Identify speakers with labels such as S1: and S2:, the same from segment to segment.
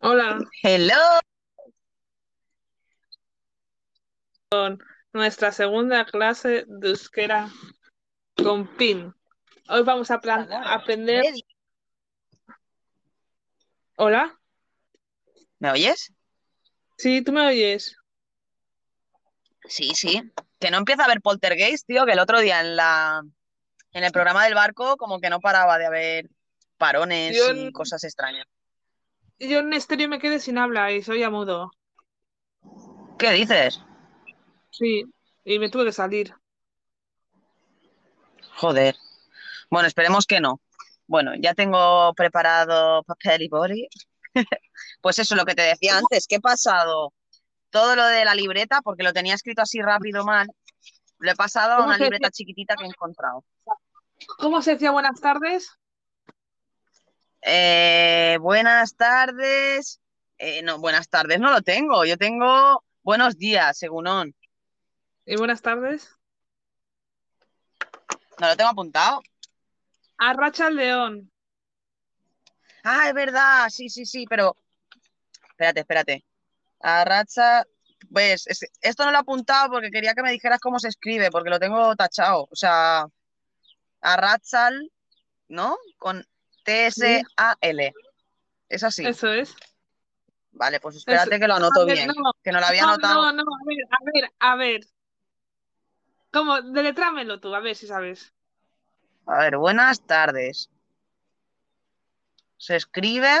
S1: Hola,
S2: Hello,
S1: con nuestra segunda clase de euskera con PIN. Hoy vamos a plan-
S2: Hola.
S1: a aprender.
S2: Eddie.
S1: Hola,
S2: ¿me oyes?
S1: sí, tú me oyes.
S2: Sí, sí. Que no empieza a haber poltergeist, tío, que el otro día en la en el programa del barco como que no paraba de haber parones
S1: Yo
S2: y
S1: n-
S2: cosas extrañas.
S1: Yo en estéreo me quedé sin habla y soy a mudo.
S2: ¿Qué dices?
S1: Sí, y me tuve que salir.
S2: Joder. Bueno, esperemos que no. Bueno, ya tengo preparado papel y boli. Pues eso, lo que te decía antes, que he pasado todo lo de la libreta, porque lo tenía escrito así rápido mal, lo he pasado a
S1: ¿Cómo
S2: una
S1: se decía?
S2: libreta chiquitita que he encontrado.
S1: ¿Cómo se decía buenas tardes?
S2: Eh, buenas tardes. Eh, no, buenas tardes no lo tengo. Yo tengo buenos días, segunón.
S1: ¿Y Eh, buenas tardes?
S2: No lo tengo apuntado.
S1: Arracha el león.
S2: Ah, es verdad. Sí, sí, sí, pero espérate, espérate. Arracha. Ves, es- esto no lo he apuntado porque quería que me dijeras cómo se escribe, porque lo tengo tachado. O sea, arrachal, ¿no? Con
S1: Sí,
S2: T-S-A-L. Es así.
S1: eso es.
S2: Vale, pues
S1: Eso.
S2: espérate que lo
S1: A
S2: anoto
S1: ver, no,
S2: bien, que no lo había
S1: no,
S2: anotado.
S1: no, no, a ver, a ver, a ver. ¿Cómo? Deletrámelo tú, a ver si sabes.
S2: A ver, buenas tardes. Se escribe.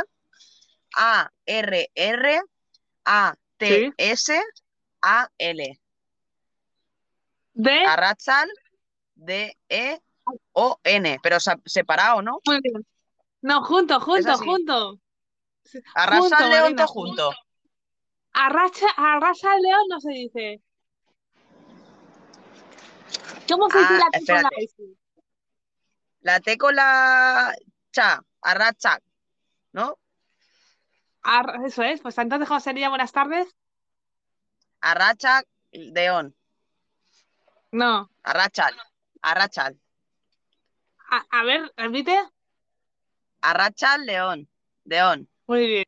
S1: Sí.
S2: A-R-R-A-T-S-A-L.
S1: De.
S2: Arratsal D-E-O-N. E Pero sa- separado, ¿no?
S1: Muy bien. No, junto,
S2: Es
S1: junto,
S2: así.
S1: junto. Sí,
S2: Arrasal
S1: Junto,
S2: León todo
S1: Marina, junto.
S2: junto.
S1: Arracha, arrasa el león no se dice. ¿Cómo se dice
S2: Ah,
S1: la T con la
S2: espérate.
S1: S?
S2: La T con la cha. Arratsal, ¿no?
S1: Ar- eso es, pues entonces, ¿cómo sería buenas tardes?
S2: Arracha León.
S1: No.
S2: Arrachal. Arrachal.
S1: A, a ver, repite.
S2: Arrachal León. León.
S1: Muy bien.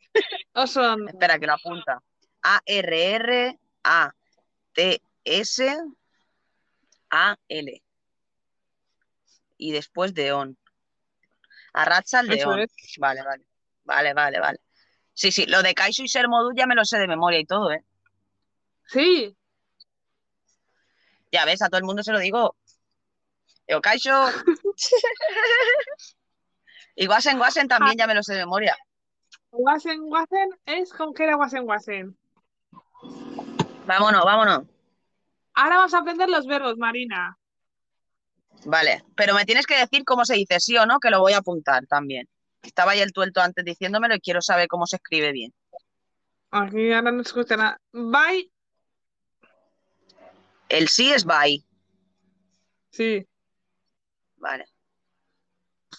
S1: Oso.
S2: Espera, que lo apunta. A-R-R-A-T-S-A-L. Y después Deón. Arracha el
S1: Eso
S2: León.
S1: es.
S2: Vale, vale. Vale, vale, vale. Sí, sí, lo de Kaiso y Ser Modú ya me lo sé de memoria y todo, ¿eh?
S1: Sí.
S2: Ya ves, a todo el mundo se lo digo. Yo, Kaiso. Y Guasen Guasen
S1: Ah,
S2: también ya me lo sé de memoria.
S1: Guasen, guasen es con que era guasen, guasen.
S2: Vámonos, vámonos.
S1: Ahora vamos a aprender los verbos, Marina.
S2: Vale, pero me tienes que decir cómo se dice, sí o no, que lo voy a apuntar también. Estaba ahí el tuelto antes diciéndomelo y quiero saber cómo se escribe bien.
S1: Aquí ahora no se escucha nada. Bye.
S2: El sí es bai.
S1: Sí.
S2: Vale.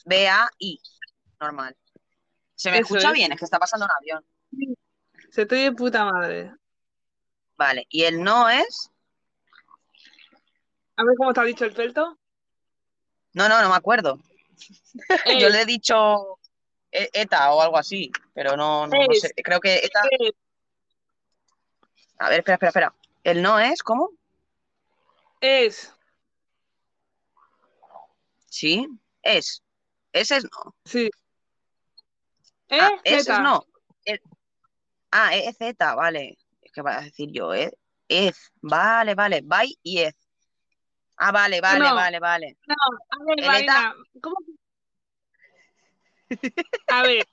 S2: B-A-I. Normal. ¿Se me
S1: Eso
S2: escucha
S1: es.
S2: bien? Es que está pasando un avión.
S1: Sí. Se te oye puta madre.
S2: Vale. Y el no es.
S1: A ver cómo te ha dicho el pelto.
S2: No, no, no me acuerdo. Yo
S1: Es,
S2: le he dicho e- ETA o algo así, pero no, no, no sé.
S1: es,
S2: Creo que ETA.
S1: es.
S2: A ver, espera, espera, espera. El no es, ¿cómo?
S1: Es,
S2: Sí. Es. Ese es no.
S1: sí.
S2: Ah,
S1: E,
S2: ese es
S1: Z.
S2: no. El- E, ah, EZ, vale. Es que va a decir yo, eh. Ez. Vale, vale. Bye y ez. Ah, vale, vale,
S1: No,
S2: vale, vale.
S1: no. A ver,
S2: El ETA.
S1: Marina, ¿cómo, a ver,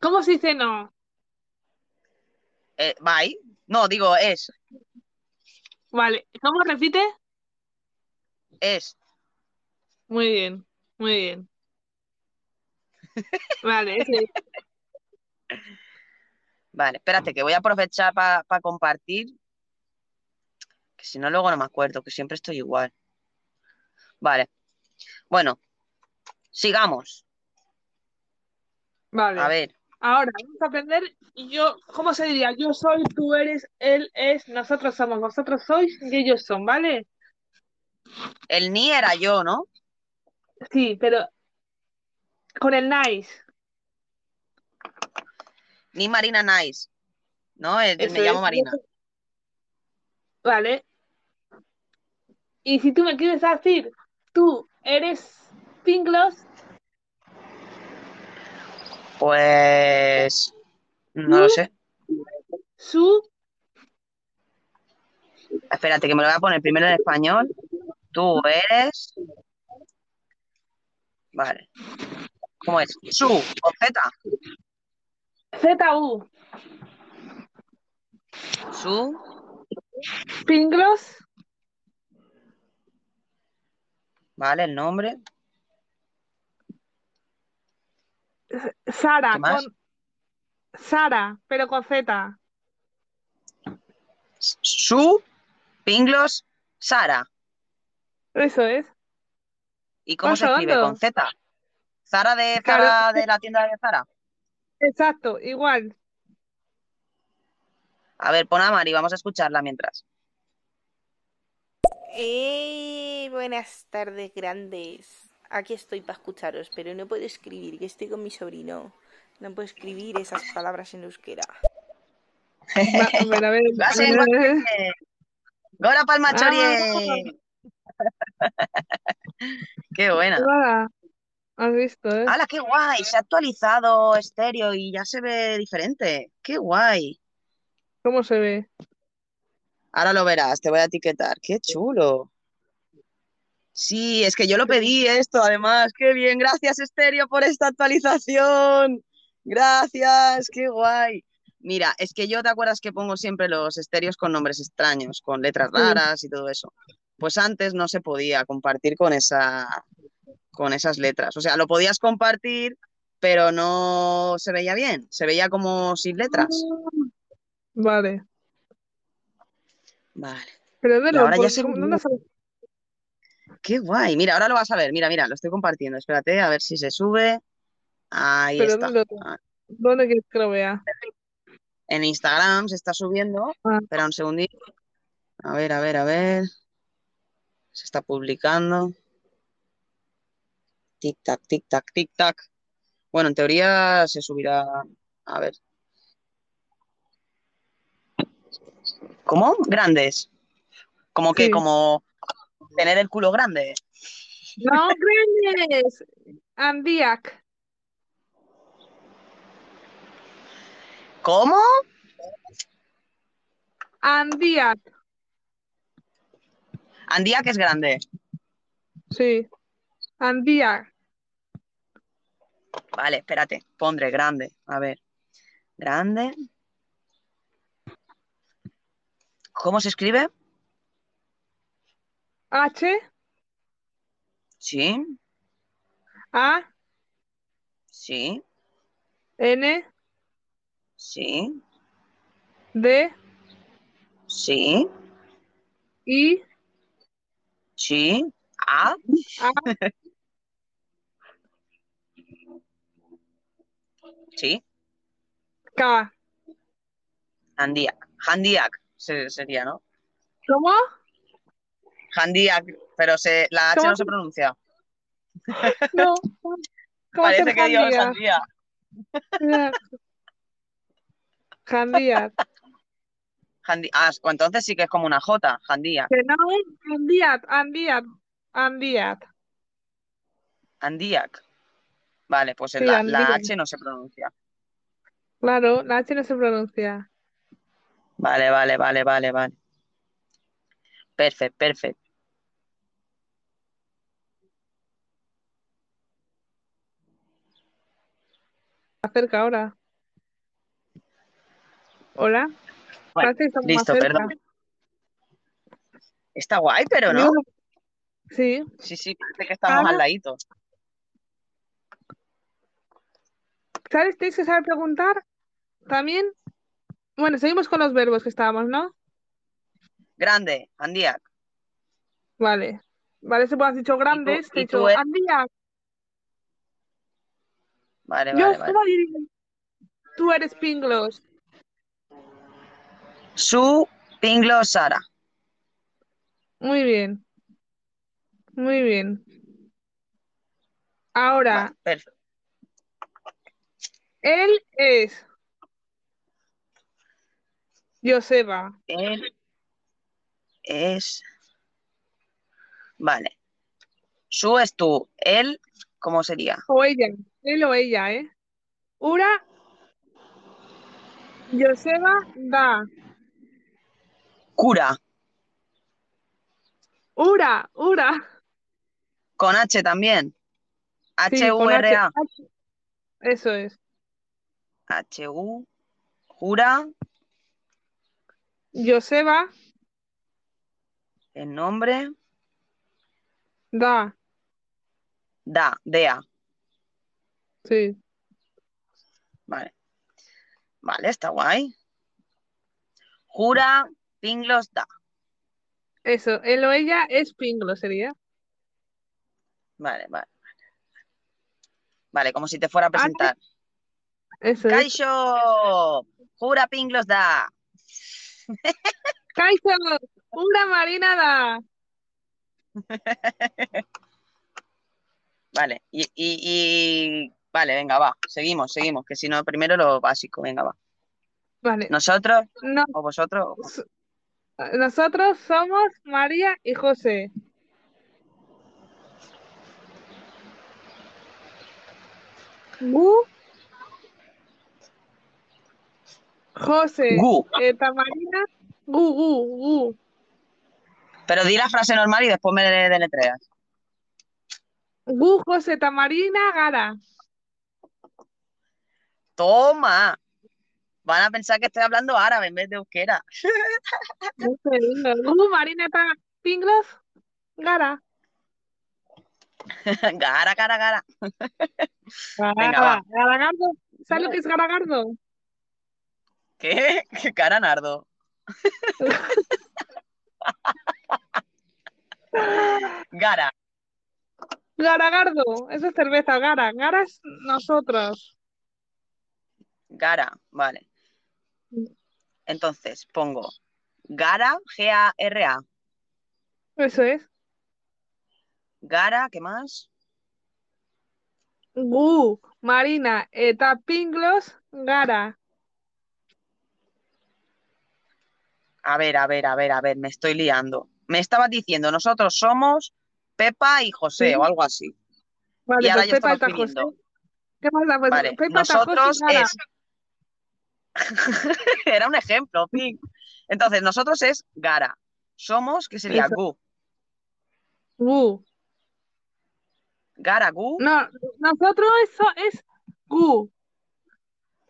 S1: ¿cómo se dice no?
S2: eh, bye. No, digo es.
S1: Vale, ¿cómo repite?
S2: Es.
S1: Muy bien, muy bien. Vale, ese-
S2: Vale, espérate, que voy a aprovechar para compartir, que si no luego no me acuerdo, que siempre estoy igual. Vale, bueno, sigamos. A
S1: Vale.
S2: ver,
S1: Ahora, vamos a aprender yo, ¿cómo se diría? Yo soy, tú eres, él es, nosotros somos, vosotros sois y ellos son, ¿vale?
S2: el ni era yo, ¿no?
S1: Sí, pero con el nice.
S2: Ni Marina Nice. ¿No? Eh,
S1: Eso
S2: me llamo
S1: es.
S2: Marina.
S1: Vale. Y si tú me quieres decir, tú eres Pinglos,
S2: Pues. No lo sé.
S1: su.
S2: Espérate, que me lo voy a poner primero en español. Tú eres. Vale. ¿Cómo es? Su, con Z.
S1: ZU.
S2: Su,
S1: Pinglos,
S2: vale, el nombre.
S1: Sara.
S2: ¿Qué más?
S1: Con... Sara, pero con Z.
S2: Su, Pinglos, Sara.
S1: Eso es.
S2: ¿Y cómo
S1: Vas
S2: se escribe?
S1: rodando.
S2: Con Z. Sara de
S1: Claro.
S2: Zara de la tienda de Zara.
S1: Exacto, igual.
S2: A ver, pon a Mari, vamos a escucharla mientras.
S3: ¡Ey! Buenas tardes, grandes. Aquí estoy para escucharos, pero no puedo escribir, que estoy con mi sobrino. No puedo escribir esas palabras en euskera.
S1: Va- a ver, a ver.
S2: Vas en Gora Palma Chorie. Qué buena.
S1: Nada. Has visto, ¿eh?
S2: ¡Hala, qué guay! Se ha actualizado estéreo y ya se ve diferente. ¡Qué guay!
S1: ¿Cómo se ve?
S2: Ahora lo verás, te voy a etiquetar. ¡Qué chulo! Sí, es que yo lo pedí esto, además. ¡Qué bien! Gracias, estéreo, por esta actualización. Gracias, qué guay. Mira, es que yo te acuerdas que pongo siempre los estéreos con nombres extraños, con letras
S1: Sí.
S2: raras y todo eso. Pues antes no se podía compartir con esa, con esas letras. O sea, lo podías compartir, pero no se veía bien. Se veía como sin
S1: Ah.
S2: letras.
S1: Vale.
S2: Vale.
S1: Pero velo,
S2: ahora ya
S1: por-
S2: se
S1: ¿cómo-
S2: ve.
S1: no lo sabes?
S2: Qué guay. Mira, ahora lo vas a ver. Mira, mira, lo estoy compartiendo. Espérate, a ver si se sube. Ahí
S1: Pero
S2: está.
S1: dilo,
S2: Ah,
S1: ¿dónde quieres que lo vea?
S2: En Instagram se está subiendo.
S1: Ah.
S2: Espera un segundito. A ver, a ver, a ver. Se está publicando. Tic tac, tic tac, tic tac. Bueno, en teoría se subirá. A ver. ¿Cómo? Grandes. ¿Cómo qué?
S1: Sí.
S2: Como tener el culo grande.
S1: No, grandes. Andiac.
S2: ¿Cómo?
S1: Andiac.
S2: Andía que es grande.
S1: Sí. Andiac.
S2: Vale, espérate. Pondré grande. A ver. Grande. ¿Cómo se escribe?
S1: H,
S2: Sí,
S1: A,
S2: sí,
S1: N,
S2: sí,
S1: D,
S2: sí,
S1: I,
S2: sí. A,
S1: A,
S2: sí.
S1: K.
S2: Handiak. Handiak se- sería, ¿no?
S1: ¿Cómo?
S2: Handiak, pero se, la H
S1: ¿Cómo
S2: no se pronuncia.
S1: No. ¿Cómo
S2: Parece que digo
S1: Handiac?
S2: sandía.
S1: Handiac.
S2: Handi- ah, entonces sí que es como una J, Handiak.
S1: Que no es Andiac, Andiac, Andiac.
S2: Handiak. Vale, pues
S1: Sí,
S2: la, la
S1: Handiak.
S2: H no se pronuncia.
S1: Claro, la H no se pronuncia.
S2: Vale, vale, vale, vale, vale. Perfect, perfect.
S1: Acerca ahora. Hola. Parece que estamos más
S2: Listo,
S1: cerca.
S2: perdón. Está guay, pero no.
S1: Digo, Sí,
S2: Sí, sí, parece que estamos
S1: Ana.
S2: al ladito.
S1: ¿sabes? Tienes que saber preguntar también. Bueno, seguimos con los verbos que estábamos, ¿no?
S2: Grande, Handiak.
S1: Vale. Vale, se has dicho grandes, te
S2: y
S1: he
S2: tú
S1: dicho
S2: eres-
S1: Andía,
S2: Vale,
S1: yo
S2: vale, vale.
S1: soy. Tú eres Pinglos.
S2: Su Pinglo Sara.
S1: Muy bien. Muy bien. Ahora,
S2: Vale, perfecto.
S1: él es Joseba.
S2: Él es. Vale. Su es tú. Él, ¿cómo sería?
S1: O ella. Él o ella, ¿eh? Ura. Joseba da.
S2: Cura.
S1: Ura, ura.
S2: Con H también.
S1: Sí, con
S2: H-U-R-A.
S1: H. Eso es.
S2: H-U. Jura.
S1: Joseba
S2: El nombre.
S1: da.
S2: Da. Dea.
S1: Sí.
S2: Vale. Vale, está guay. Jura. Pinglos. Da.
S1: Eso. Él o ella es pinglo, sería.
S2: Vale, vale. Vale, como si te fuera a presentar.
S1: Eso es.
S2: ¡Caixo! Jura Pinglos da.
S1: Kaixo, ura marina da.
S2: Vale, y, y- y- Vale, venga, va. Seguimos, seguimos. Que si no, primero lo básico. Venga, va.
S1: Vale.
S2: Nosotros
S1: No-
S2: o vosotros.
S1: nosotros somos María y José. Gu. José.
S2: Gu.
S1: Eh, Tamarina. Gu, gu, gu.
S2: Pero di la frase normal y después me deletreas.
S1: Gu, José, Tamarina, Gara.
S2: ¡Toma! Van a pensar que estoy hablando árabe en vez de euskera.
S1: Gu, Marina, Ta- Pinglos, Gara.
S2: Gara, gara, gara. Venga,
S1: Gara, Garagardo. ¿Sabes lo que es Garagardo?
S2: ¿Qué? ¿Qué cara, Nardo? Gara.
S1: Garagardo, eso es cerveza, Gara. Gara es nosotros.
S2: Gara, vale. Entonces, pongo Gara, G-A-R-A.
S1: Eso es.
S2: Gara, ¿qué más?
S1: Gu, Marina, eta pinglos, Gara.
S2: A ver, a ver, a ver, a ver, me estoy liando. Me estabas diciendo, nosotros somos Pepa y José
S1: Sí.
S2: o algo así.
S1: Vale,
S2: Y ahora
S1: pues
S2: yo
S1: Pepa
S2: estaba
S1: eta José.
S2: escribiendo.
S1: ¿Qué más da? Pues
S2: Vale,
S1: Pepa eta José y
S2: nosotros
S1: Gara.
S2: es. Era un ejemplo, fin. Entonces, nosotros es Gara. Somos, ¿qué sería?
S1: Eso.
S2: Gu.
S1: Gu.
S2: Gara, Gu.
S1: No, nosotros eso es Gu.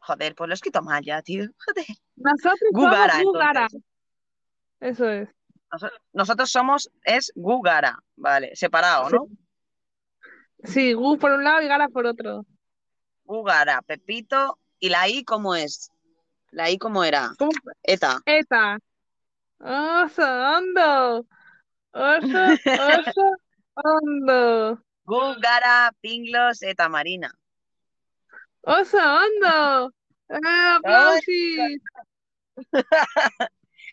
S2: Joder, pues lo he escrito mal ya, tío. Joder.
S1: Nosotros
S2: Gu
S1: somos
S2: Gara,
S1: Gu, Gara.
S2: entonces.
S1: Eso es.
S2: Noso- Nosotros somos, es Gu Gara. Vale, separado, ¿no?
S1: Sí, Gu por un lado y Gara por otro.
S2: Gu Gara, Pepito. ¿Y la I cómo es? La I cómo era.
S1: ¿Cómo?
S2: Eta.
S1: Eta. Oso hondo. Oso, oso hondo.
S2: Gu Gara, Pinglos, Eta Marina.
S1: Oso hondo. Ah, aplausis.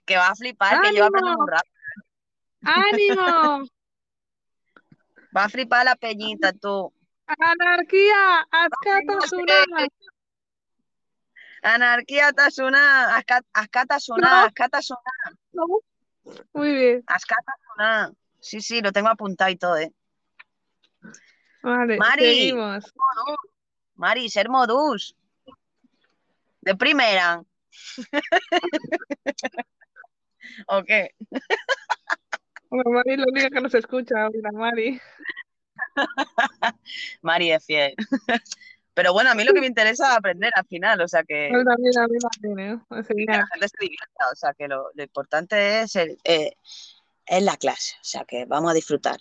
S2: Que va a flipar, que yo aprendo
S1: ¡Ánimo!
S2: muy rápido.
S1: ¡Ánimo!
S2: Va a flipar la peñita, tú.
S1: ¡Anarquía! ¡Askatasuna!
S2: Anarquía Tasuna, Aska- Askatasuna,
S1: No.
S2: Askatasuna,
S1: Muy bien.
S2: Askatasuna. Sí, sí, lo tengo apuntado y todo, ¿eh?
S1: Vale,
S2: Mari.
S1: seguimos.
S2: Mari, ser modus. De primera. ¿O qué?
S1: Bueno, Mari es la única que nos escucha ahora, Mari.
S2: Mari es fiel. Pero bueno, a mí lo que me interesa es aprender al final, o sea que
S1: Mira, mira, mira, mira. O
S2: que la
S1: sea,
S2: gente se divierta, o sea que lo, lo importante es, el, eh, es la clase, o sea que vamos a disfrutar.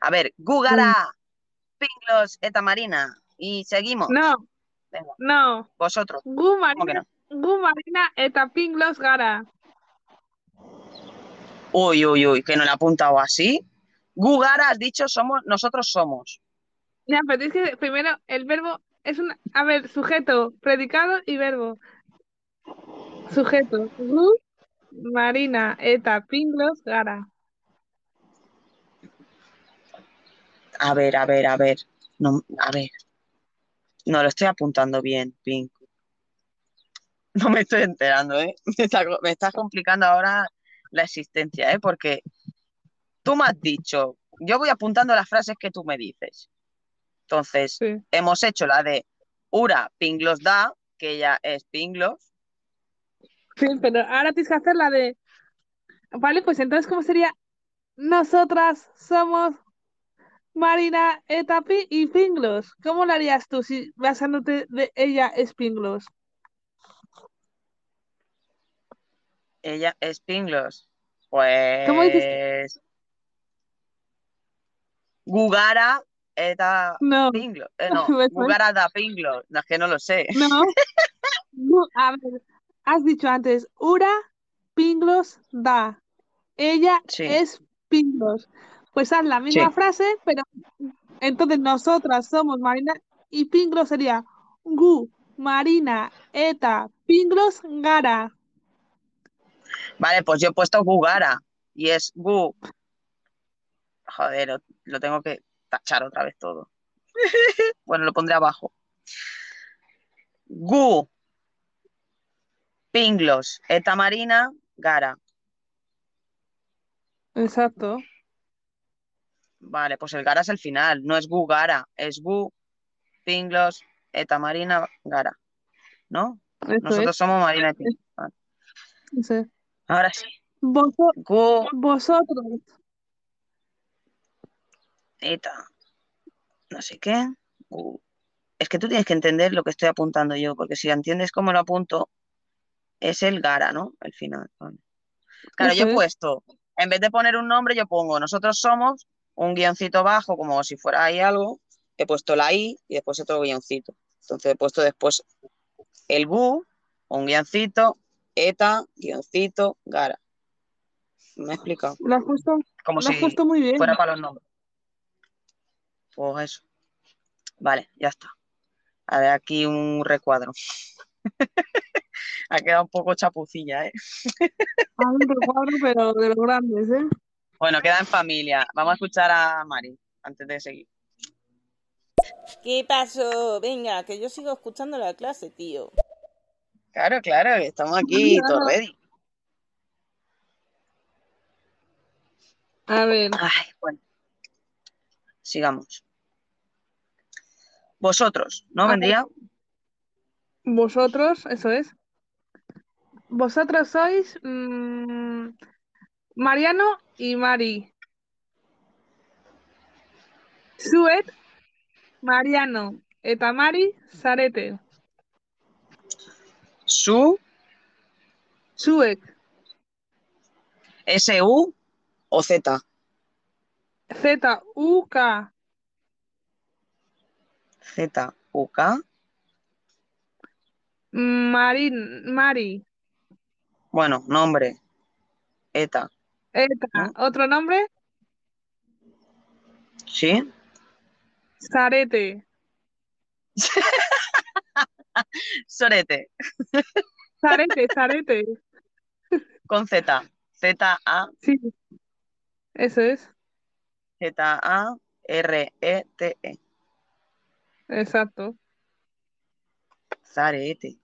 S2: A ver, Gugara, Pinglos, Eta Marina, y seguimos,
S1: No,
S2: Venga.
S1: no.
S2: vosotros,
S1: Gu
S2: ¿cómo que
S1: Marina,
S2: no?
S1: Gu Marina eta Pinglos Gara.
S2: Uy, uy, uy, que no le he apuntado así. Gugara, has dicho, somos, nosotros somos.
S1: Ya, pero es que primero el verbo es un, a ver, sujeto, predicado y verbo. Sujeto, gu, Marina, eta, pinglos, gara.
S2: A ver, a ver, a ver, no, a ver. No, lo estoy apuntando bien, Ping. No me estoy enterando, ¿eh? Me está- me estás complicando ahora la existencia, ¿eh? Porque tú me has dicho, yo voy apuntando las frases que tú me dices. Entonces,
S1: Sí.
S2: hemos hecho la de Ura Pinglos da, que ya es Pinglos.
S1: Sí, pero ahora tienes que hacer la de. Vale, pues entonces, ¿cómo sería? Nosotras somos Marina, Etapi y Pinglos. ¿Cómo lo harías tú si basándote de ella es Pinglos?
S2: Ella es Pinglos.
S1: ¿Cómo dices?
S2: Pues. Gugara eta
S1: No,
S2: Pinglos. Eh, no,
S1: Me suena.
S2: Gugara da Pinglos. No, es que no lo sé.
S1: no. No, a ver, has dicho antes, Ura, Pinglos, da. Ella
S2: Sí.
S1: es Pinglos. Pues haz la misma
S2: Sí.
S1: frase, pero entonces nosotras somos Marina y Pinglos sería Gu, Marina, Eta, Pinglos, Gara.
S2: Vale, pues yo he puesto Gugara y es Gu. Joder, lo, lo tengo que tachar otra vez todo. Bueno, lo pondré abajo. Gu. Pinglos. Eta Marina. Gara.
S1: Exacto.
S2: Vale, pues el Gara es el final. No es Gu Gara. Es Gu. Pinglos. Eta Marina. Gara. ¿No? Nosotros somos Marina y Pinglos. Ahora sí.
S1: Vosotros,
S2: Gu.
S1: vosotros,
S2: Eta. No sé qué. Gu. Es que tú tienes que entender lo que estoy apuntando yo, porque si entiendes cómo lo apunto, es el gara, ¿no? El final. vale. Claro, yo
S1: Eso
S2: he
S1: es.
S2: puesto, en vez de poner un nombre, yo pongo nosotros somos, un guioncito bajo, como si fuera ahí algo, he puesto la i y después otro guioncito. Entonces he puesto después el gu, un guioncito, eta, guioncito, gara. Me he explicado.
S1: lo has puesto,
S2: Como
S1: lo has
S2: si
S1: puesto muy bien.
S2: fuera para los nombres. Pues eso. Vale, ya está. Haré aquí un recuadro. ha quedado un poco chapucilla, ¿eh?
S1: A un recuadro, pero de los grandes, ¿eh?
S2: Bueno, queda en familia. Vamos a escuchar a Mari antes de seguir.
S3: ¿Qué pasó? Venga, que yo sigo escuchando la clase, tío.
S2: Claro, claro, estamos aquí, todo ready.
S1: A ver,
S2: Ay, bueno. Sigamos. Vosotros, ¿no
S1: Ajá.
S2: vendría?
S1: vosotros, eso es. Vosotros sois mm, Mariano y Mari. Suet, Mariano, eta Mari, Sarete.
S2: Su,
S1: Suek,
S2: S-U o Z.
S1: Z-U-K,
S2: Z-U-K.
S1: Marin, Mari.
S2: Bueno, nombre. Eta,
S1: Eta, otro nombre,
S2: ¿sí?
S1: Sarete.
S2: Sorete,
S1: Sarete, Sarete.
S2: con Z. Z-A,
S1: Sí, eso es,
S2: E Z-A-R-E-T-E.
S1: exacto.
S2: Zarete.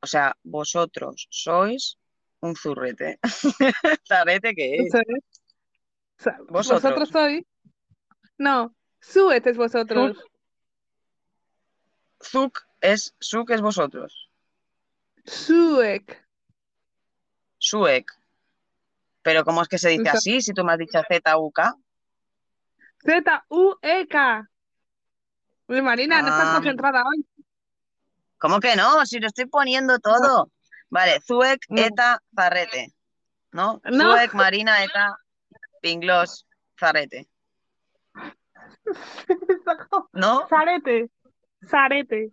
S2: O sea, vosotros sois un zurrete. Zarete que es.
S1: Eso es. O sea,
S2: Vosotros.
S1: sois. No, Suet es vosotros.
S2: Zuc es Zuc es vosotros.
S1: Suek.
S2: Suek. Pero ¿cómo es que se dice
S1: Exacto.
S2: así si tú me has dicho Z-U-K?
S1: Z-U-E-K. E Uy, Marina, no estás
S2: Ah.
S1: concentrada hoy.
S2: ¿Cómo que no? Si lo estoy poniendo todo. Vale, Zuek,
S1: No.
S2: Eta, Zarrete. ¿No?
S1: No.
S2: Zuek, Marina, Eta, Pinglos, Zarrete. ¿No?
S1: Sarete. Sarete.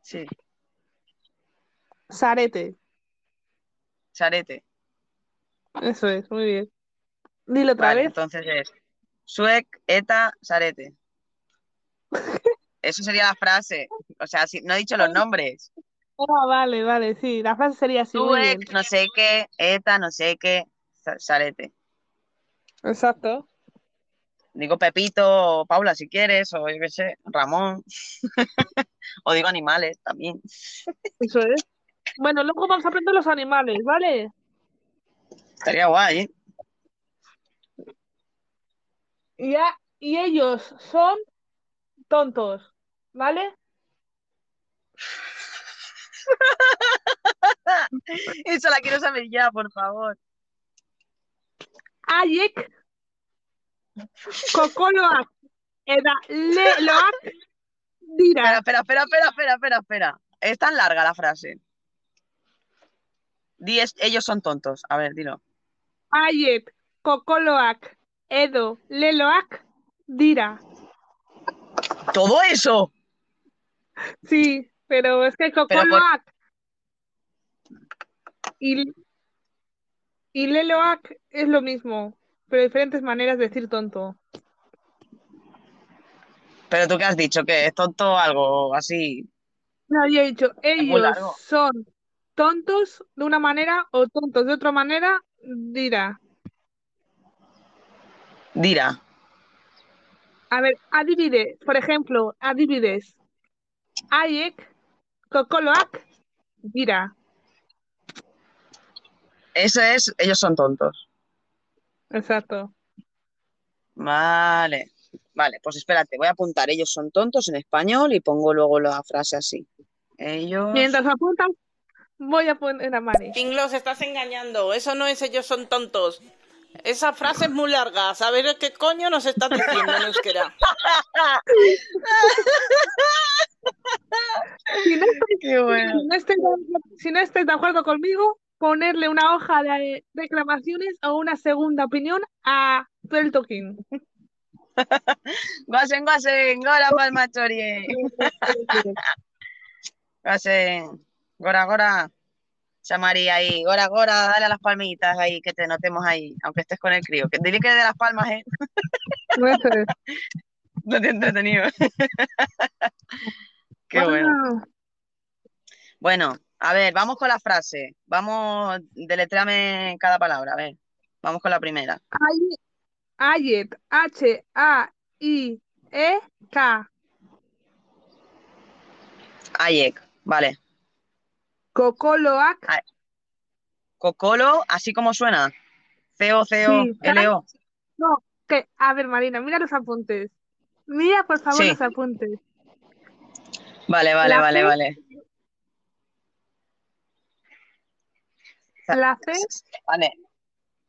S2: Sí,
S1: Sarete.
S2: Zarete.
S1: Eso es, muy bien. Dilo otra
S2: Vale,
S1: vez.
S2: entonces es Suec, Eta, Sarete. Eso sería la frase. O sea, si, no he dicho los nombres.
S1: Ah, vale, vale, sí. La frase sería así. Muy bien.
S2: Suec, no sé qué, Eta, no sé qué, Sa- Sarete.
S1: Exacto.
S2: Digo Pepito, o Paula si quieres, o yo qué sé, Ramón. o digo animales también.
S1: Eso es. Bueno, luego vamos a aprender los animales, ¿vale?
S2: Estaría guay, ¿eh?
S1: Y, ya- y ellos son tontos, ¿vale?
S2: Eso la quiero saber ya, por favor.
S1: Ayek, Cocoloac, Edaleloac,
S2: Espera,
S1: Dira.
S2: espera, espera, espera, espera, espera, espera. Es tan larga la frase. Di es- ellos son tontos. A ver, dilo.
S1: Ayek, Cocoloac, Edo, Leloac, Dira.
S2: ¡Todo eso!
S1: Sí, pero es que Cocoloac y, y Leloac es lo mismo, pero diferentes maneras de decir tonto.
S2: Pero tú qué has dicho, que es tonto algo así.
S1: No, yo he dicho,
S2: muy
S1: ellos
S2: largo.
S1: son tontos de una manera o tontos de otra manera, dirá.
S2: Dira.
S1: A ver, adivide, por ejemplo, adivides. Hayek, Cocoloac, dirá.
S2: Ese es, ellos son tontos.
S1: Exacto.
S2: Vale. Vale, pues espérate, voy a apuntar. Ellos son tontos en español y pongo luego la frase así. Ellos.
S1: Mientras apuntan, voy a poner a Mari.
S3: Pinglos, estás engañando. Eso no es ellos son tontos. Esa frase es muy larga. A ver qué coño nos estás diciendo en euskera.
S1: Si no estáis
S2: Qué bueno.
S1: Si no estáis de, si no estáis de acuerdo conmigo, ponerle una hoja de reclamaciones o una segunda opinión a Tuel Toquín.
S2: Guasen, guasen, gora palma txorie. Guasen, gora, gora. Chamari ahí, gora, gora, dale a las palmitas ahí, que te notemos ahí, aunque estés con el crío. Que, dile que de las palmas, ¿eh?
S1: No es eso.
S2: No te he entretenido. Qué bueno.
S1: Ah,
S2: Bueno, a ver, vamos con la frase. Vamos, deletréame cada palabra, a ver. Vamos con la primera.
S1: Ay- Ayet, E H-A-I-E-K,
S2: Ayek, vale.
S1: Cocoloac,
S2: Cocolo, así como suena. C-O-C-O-L-O.
S1: que, a ver, Marina, mira los apuntes. Mira, por favor,
S2: Sí.
S1: los apuntes.
S2: Vale, vale,
S1: La
S2: vale,
S1: C.
S2: vale. Ah.
S1: La C,
S2: Vale.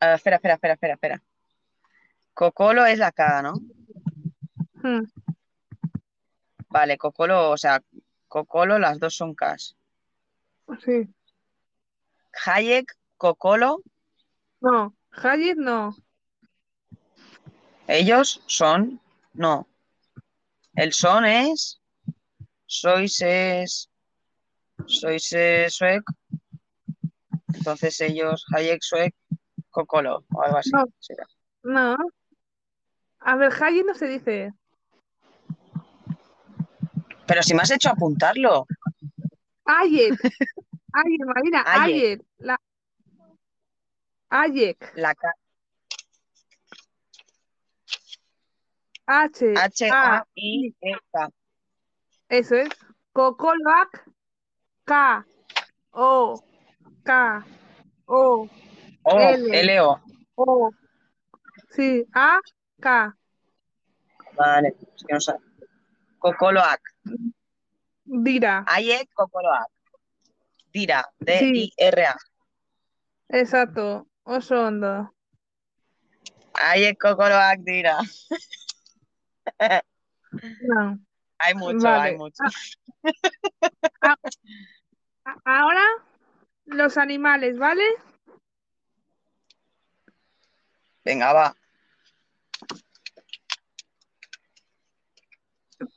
S2: Ah, espera, espera, espera, espera, espera. Cocolo es la K, ¿no?
S1: mm,
S2: Vale, Cocolo, o sea, Cocolo, las dos son Ks.
S1: sí.
S2: Hayek, Cocolo,
S1: No, Hayet no.
S2: ellos son, no. El son es, sois es, sois es suec. Entonces ellos, Hayek, suec, Cocolo, o algo así.
S1: No.
S2: será.
S1: No. A ver, Hayet no se dice.
S2: Pero si me has hecho apuntarlo.
S1: Ayer, ayer, Marina,
S2: Ayer.
S1: ayer, la ayer,
S2: La K,
S1: H,
S2: H,
S1: Ah,
S2: A, I, E, K.
S1: eso es, Cocoloac, K, O, K, O,
S2: O,
S1: L.
S2: Oh, L, O.
S1: O, sí, A, K,
S2: Vale, es que no sé. Cocoloac.
S1: Dira,
S2: Hayek Cocoloac. Dira,
S1: Sí.
S2: D-I-R-A.
S1: exacto, oso hondo.
S2: Hayek Cocoloac, Dira.
S1: No.
S2: Hay mucho,
S1: Vale.
S2: hay mucho.
S1: A- Ahora, los animales, ¿vale?
S2: Venga, va.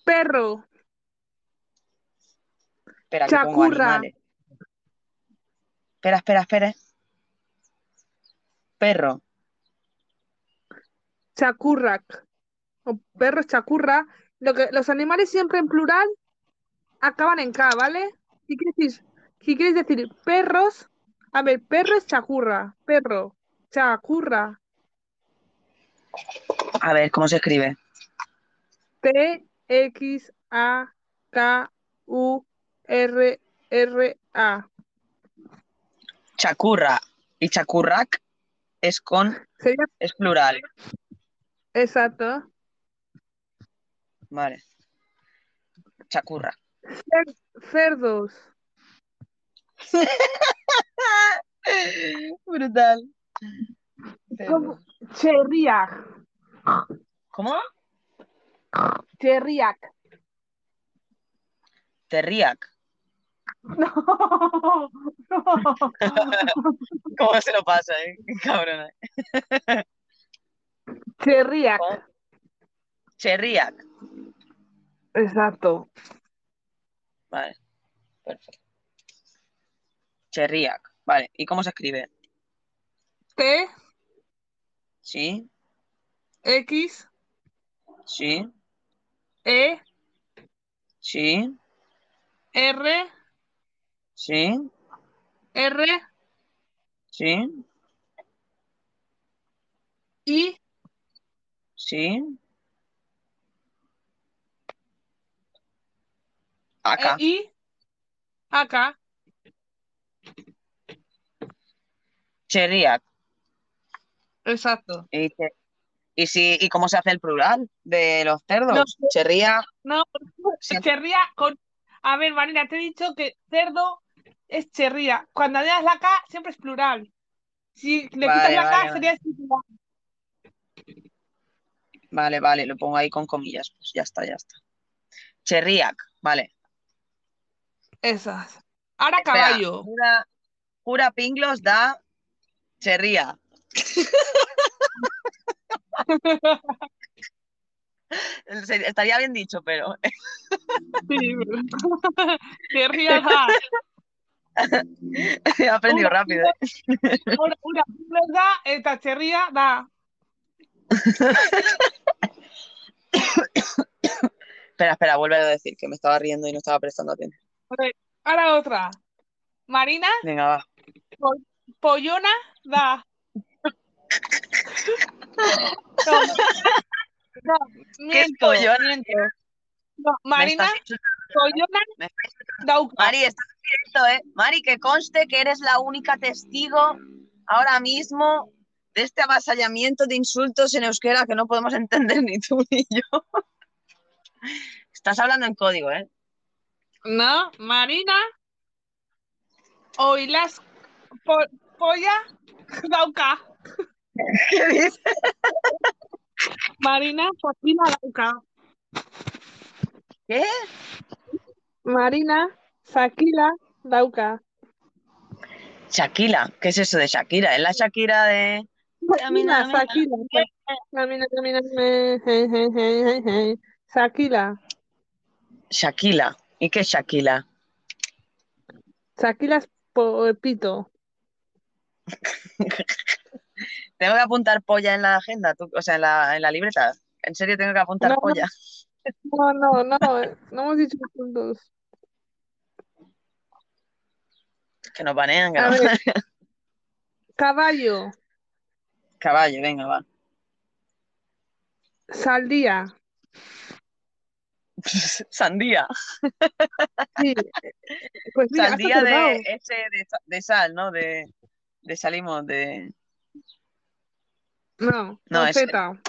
S1: Perro,
S2: Espera, que pongo
S1: Chacurra.
S2: animales. Espera, espera, espera. Perro.
S1: chacurrac, o perro chacurra, lo que, los animales siempre en plural acaban en K, ¿vale? Si quieres decir, si quieres decir perros, a ver, perro es chacurra, perro, chacurra,
S2: A ver, ¿cómo se escribe?
S1: T-X-A-K-U-R-R-A.
S2: Chacurra. Y chacurrac es con,
S1: Sería
S2: es plural.
S1: exacto.
S2: Vale. Chacurra.
S1: Cerdos.
S2: Brutal.
S1: Como Cherriak.
S2: ¿Cómo?
S1: Cherriak.
S2: Terriac.
S1: No, no.
S2: ¿Cómo se lo pasa, eh? Cabrón.
S1: Cherriak.
S2: Cherriac.
S1: Exacto.
S2: Vale. Perfecto. Cherriac. Vale. ¿Y cómo se escribe?
S1: T,
S2: Sí,
S1: X,
S2: sí,
S1: E,
S2: sí,
S1: R,
S2: sí,
S1: R,
S2: sí,
S1: I,
S2: sí.
S1: E,
S2: Acá.
S1: I, acá.
S2: Cherriac.
S1: Exacto.
S2: Y, che- y sí, ¿y cómo se hace el plural de los cerdos?
S1: No.
S2: Cherriac.
S1: No, Cherriak con. A ver, Marina, te he dicho que cerdo es cherría. Cuando añades la K, siempre es plural. Si le quitas
S2: Vale,
S1: la K,
S2: vale,
S1: sería singular.
S2: Vale, vale, lo pongo ahí con comillas. Pues ya está, ya está. Cherriac, vale.
S1: Esas. Ahora
S2: Espera,
S1: caballo.
S2: Cura, cura Pinglos da Cherria. Se- Estaría bien dicho, pero.
S1: Sí. Cherría da.
S2: He aprendido
S1: Cura
S2: rápido. ¿eh?
S1: Ahora, una pinglos da, esta cherría da.
S2: Espera, espera, vuelve a decir que me estaba riendo y no estaba prestando atención.
S1: Ahora otra. Marina,
S2: Venga, va.
S1: pollona, da. No, no, miento,
S2: pollona?
S1: miento. No,
S2: Me
S1: Marina,
S2: estás insultando,
S1: pollona,
S2: me estás insultando.
S1: dauca.
S2: Mari, estás en directo, ¿eh? Mari, que conste que eres la única testigo ahora mismo de este avasallamiento de insultos en euskera que no podemos entender ni tú ni yo. Estás hablando en código, ¿eh?
S1: No, Marina, oilas, po- polla, dauca.
S2: ¿Qué dices?
S1: Marina, pollina, dauca.
S2: ¿Qué?
S1: Marina, saquila, dauka.
S2: Shakira, ¿qué es eso de Shakira? Es la Shakira de.
S1: Sakila,
S2: Camina,
S1: Sakila. Camina, camina, me- hey, hey, hey, hey, hey. Sakila.
S2: Shakila. ¿Y qué es Shakila?
S1: Sakila es po- eh, pito.
S2: Tengo que apuntar polla en la agenda, tú- o sea, en la, en la libreta. En serio, tengo que apuntar
S1: No.
S2: polla.
S1: No, no, no, eh, no hemos dicho juntos.
S2: Que nos banean, que
S1: A
S2: nos-
S1: ver. Caballo,
S2: Caballo, venga, va.
S1: saldía.
S2: Sandía.
S1: Sí. Pues mira, has
S2: Sandía
S1: acertado.
S2: de, ese de, sa- de sal, ¿no? De, de salimos de,
S1: No,
S2: No,
S1: con
S2: es-
S1: zeta.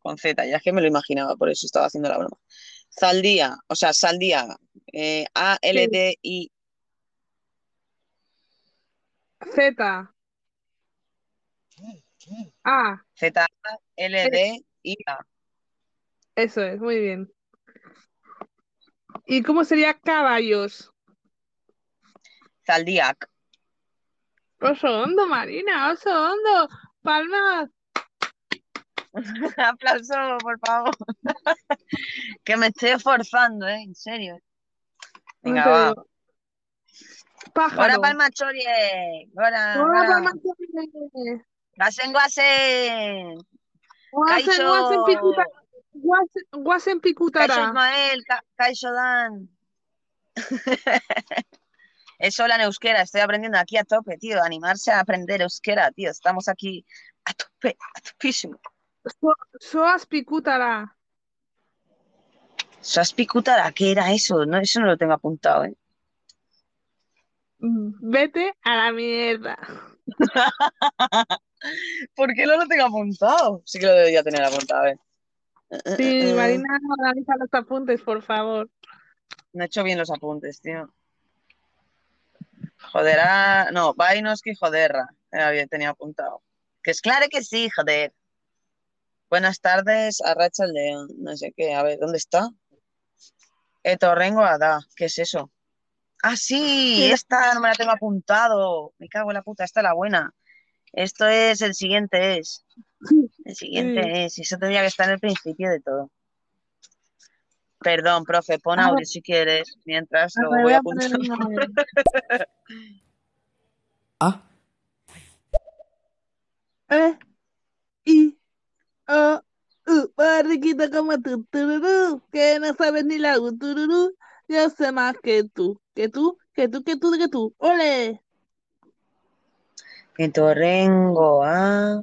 S2: con Z. Ya es que me lo imaginaba, por eso estaba haciendo la broma. Saldía, o sea, saldía. eh, A-L-D-I.
S1: Zeta. Ah,
S2: Z-A-L-D-I-A.
S1: eso es, muy bien. ¿Y cómo sería caballos?
S2: Zaldiac.
S1: Oso hondo, Marina, oso hondo. Palmas.
S2: Aplauso, por favor. que me estoy esforzando, ¿eh? En serio.
S1: No
S2: Venga,
S1: te
S2: va.
S1: digo. Pájaro.
S2: Gora palma txoriek. Gora,
S1: Hola,
S2: gora.
S1: mamá, ¿qué haces?
S2: Guazen, guazen.
S1: Guasen,
S2: Kaixo.
S1: guasen pikuta, guasen, guasen pikutara.
S2: Kaixo Ismael, ka- kaixo Dan. Eso la euskera, estoy aprendiendo aquí a tope, tío. Animarse a aprender euskera, tío. Estamos aquí a tope, a topísimo.
S1: So- Soas picútara.
S2: Saspicutara, ¿qué era eso? No, eso no lo tengo apuntado, ¿eh?
S1: Mm, Vete a la mierda.
S2: ¿Por qué no lo tengo apuntado? Sí que lo debería tener apuntado, ¿eh?
S1: Sí, Marina, organiza los apuntes, por favor.
S2: No he hecho bien los apuntes, tío. Joderá. No, Vainoski joderra. Era bien, tenía apuntado. Que es claro que sí, joder. Buenas tardes, Arracha León. No sé qué. A ver, ¿dónde está? Etorrengo Ada. ¿Qué es eso? Ah, sí, esta no me la tengo apuntado. Me cago en la puta, esta es la buena. Esto es, el siguiente es. El siguiente
S1: Sí.
S2: es. Y eso tendría que estar en el principio de todo. Perdón, profe, pon
S1: A ver.
S2: audio si quieres. Mientras lo
S1: Ah. Me
S2: voy
S1: a
S2: apuntando.
S1: poner una-
S4: A,
S1: Eh, y, o, u, barriquita como tú, tururú, que no sabes ni la u, tururú, yo sé más que tú, que tú, que tú, que tú, que tú, ole.
S2: Pintorrengo, ah,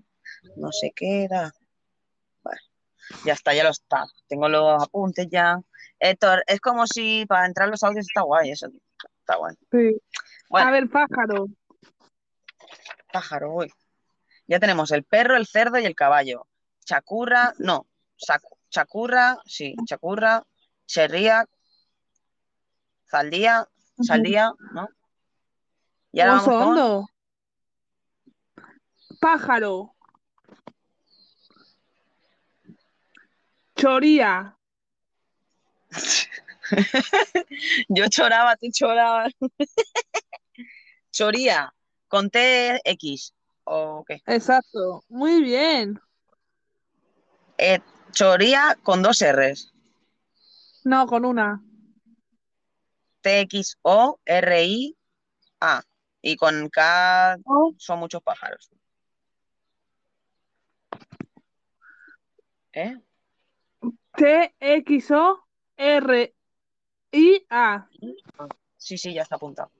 S2: no sé qué era. Bueno, ya está, ya lo está. Tengo los apuntes ya. Héctor, es como si para entrar los audios está guay eso. tío. Está guay. Bueno.
S1: A ver, pájaro.
S2: Pájaro, uy. Ya tenemos el perro, el cerdo y el caballo. Chacurra, no. sac- chacurra, sí, chacurra. Cherría. Saldía, saldía, ¿no? Y ahora
S1: Oso
S2: vamos con
S1: hondo. Pájaro. Choría.
S2: Yo choraba, tú chorabas. Choría, con TX. Ok.
S1: Exacto. Muy bien.
S2: Eh, choría con dos R's.
S1: No, con una.
S2: T-X-O-R-I-A. Y con K
S1: O,
S2: son muchos pájaros. ¿Eh?
S1: T-X-O-R-I-A.
S2: Sí, sí, ya está apuntado.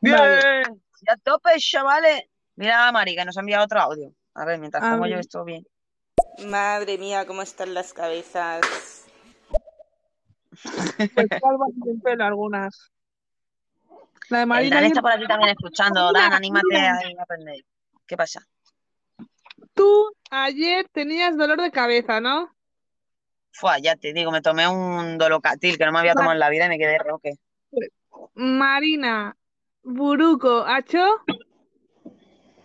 S1: Vale.
S2: Bien. Ya tope, chavales. Mira, Mari, que nos ha enviado otro audio. A ver, mientras
S1: A
S2: pongo yo
S1: ver.
S2: esto bien.
S3: Madre mía, cómo están las cabezas.
S1: Pues calvas y sin pelo algunas. La de
S2: El
S1: Marina
S2: Dan
S1: y el-
S2: está por aquí también escuchando.
S1: Mira,
S2: Dan, anímate
S1: mira.
S2: a a aprender. ¿Qué pasa?
S1: Tú ayer tenías dolor de cabeza, ¿no?
S2: Fua, ya te digo, me tomé un dolocatil que no me había tomado en la vida y me quedé roque.
S1: Marina, Buruco, Acho,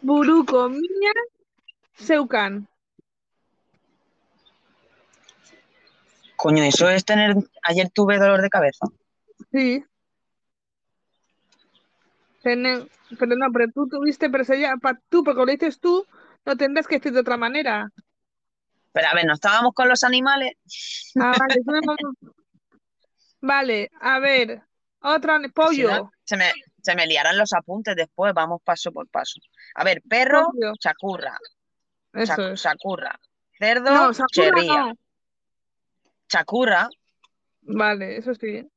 S1: Buruco, Miña, Seucan.
S2: Coño, eso es tener. Ayer tuve dolor de cabeza.
S1: Sí. Tene- Pero no, pero tú tuviste, pero sería pa- tú, porque lo dices tú, lo tendrás que decir de otra manera.
S2: Pero a ver, ¿no estábamos con los animales?
S1: Ah, vale, tú no- Vale, a ver, otra,
S2: Si
S1: pollo,
S2: no, se me, se me liarán los apuntes después, vamos paso por paso. A ver, perro,
S1: pollo,
S2: chacurra,
S1: eso
S2: chac-
S1: es.
S2: chacurra. Cerdo,
S1: No, Sakura
S2: cherría.
S1: no.
S2: Chacurra,
S1: Vale, eso sí.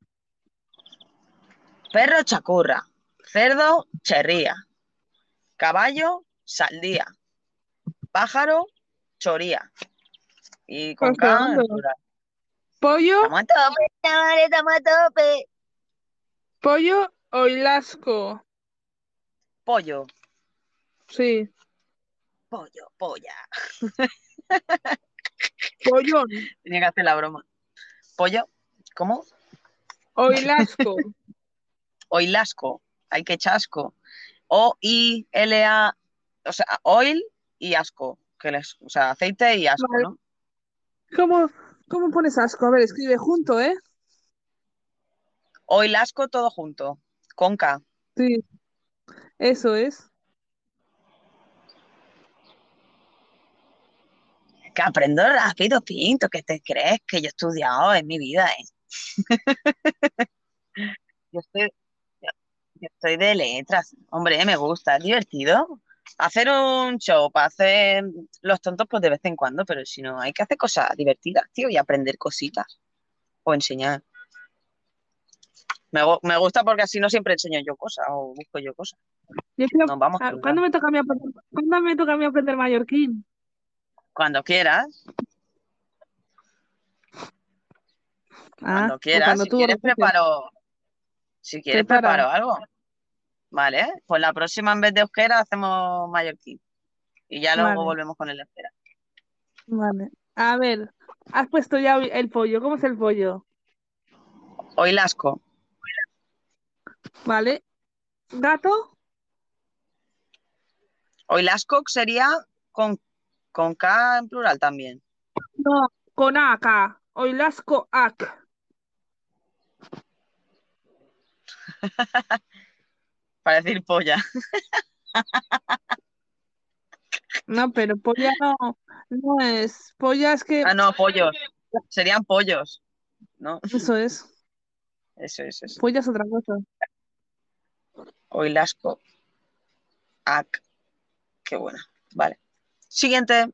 S2: perro, chacurra. Cerdo, cherría. Caballo, saldía. Pájaro, choría. Y con
S1: Hostia,
S2: K, en
S1: ¿dónde?
S2: plural.
S1: Pollo,
S2: Estamos a tope, chavales, estamos pues. a tope.
S1: pollo o hilasco.
S2: Pollo,
S1: Sí,
S2: pollo, polla.
S1: pollón
S2: Tenía que hacer la broma. Pollo, ¿cómo?
S1: o hilasco.
S2: Oilasco, hay que chasco. O-I-L-A, o sea, oil y asco. Que les, o sea, aceite y asco,
S1: Vale.
S2: ¿no?
S1: ¿Cómo, cómo pones asco? A ver, escribe junto, ¿eh?
S2: Oilasco todo junto. Con K.
S1: Sí, eso es.
S2: Que aprendo rápido, Pinto, que te crees que yo he estudiado en mi vida, ¿eh? Yo estoy, yo- yo estoy de letras. Hombre, me gusta, es divertido. Hacer un show para hacer los tontos, pues de vez en cuando, pero si no, hay que hacer cosas divertidas, tío, y aprender cositas. O enseñar. Me, gu- me gusta porque así no siempre enseño yo cosas o busco yo cosas.
S1: Yo creo-
S2: Nos vamos.
S1: ah,
S2: turnando.
S1: ¿Cuándo me toca a mí aprender, ¿cuándo me toca a mí aprender mallorquín?
S2: Cuando quieras,
S1: Ah,
S2: cuando
S1: o
S2: quieras.
S1: cuando
S2: Si
S1: tú
S2: quieres,
S1: repites.
S2: preparo. Si quieres,
S1: Prepara.
S2: preparo algo. Vale, pues la próxima en vez de euskera hacemos mallorquín. Y ya luego
S1: Vale.
S2: volvemos con el euskera.
S1: Vale. A ver, has puesto ya hoy el pollo. ¿Cómo es el pollo?
S2: Oilasco,
S1: ¿Vale? ¿Gato?
S2: Oilasco sería con, con K en plural también.
S1: No. Con A acá. Oilasco ac.
S2: Para decir polla.
S1: No, pero polla no, no es. Polla es que
S2: Ah, no, pollos. Serían pollos. No,
S1: eso es.
S2: eso, eso, eso.
S1: Polla es otra cosa.
S2: Oilasco. Ac. Qué buena. Vale. Siguiente.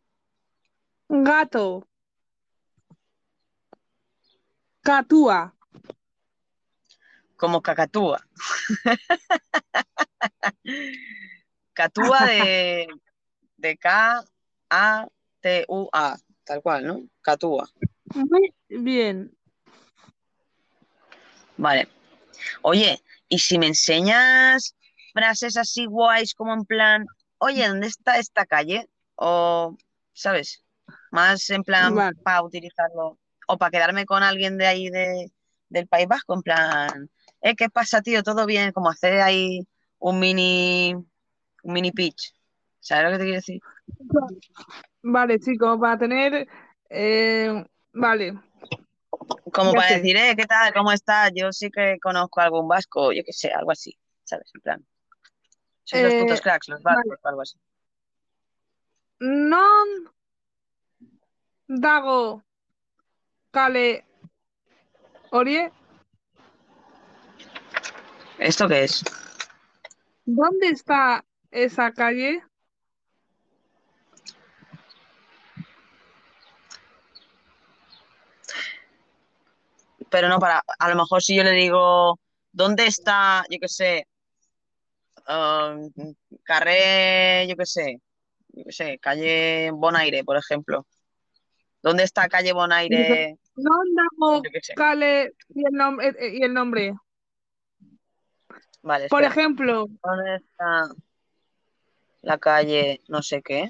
S1: Gato. Catúa.
S2: Como cacatúa. Catúa de, de K-A-T-U-A. Tal cual, ¿no? Catúa.
S1: Muy bien.
S2: Vale. Oye, ¿y si me enseñas frases así guays como en plan, oye, ¿dónde está esta calle? O, ¿sabes? Más en plan
S1: Vale.
S2: para utilizarlo o para quedarme con alguien de ahí de, del País Vasco, en plan, eh, ¿qué pasa, tío? ¿Todo bien? Como hacer ahí un mini, un mini pitch. ¿Sabes lo que te quiero decir?
S1: Vale, chicos, para tener. eh, vale.
S2: Como
S1: Ya
S2: para
S1: sé.
S2: decir, eh, ¿qué tal? ¿Cómo estás? Yo sí que conozco algún vasco, yo qué sé, algo así, ¿sabes? En plan. Son los
S1: Eh,
S2: putos cracks, los vascos, o algo así.
S1: Non dago kale hori,
S2: ¿Esto qué es?
S1: ¿dónde está esa calle?
S2: Pero no para, a lo mejor si yo le digo, ¿dónde está, yo qué sé, um, Carré, yo qué sé, yo qué sé, calle Bonaire, por ejemplo? ¿Dónde está calle Bonaire?
S1: Non dago
S2: Yo qué sé.
S1: kale y el, nom- eh, eh, y el nombre.
S2: Vale,
S1: Por
S2: espera.
S1: ejemplo,
S2: ¿Dónde está la calle, no sé qué?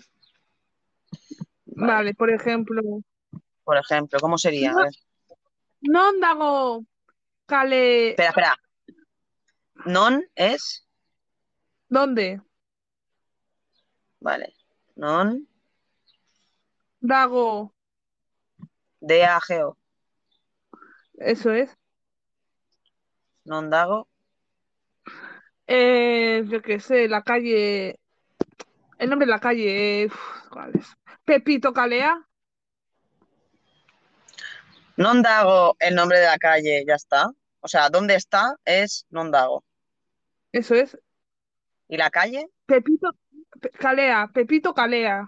S1: vale, por ejemplo,
S2: Por ejemplo, ¿cómo sería? A
S1: No.
S2: ver.
S1: non dago kale,
S2: Espera, espera. Non es,
S1: ¿dónde?
S2: vale. Non,
S1: Dago,
S2: de ageo.
S1: eso es.
S2: Non dago.
S1: Eh, yo qué sé, la calle, el nombre de la calle, eh, uf, ¿cuál es? Pepito Calea.
S2: Non dago el nombre de la calle, ya está. O sea, ¿dónde está? Es non dago.
S1: Eso es.
S2: ¿Y la calle?
S1: Pepito Pe- Calea, Pepito Calea.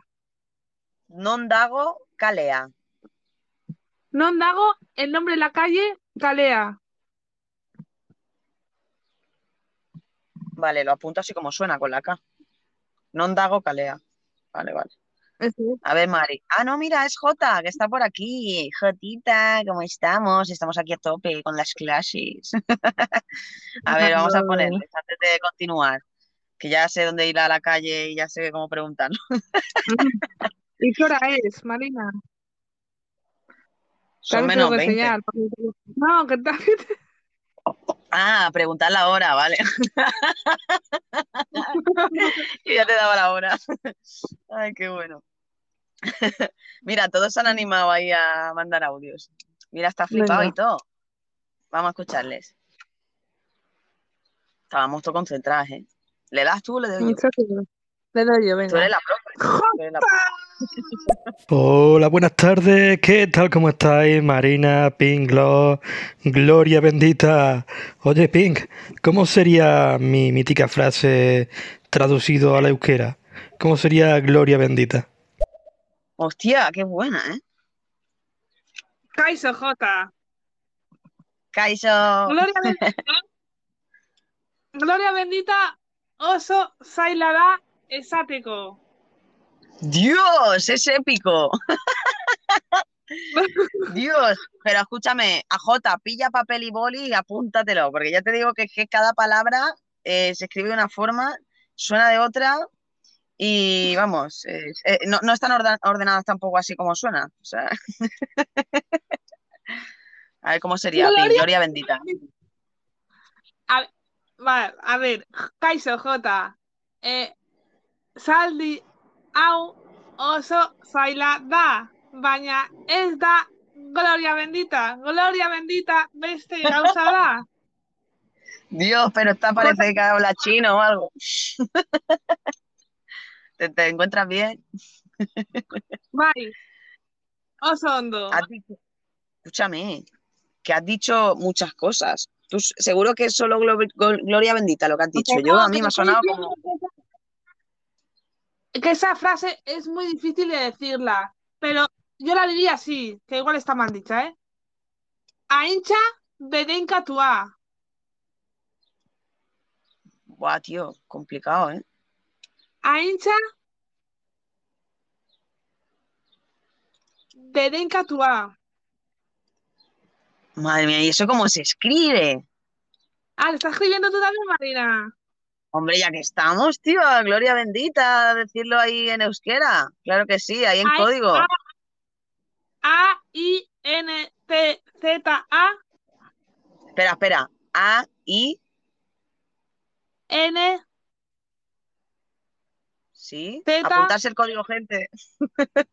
S2: Non dago kalea.
S1: No dago el nombre de la calle, Calea.
S2: Vale, lo apunto así como suena con la K. Non dago kalea. Vale, vale.
S1: Eso es.
S2: A ver, Mari. Ah, no, mira, es Jota, que está por aquí. Jotita, ¿cómo estamos? Estamos aquí a tope con las clases. A ver, vamos a
S1: Vamos.
S2: ponerles antes de continuar, que ya sé dónde ir a la calle y ya sé cómo preguntar.
S1: ¿Y qué hora es, Marina?
S2: Son
S1: También tengo
S2: menos
S1: que
S2: 20.
S1: enseñar. No, que también te-
S2: Ah, preguntar la hora, vale. Yo ya te daba la hora. Ay, qué bueno. Mira, todos se han animado ahí a mandar audios. Mira, está flipado
S1: Venga.
S2: y todo. Vamos a escucharles. Estábamos todos concentrados, ¿eh? ¿Le das tú o le doy yo?
S1: Le doy yo,
S2: Tú eres
S1: venga.
S2: la profe. tú eres la profe.
S4: Hola, buenas tardes. ¿Qué tal? ¿Cómo estáis? Marina, Pink, Glo- Gloria bendita. Oye, Pink, ¿cómo sería mi mítica frase traducido a la euskera? ¿Cómo sería Gloria bendita?
S2: Hostia, qué buena, ¿eh?
S1: Kaiso J.
S2: Kaiso.
S1: Gloria bendita. Gloria bendita, oso zaila da esateko.
S2: Dios, es épico. Dios, pero escúchame, AJ, pilla papel y boli y apúntatelo, porque ya te digo que, que cada palabra eh, se escribe de una forma, suena de otra y vamos, eh, eh, no, no están orden- ordenadas tampoco así como suena. o sea. A ver cómo sería, Pin,
S1: Gloria.
S2: Gloria bendita.
S1: A, vale, a ver, Kaiso J. Eh, saldi hau oso zaila da, baina ez da gloria bendita, gloria bendita beste gauza da.
S2: Dios, pero esta parece que habla chino o algo. ¿Te, te encuentras bien?
S1: Bai, oso ondo.
S2: Has dicho- escúchame, que has dicho muchas cosas. Tú s- seguro que es solo glo- gol- Gloria bendita lo que has dicho. Yo a mí me ha sonado como...
S1: Que esa frase es muy difícil de decirla, pero yo la diría así, que igual está mal dicha, ¿eh? Aincha bedenkatua.
S2: Buah, tío, complicado, ¿eh?
S1: Aincha bedenkatua.
S2: Madre mía, ¿y eso cómo se escribe?
S1: Ah, ¿le estás escribiendo tú también, Marina?
S2: Hombre, ya que estamos, tío, Gloria bendita, decirlo ahí en euskera. Claro que sí, ahí en
S1: Ay,
S2: código.
S1: ah. A-I-N-T-Z-A.
S2: Espera, espera. A, I,
S1: N,
S2: sí.
S1: Teta.
S2: Apuntarse el código, gente.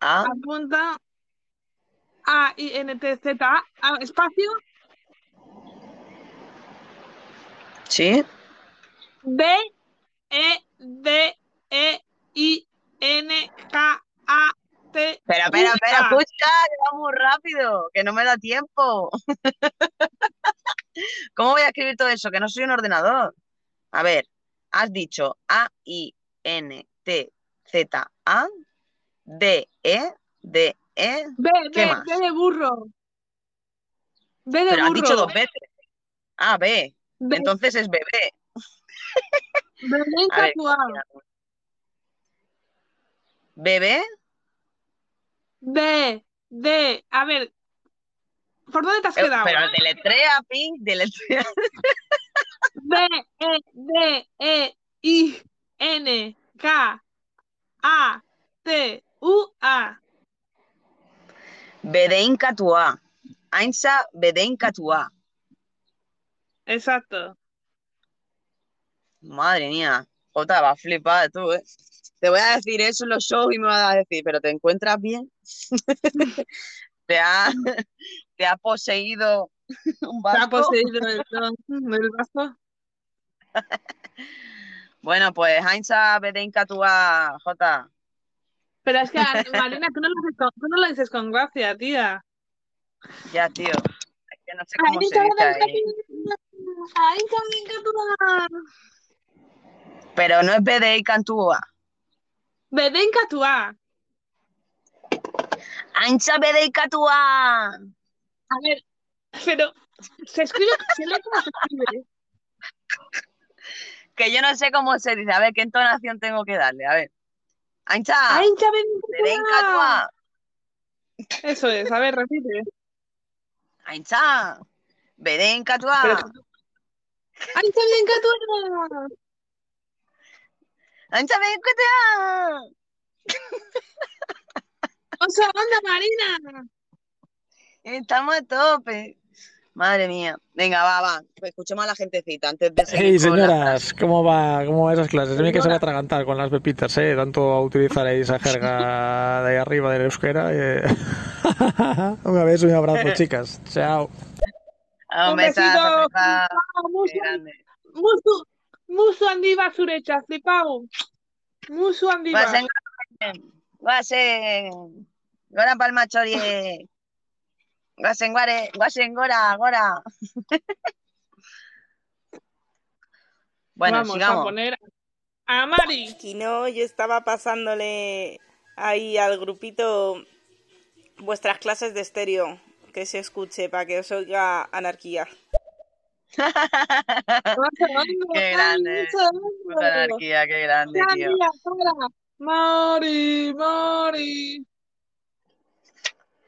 S2: A,
S1: apunta A-I-N-T-Z-A, a- espacio,
S2: sí.
S1: B, E, D, E, I, N, K, A, T.
S2: Espera, espera, espera,
S1: Uta.
S2: escucha, que va muy rápido, que no me da tiempo. ¿Cómo voy a escribir todo eso? Que no soy un ordenador. A ver, has dicho A-I-N-T-Z-A, D-E, D-E,
S1: B,
S2: ¿Qué
S1: B,
S2: más?
S1: B de burro. B de
S2: pero has
S1: burro.
S2: dicho dos veces. A, B,
S1: B,
S2: entonces es bebé.
S1: Belén
S2: A ver,
S1: Catuá.
S2: ¿Bebé?
S1: B, D, a ver, ¿por dónde te has
S2: Eh,
S1: quedado?
S2: Pero deletrea, Pink, deletrea.
S1: B, E, D, E, I, N, K, A, T, U, A.
S2: Bedein Katuá. Ainsa Bedein Katuá.
S1: Exacto.
S2: Madre mía, Jota, va a flipar tú, ¿eh? Te voy a decir eso en los shows y me vas a decir, pero ¿te encuentras bien? ¿Te ha, te ha poseído un
S1: ¿Te ha
S2: vasco?
S1: poseído el don del vaso?
S2: Bueno, pues Ainsa Bedein Katuá, Jota.
S1: Pero es que, Marina, tú no lo dices con, tú no lo dices con gracia, tía.
S2: Ya, tío. Es que no sé cómo se dice ahí.
S1: ¡Ay, también Katua!
S2: Pero no es Bedein Katuá.
S1: Bedén Katua.
S2: Ainsa Bedein Katuá.
S1: A ver, pero se escribe, se lee como se escribe.
S2: Que yo no sé cómo se dice. A ver, ¿qué entonación tengo que darle? A ver. Ainsa
S1: ¡Ay, ya Bedén
S2: Bedein
S1: Katua!
S2: Katuá.
S1: Eso es, a ver, repite.
S2: Ainsa Bedein Katuá.
S1: Pero- ¡Ay, ya Bedén Katua!
S2: ¡Ancha, ven, cutea!
S1: ¡O sea, onda, Marina!
S2: Estamos a tope. Madre mía. Venga, va, va. Pues escuchemos a la gentecita antes de seguir
S5: Hey
S2: con la-
S5: señoras, ¿cómo va? ¿Cómo van esas clases? No hay que se va
S2: Señora.
S5: a atragantar con las pepitas, ¿eh? Tanto utilizar ahí esa jerga de ahí arriba del euskera. eh. un beso y un abrazo, chicas. Chao.
S2: Ah,
S1: Un
S2: un besazo,
S1: besito.
S2: besazo,
S1: Ah, musu,
S2: qué grande.
S1: musu, musu handi bat zuretza, flipau. Musu handi bat.
S2: Guazen, guazen. Guazen. Gora palma txorie. Guazen, guare. Guazen, gora, gora. Bueno,
S1: Vamos a
S2: sigamos.
S1: poner a Mari.
S3: Si no, yo estaba pasándole ahí al grupito vuestras clases de estéreo, que se escuche para que os oiga anarquía.
S2: Qué grande. Puta anarquía, qué grande, tío.
S1: Mori, Mori.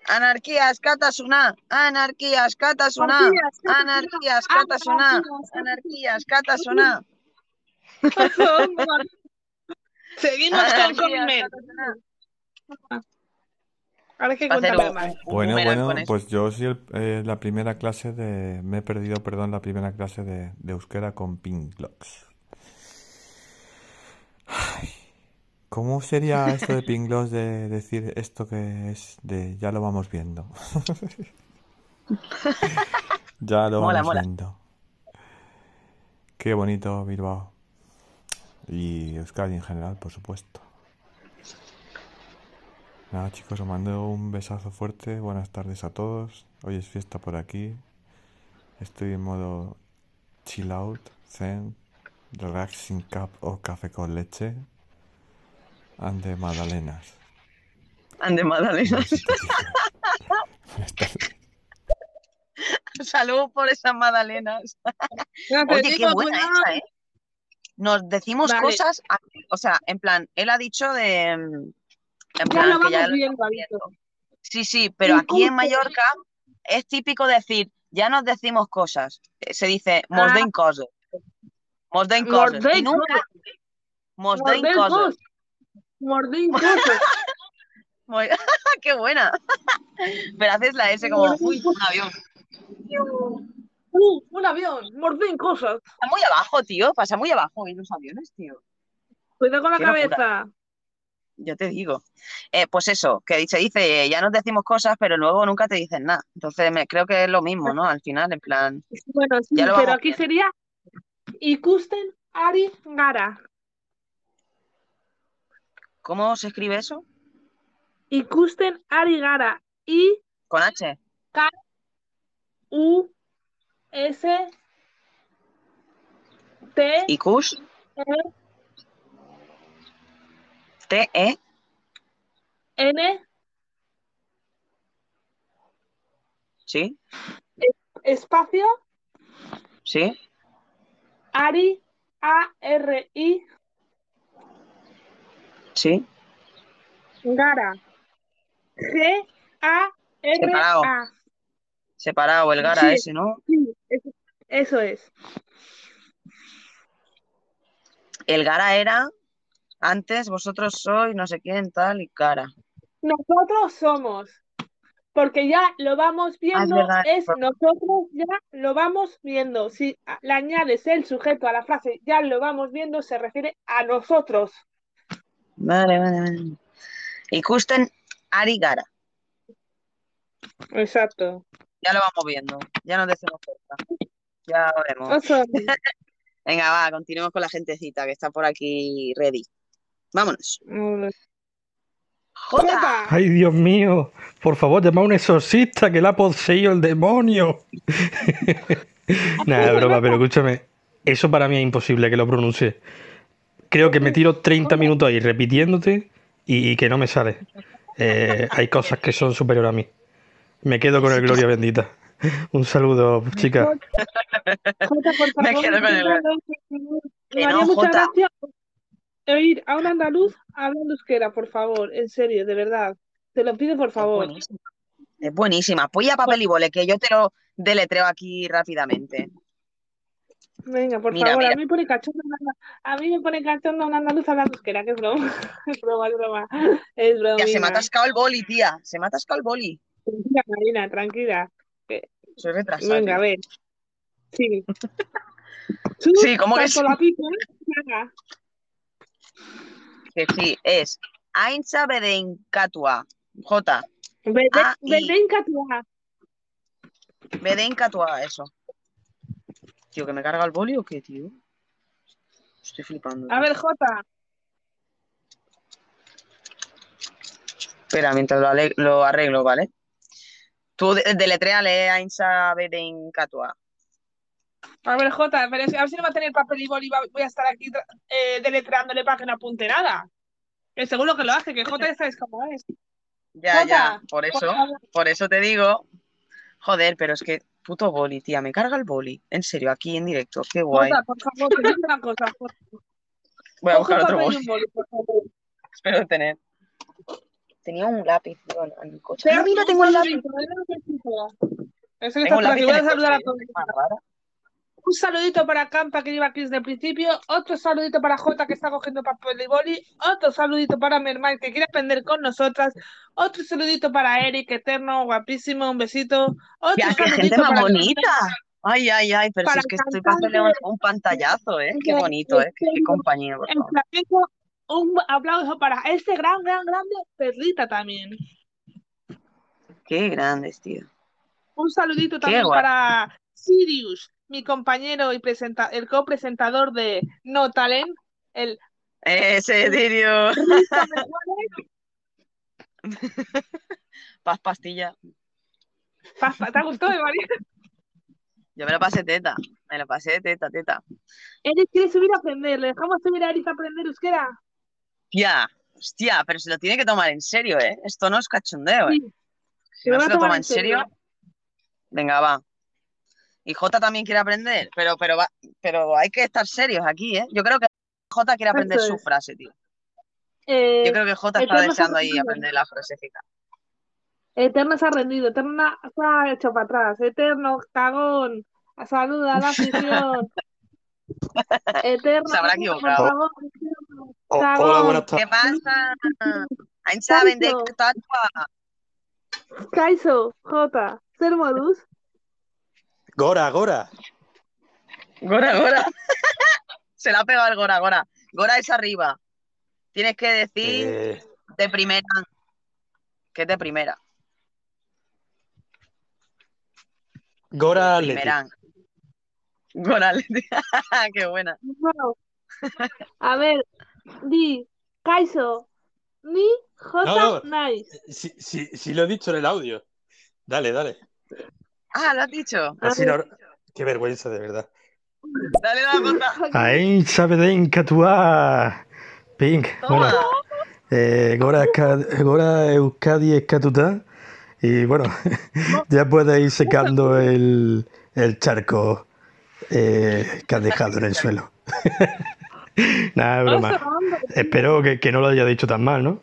S2: Anarquía, escatasuna. Anarquía, escatasuna. Anarquía, escatasuna. Anarquía, escatasuna.
S1: Seguimos
S2: Anarquía,
S1: con Colmen.
S2: escatasuna.
S1: Ahora hay que
S2: Va a hacer
S1: contarlo
S2: un-
S1: más.
S2: un
S6: Bueno,
S2: boomerang
S6: bueno,
S2: con eso.
S6: pues yo sí el- eh, la primera clase de... Me he perdido, perdón, la primera clase de, de euskera con Pinglox. Ay, ¿Cómo sería esto de Pinglox de decir esto que es de ya lo vamos viendo? Ya lo
S2: Mola,
S6: vamos
S2: mola.
S6: viendo. Qué bonito Bilbao. Y Euskadi en general, por supuesto. Nada, chicos, os mando un besazo fuerte. Buenas tardes a todos. Hoy es fiesta por aquí. Estoy en modo chill out, zen, relaxing cup o café con leche. Ande magdalenas.
S2: Ande,
S6: Un
S2: magdalenas.
S6: besito, chicos. Buenas tardes.
S2: Salud por esas magdalenas.
S1: Gracias,
S2: Oye, qué
S1: chicos,
S2: buena
S1: cuidado.
S2: esa, ¿eh? Nos decimos
S1: Vale.
S2: cosas, a- o sea, en plan, él ha dicho de... mm,
S1: Ya
S2: En plan,
S1: lo
S2: que ya
S1: vamos
S2: lo
S1: viendo, ha dicho.
S2: viendo. Sí, sí, pero aquí en
S1: Incluso.
S2: Mallorca es típico decir, ya nos decimos cosas. Eh, Se dice, mos
S1: Ah.
S2: deim coses. Mos deim
S1: Mos
S2: coses. Y
S1: deim
S2: nunca, mos deim
S1: Mordé el
S2: coses.
S1: coso. Mordé el coso.
S2: Muy- ¡Qué buena! Pero haces la S como, uy, un avión.
S1: Uh, un avión, mordé en cosas.
S2: Está muy abajo, tío. Pasa muy abajo en los aviones, tío.
S1: Cuidado con la
S2: Qué locura.
S1: cabeza.
S2: Ya te digo. Eh, pues eso, que se dice, eh, ya nos decimos cosas, pero luego nunca te dicen nada. Entonces me, creo que es lo mismo, ¿no? Al final, en plan,
S1: Bueno, sí,
S2: Ya lo
S1: pero
S2: vamos
S1: aquí
S2: viendo.
S1: sería Ikusten Ari Gara.
S2: ¿cómo se escribe eso?
S1: Ikusten Ari Gara. I
S2: Con H.
S1: U S T
S2: ¿Y Kus? T, E.
S1: N
S2: Sí,
S1: espacio
S2: sí.
S1: Ari A R I
S2: Sí,
S1: Gara. G A R
S2: Separado.
S1: A.
S2: separado el gara
S1: Sí.
S2: ese, ¿no?
S1: Sí, eso- eso es.
S2: El gara era antes, vosotros sois, no sé quién, tal y cara.
S1: Nosotros somos, porque ya lo vamos viendo,
S2: Ah, verdad,
S1: es
S2: por-
S1: nosotros ya lo vamos viendo. Si a- le añades el sujeto a la frase ya lo vamos viendo, se refiere a nosotros.
S2: Vale, vale, vale. Y Kusten Ari Gara.
S1: Exacto.
S2: Ya lo vamos viendo. Ya nos decimos cosas. Ya
S1: Oh,
S2: veremos. Venga, va, continuemos con la gentecita que está por aquí ready. Vámonos. Jota.
S4: Ay, Dios mío, por favor, llama a un exorcista que la ha poseído el demonio. Nada, broma, pero escúchame, eso para mí es imposible que lo pronuncie. Creo que me tiro 30 minutos ahí repitiéndote y, y que no me sale. Eh, hay cosas que son superior a mí. Me quedo con el Gloria Bendita. Un saludo, chicas.
S1: Jota, por
S2: Me
S1: favor,
S2: quedo con el-
S1: inténtalo, por favor.
S2: Que
S1: Me
S2: no,
S1: haría mucha
S2: Jota.
S1: gracia oír a un andaluz hablando euskera, por favor, en serio, de verdad. Te lo pido, por favor.
S2: Es buenísima. Es buenísima. Pues ya papel y bole, que yo te lo deletreo aquí rápidamente.
S1: Venga, por
S2: Mira,
S1: favor, a
S2: mira.
S1: mí me pone cachondo, una- a mí me pone cachondo una andaluz hablando euskera, que es broma, es broma, es broma, es broma.
S2: Ya se me ha atascado el boli, tía. Se me ha atascado el boli.
S1: Tranquila, Marina, tranquila.
S2: Soy retrasada.
S1: Venga, a ver. Sí.
S2: Sí, ¿cómo que
S1: Tanto la pica, ¿eh? Venga.
S2: Que sí, es Ainsa Bedencatua. J.
S1: Vete,
S2: Ah, y-
S1: vete en catua.
S2: Bedencatua, eso. Tío, ¿que me carga el boli o qué, tío? Estoy flipando.
S1: A ver, Jota.
S2: Espera, mientras lo, ale- lo arreglo, ¿vale? Tú de- deletréale Ainsa Bedencatua.
S1: A ver, Jota, pero es- a ver si no va a tener papel y boli, va- voy a estar aquí tra- eh, deletreándole para que no apunte nada. Que seguro que lo hace, que Jota ya sabes cómo es.
S2: Ya, ya,
S1: Jota,
S2: por
S1: por
S2: eso,
S1: favor.
S2: por eso te digo. Joder, pero es que Puto boli, tía, me carga el boli. En serio, aquí en directo, qué guay.
S1: Jota, por favor, te digo una cosa. por-
S2: Voy a
S1: coge
S2: buscar
S1: un
S2: otro
S1: papel y
S2: boli,
S1: un boli, por favor.
S2: espero tener. Tenía un lápiz, tío, en en el coche.
S1: Pero
S2: Ah, mira,
S1: tú
S2: tengo el
S1: sabes
S2: lápiz.
S1: que- Eso que
S2: Tengo
S1: está
S2: un
S1: por aquí.
S2: lápiz
S1: Voy
S2: en
S1: a
S2: el
S1: saludar a
S2: coche.
S1: todos.
S2: Ah, rara.
S1: Un saludito para Campa que lleva aquí desde el principio, otro saludito para Jota que está cogiendo papel de boli, otro saludito para mi hermana que quiere aprender con nosotras, otro saludito para Eric, eterno, guapísimo, un besito, otro
S2: Ya, qué
S1: saludito
S2: gente más
S1: para
S2: bonita. Ay, ay, ay, pero si
S1: Para
S2: es que estoy
S1: cantante.
S2: pasando un pantallazo, ¿eh? Qué bonito, ¿eh? Qué, qué compañía, por
S1: el
S2: favor.
S1: flamenco, un aplauso para este gran, gran, grande perrita también.
S2: Qué grandes, tío.
S1: Un saludito también
S2: guay.
S1: para Sirius, mi compañero y presenta el copresentador de No Talent, el
S2: Ese, tío. Paz pastilla.
S1: Paz, paz, ¿Te ha gustado, eh, María?
S2: Yo me lo pasé teta. Me lo pasé teta, teta.
S1: Eric quiere subir a aprender, le dejamos subir a Eric a aprender euskera.
S2: Ya, hostia, pero se lo tiene que tomar en serio, ¿eh? Esto no es cachondeo, ¿eh?
S1: Sí,
S2: Si
S1: se lo
S2: no
S1: va
S2: se
S1: a
S2: lo
S1: tomar
S2: toma
S1: en
S2: en serio,
S1: serio.
S2: venga, va. Y Jota también quiere aprender, pero, pero, va, pero hay que estar serios aquí, ¿eh? Yo creo que Jota quiere aprender
S1: Eso
S2: su
S1: es.
S2: frase, tío.
S1: Eh,
S2: Yo creo que Jota
S1: el
S2: está
S1: tema es
S2: deseando ahí
S1: aprender.
S2: aprender la frasecita.
S1: Eterno se ha rendido, Eterno se ha hecho para atrás, Eterno, cagón, saluda a la afición. Eterno,
S2: Se habrá
S1: por
S2: equivocado.
S1: favor,
S4: O-
S1: Cagón.
S4: Oh, hola, buenas tardes.
S2: ¿Qué pasa? Ainsa bendeitatua.
S1: Kaizo, J, ser modus.
S4: Gora, Gora.
S2: Gora, Gora. Se la ha pegado el Gora, Gora. Gora es arriba. Tienes que decir
S4: Eh,
S2: de primera. Que es de primera.
S4: Gora Atleti.
S2: Primerán. Gora Atleti. Qué buena.
S1: No. A ver, di, Kaizo, ni, J,
S4: No,
S1: nice.
S4: Si, si, si lo he dicho en el audio. Dale, dale.
S2: Ah, lo has dicho.
S1: A
S4: Así
S1: ver.
S4: no- Qué vergüenza, de verdad.
S2: Dale la gota.
S4: Ahí sabe de incatuá. Pink.
S2: Toma.
S4: Bueno, eh, Gora, Euska- Gora Euskadi Escatutá. Y bueno, ya puede ir secando el, el charco eh, que has dejado en el suelo. Nada, es
S1: Oso,
S4: broma.
S1: hombre.
S4: Espero que, que no lo haya dicho tan mal, ¿no?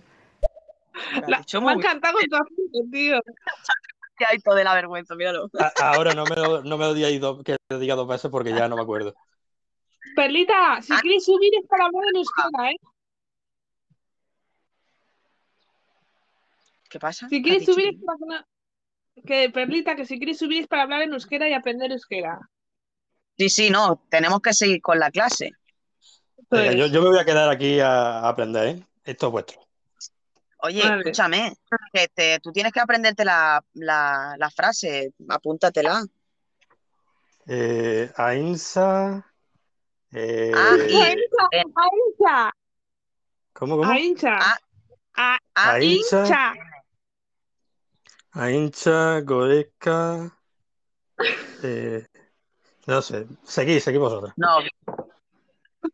S2: Lo has
S1: La-
S2: dicho
S1: me ha
S2: muy
S1: encantado con tu acento, tío.
S2: bien. Ay, todo de la vergüenza, míralo.
S4: A- ahora no me lo, no me lo digáis dos- que lo diga dos veces porque ya no me acuerdo.
S1: Perlita, si
S2: Ah.
S1: quieres subir es para hablar en euskera, ¿eh?
S2: ¿Qué pasa?
S1: Si
S2: ¿Qué
S1: quieres
S2: has dicho,
S1: subir es
S2: tío?
S1: para hablar- Que Perlita, que si quieres subir es para hablar en euskera y aprender euskera.
S2: Sí, sí, no. Tenemos que seguir con la clase.
S4: Venga,
S1: Entonces,
S4: yo, yo me voy a quedar aquí a, a aprender, ¿eh? Esto es vuestro.
S2: Oye,
S1: Vale.
S2: escúchame, que te- tú tienes que aprenderte la, la, la frase, apúntatela.
S4: Eh, Ainsa. eh,
S2: Ah, y-
S1: ¡A
S2: eh,
S1: hincha!
S4: ¿Cómo, cómo?
S1: ¡A hincha!
S2: Ah.
S1: ¡A
S2: ah,
S4: Ahí.
S1: hincha!
S4: Ainsa, Goreca. eh, no sé. Seguí, seguí vosotros.
S2: no.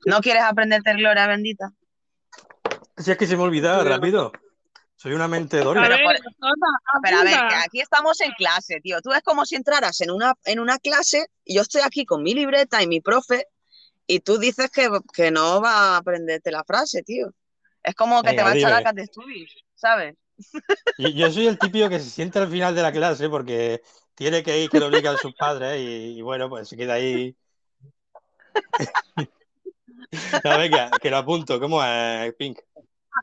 S2: ¿No quieres aprenderte Gloria Bendita?
S4: Si es que se me olvidaba, rápido. Soy una mente
S1: A
S4: dormida.
S1: ver,
S2: por-
S1: Jota,
S2: Pero a ver, que
S1: apunta.
S2: aquí estamos en clase, tío. Tú es como si entraras en una, en una clase y yo estoy aquí con mi libreta y mi profe y tú dices que, que no va a aprenderte la frase, tío. Es como que te
S4: Venga,
S2: va a echar
S4: dime.
S2: a que te estudies, ¿sabes?
S4: Y yo soy el típico que se sienta al final de la clase porque tiene que ir, que lo obligan sus padres y, y bueno, pues se queda ahí. No, venga, que lo apunto. ¿Cómo es, Pink?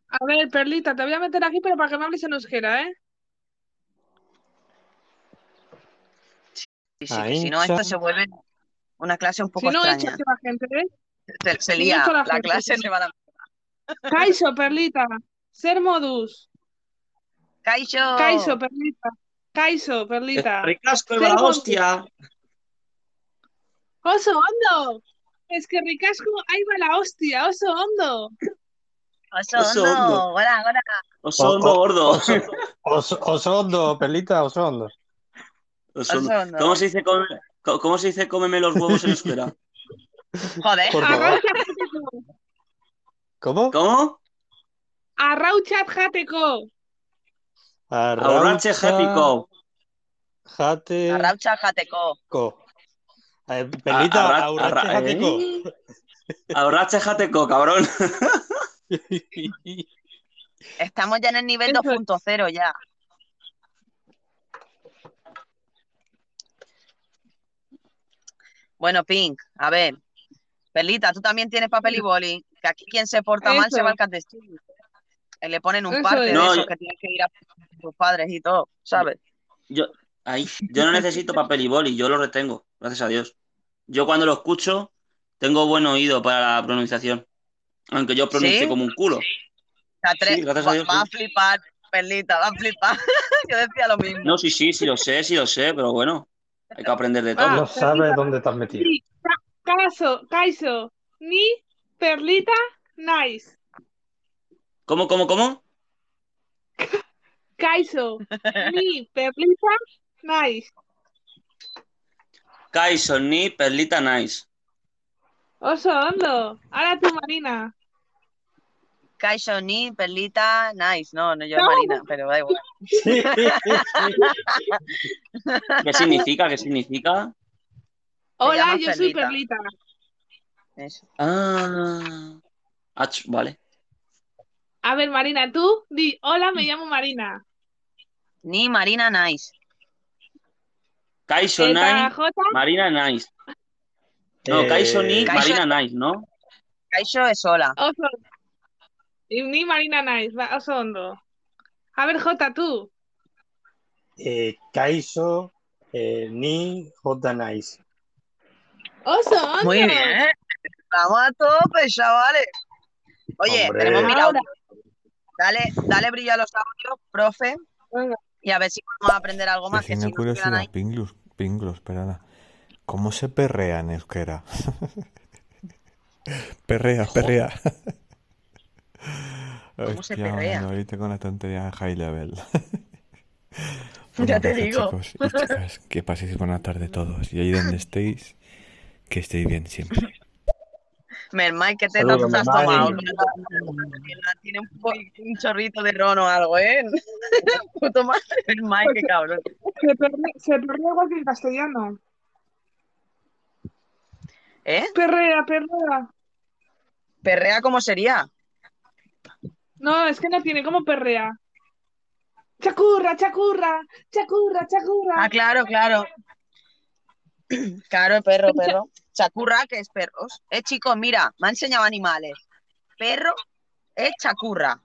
S1: A ver, Perlita, te voy a meter aquí, pero para que me hables en euskera, ¿eh?
S2: Sí, sí, que si
S4: Ahí,
S2: no, esto
S4: cha-
S2: se vuelve una clase un poco
S1: si no, echas
S2: extraña.
S1: a la gente, ¿eh?
S2: Se, se
S1: si no,
S2: lía,
S1: echa la
S2: la
S1: gente.
S2: clase se va a la...
S1: Kaiso, Perlita. Ser modus.
S2: ¡Caixo! Oh.
S1: Kaiso, Perlita. Kaiso, Perlita.
S7: Ricasco,
S1: Ser
S7: la
S1: modus.
S7: hostia.
S1: Oso hondo. Es que ricasco, ahí va la hostia, oso hondo.
S2: Oso
S7: Oso
S2: hondo,
S7: hondo.
S2: hola, hola.
S7: Osondo
S4: O- o-
S7: gordo.
S4: Os- Osondo, Perlita, Osondo.
S7: Osondo.
S2: Osondo.
S7: ¿Cómo se dice come- co- cómo se dice cómeme los huevos en euskera?
S2: Joder,
S4: Por favor.
S1: Arraucha jateko.
S4: ¿Cómo?
S7: ¿Cómo?
S1: Arraucha jateko.
S4: Arraucha-
S7: Aurrache jatiko.
S8: Jate.
S2: Arraucha jateco.
S8: Co. Eh, Pelita,
S9: arra-
S8: ahorraste
S9: arra- ¿eh?
S8: jateco.
S9: Ahorraste jateco, cabrón.
S2: Estamos ya en el nivel
S1: Eso es.
S2: 2.0 ya. Bueno, Pink, a ver. Perlita, tú también tienes papel y boli. Que aquí quien se porta mal se
S1: Eso.
S2: va al clandestino. Eh, Le ponen un
S1: Eso
S2: parte de
S1: es.
S9: No,
S2: esos
S9: yo-
S2: que tienen que ir a sus padres y todo, ¿sabes?
S9: Yo, ahí, yo no necesito papel y boli, yo lo retengo, gracias a Dios. Yo cuando lo escucho, tengo buen oído para la pronunciación. Aunque yo pronuncie
S2: ¿Sí?
S9: como un culo.
S2: O sea, tres-
S9: gracias a
S2: va,
S9: Dios,
S2: va a
S9: sí.
S2: flipar, Perlita, va a flipar. Yo decía lo mismo.
S9: No, sí, sí, sí lo sé, sí lo sé, pero bueno, hay que aprender de todo.
S1: Ah,
S8: No sabes dónde te has metido.
S1: Ni ca- caso, caiso, ni perlita, nice.
S9: ¿Cómo, cómo, cómo?
S1: Caiso, ni perlita, nice.
S9: Kaison ni Perlita Nice.
S1: Oso hondo. Ahora tú, Marina.
S2: Kaisho, Ni, Perlita, Nice. No, no, yo es Marina, pero da igual.
S8: Sí.
S9: ¿Qué significa? ¿Qué significa?
S1: Hola,
S2: llamas
S1: yo soy
S2: Perlita.
S1: perlita.
S2: Eso.
S9: Ah. Ach, vale.
S1: A ver, Marina, tú di, hola, me llamo Marina.
S2: Ni, Marina, Nice.
S9: Kaison
S1: Eta,
S9: Nice,
S1: Jota,
S9: Marina Nice. No,
S8: Eh,
S9: Kaison ni
S2: Kaison-
S9: Marina Nice, ¿no?
S2: Kaisho es sola.
S1: oso. Y ni Marina nice, va, oso hondo. A ver, Jota, tú.
S8: eh, Kaiso, eh, Ni, J. Nice.
S1: Oso hondo.
S2: Muy bien. Vamos a tope, chavales. Oye,
S8: Hombre.
S2: tenemos mil
S1: Ahora.
S2: audios. Dale, dale brillo a los audios, profe.
S1: Venga.
S2: Y a ver si podemos aprender algo más. Que
S6: Vecina
S2: si no quedan
S6: curiosidad,
S2: ahí.
S6: pinglos, pinglos, perdona. ¿Cómo se perrea en euskera? perrea, perrea.
S2: ¿Cómo se
S6: Hostia,
S2: perrea?
S6: Manolo, ahorita con la tontería de high level.
S2: Ya
S6: Buenas
S2: te
S6: noches,
S2: digo.
S6: pues, chicos y chicas. Que paséis buena tarde todos. Y ahí donde estéis, que estéis bien siempre.
S2: Mermay, ¿qué tetas os
S8: Saludos,
S2: has
S8: Mermay.
S2: tomado? Tiene un, po- un chorrito de ron o algo, ¿eh? Puto madre, Mermay, qué cabrón.
S1: Se perre- se perrea igual que en castellano.
S2: ¿Eh?
S1: Perrea, perrea.
S2: ¿Perrea cómo sería?
S1: No, es que no tiene como perrea. Chacurra, chacurra, chacurra, chacurra.
S2: Ah, claro, claro. Claro, perro, perro. Chacurra, que es perros. Eh, chicos, mira, me ha enseñado animales. Perro es chacurra.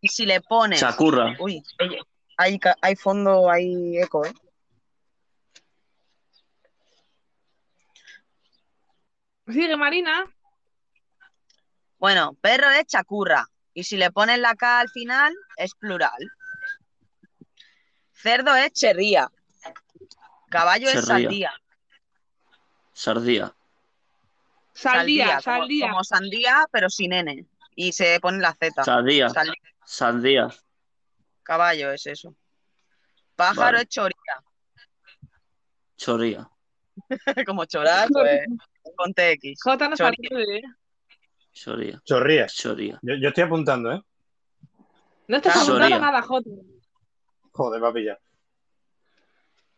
S2: Y si le pones.
S9: Chacurra.
S2: Uy, oye, hay, ca- hay fondo, hay eco, ¿eh?
S1: Sigue Marina.
S2: Bueno, perro es chacurra. Y si le pones la K al final, es plural. Cerdo es cherría. Caballo es
S9: Cherría.
S2: sandía.
S9: Sardía.
S1: Saldía,
S2: como-
S1: saldía.
S2: Como, sandía, pero sin N. Y se pone la Z.
S9: Sardía.
S2: Saldía.
S9: Sardía.
S2: Caballo es eso. Pájaro
S9: Vale.
S2: es chorilla,
S9: Choría.
S2: como chorar, pues con TX.
S1: Jota nos
S2: Chori.
S1: atiende, ¿eh?
S9: Choría.
S8: Chorría.
S9: Choría.
S8: Yo, yo estoy apuntando, ¿eh?
S1: No estás
S2: Claro.
S1: apuntando
S9: Soria.
S1: nada, Jota.
S8: Joder, papi, ya.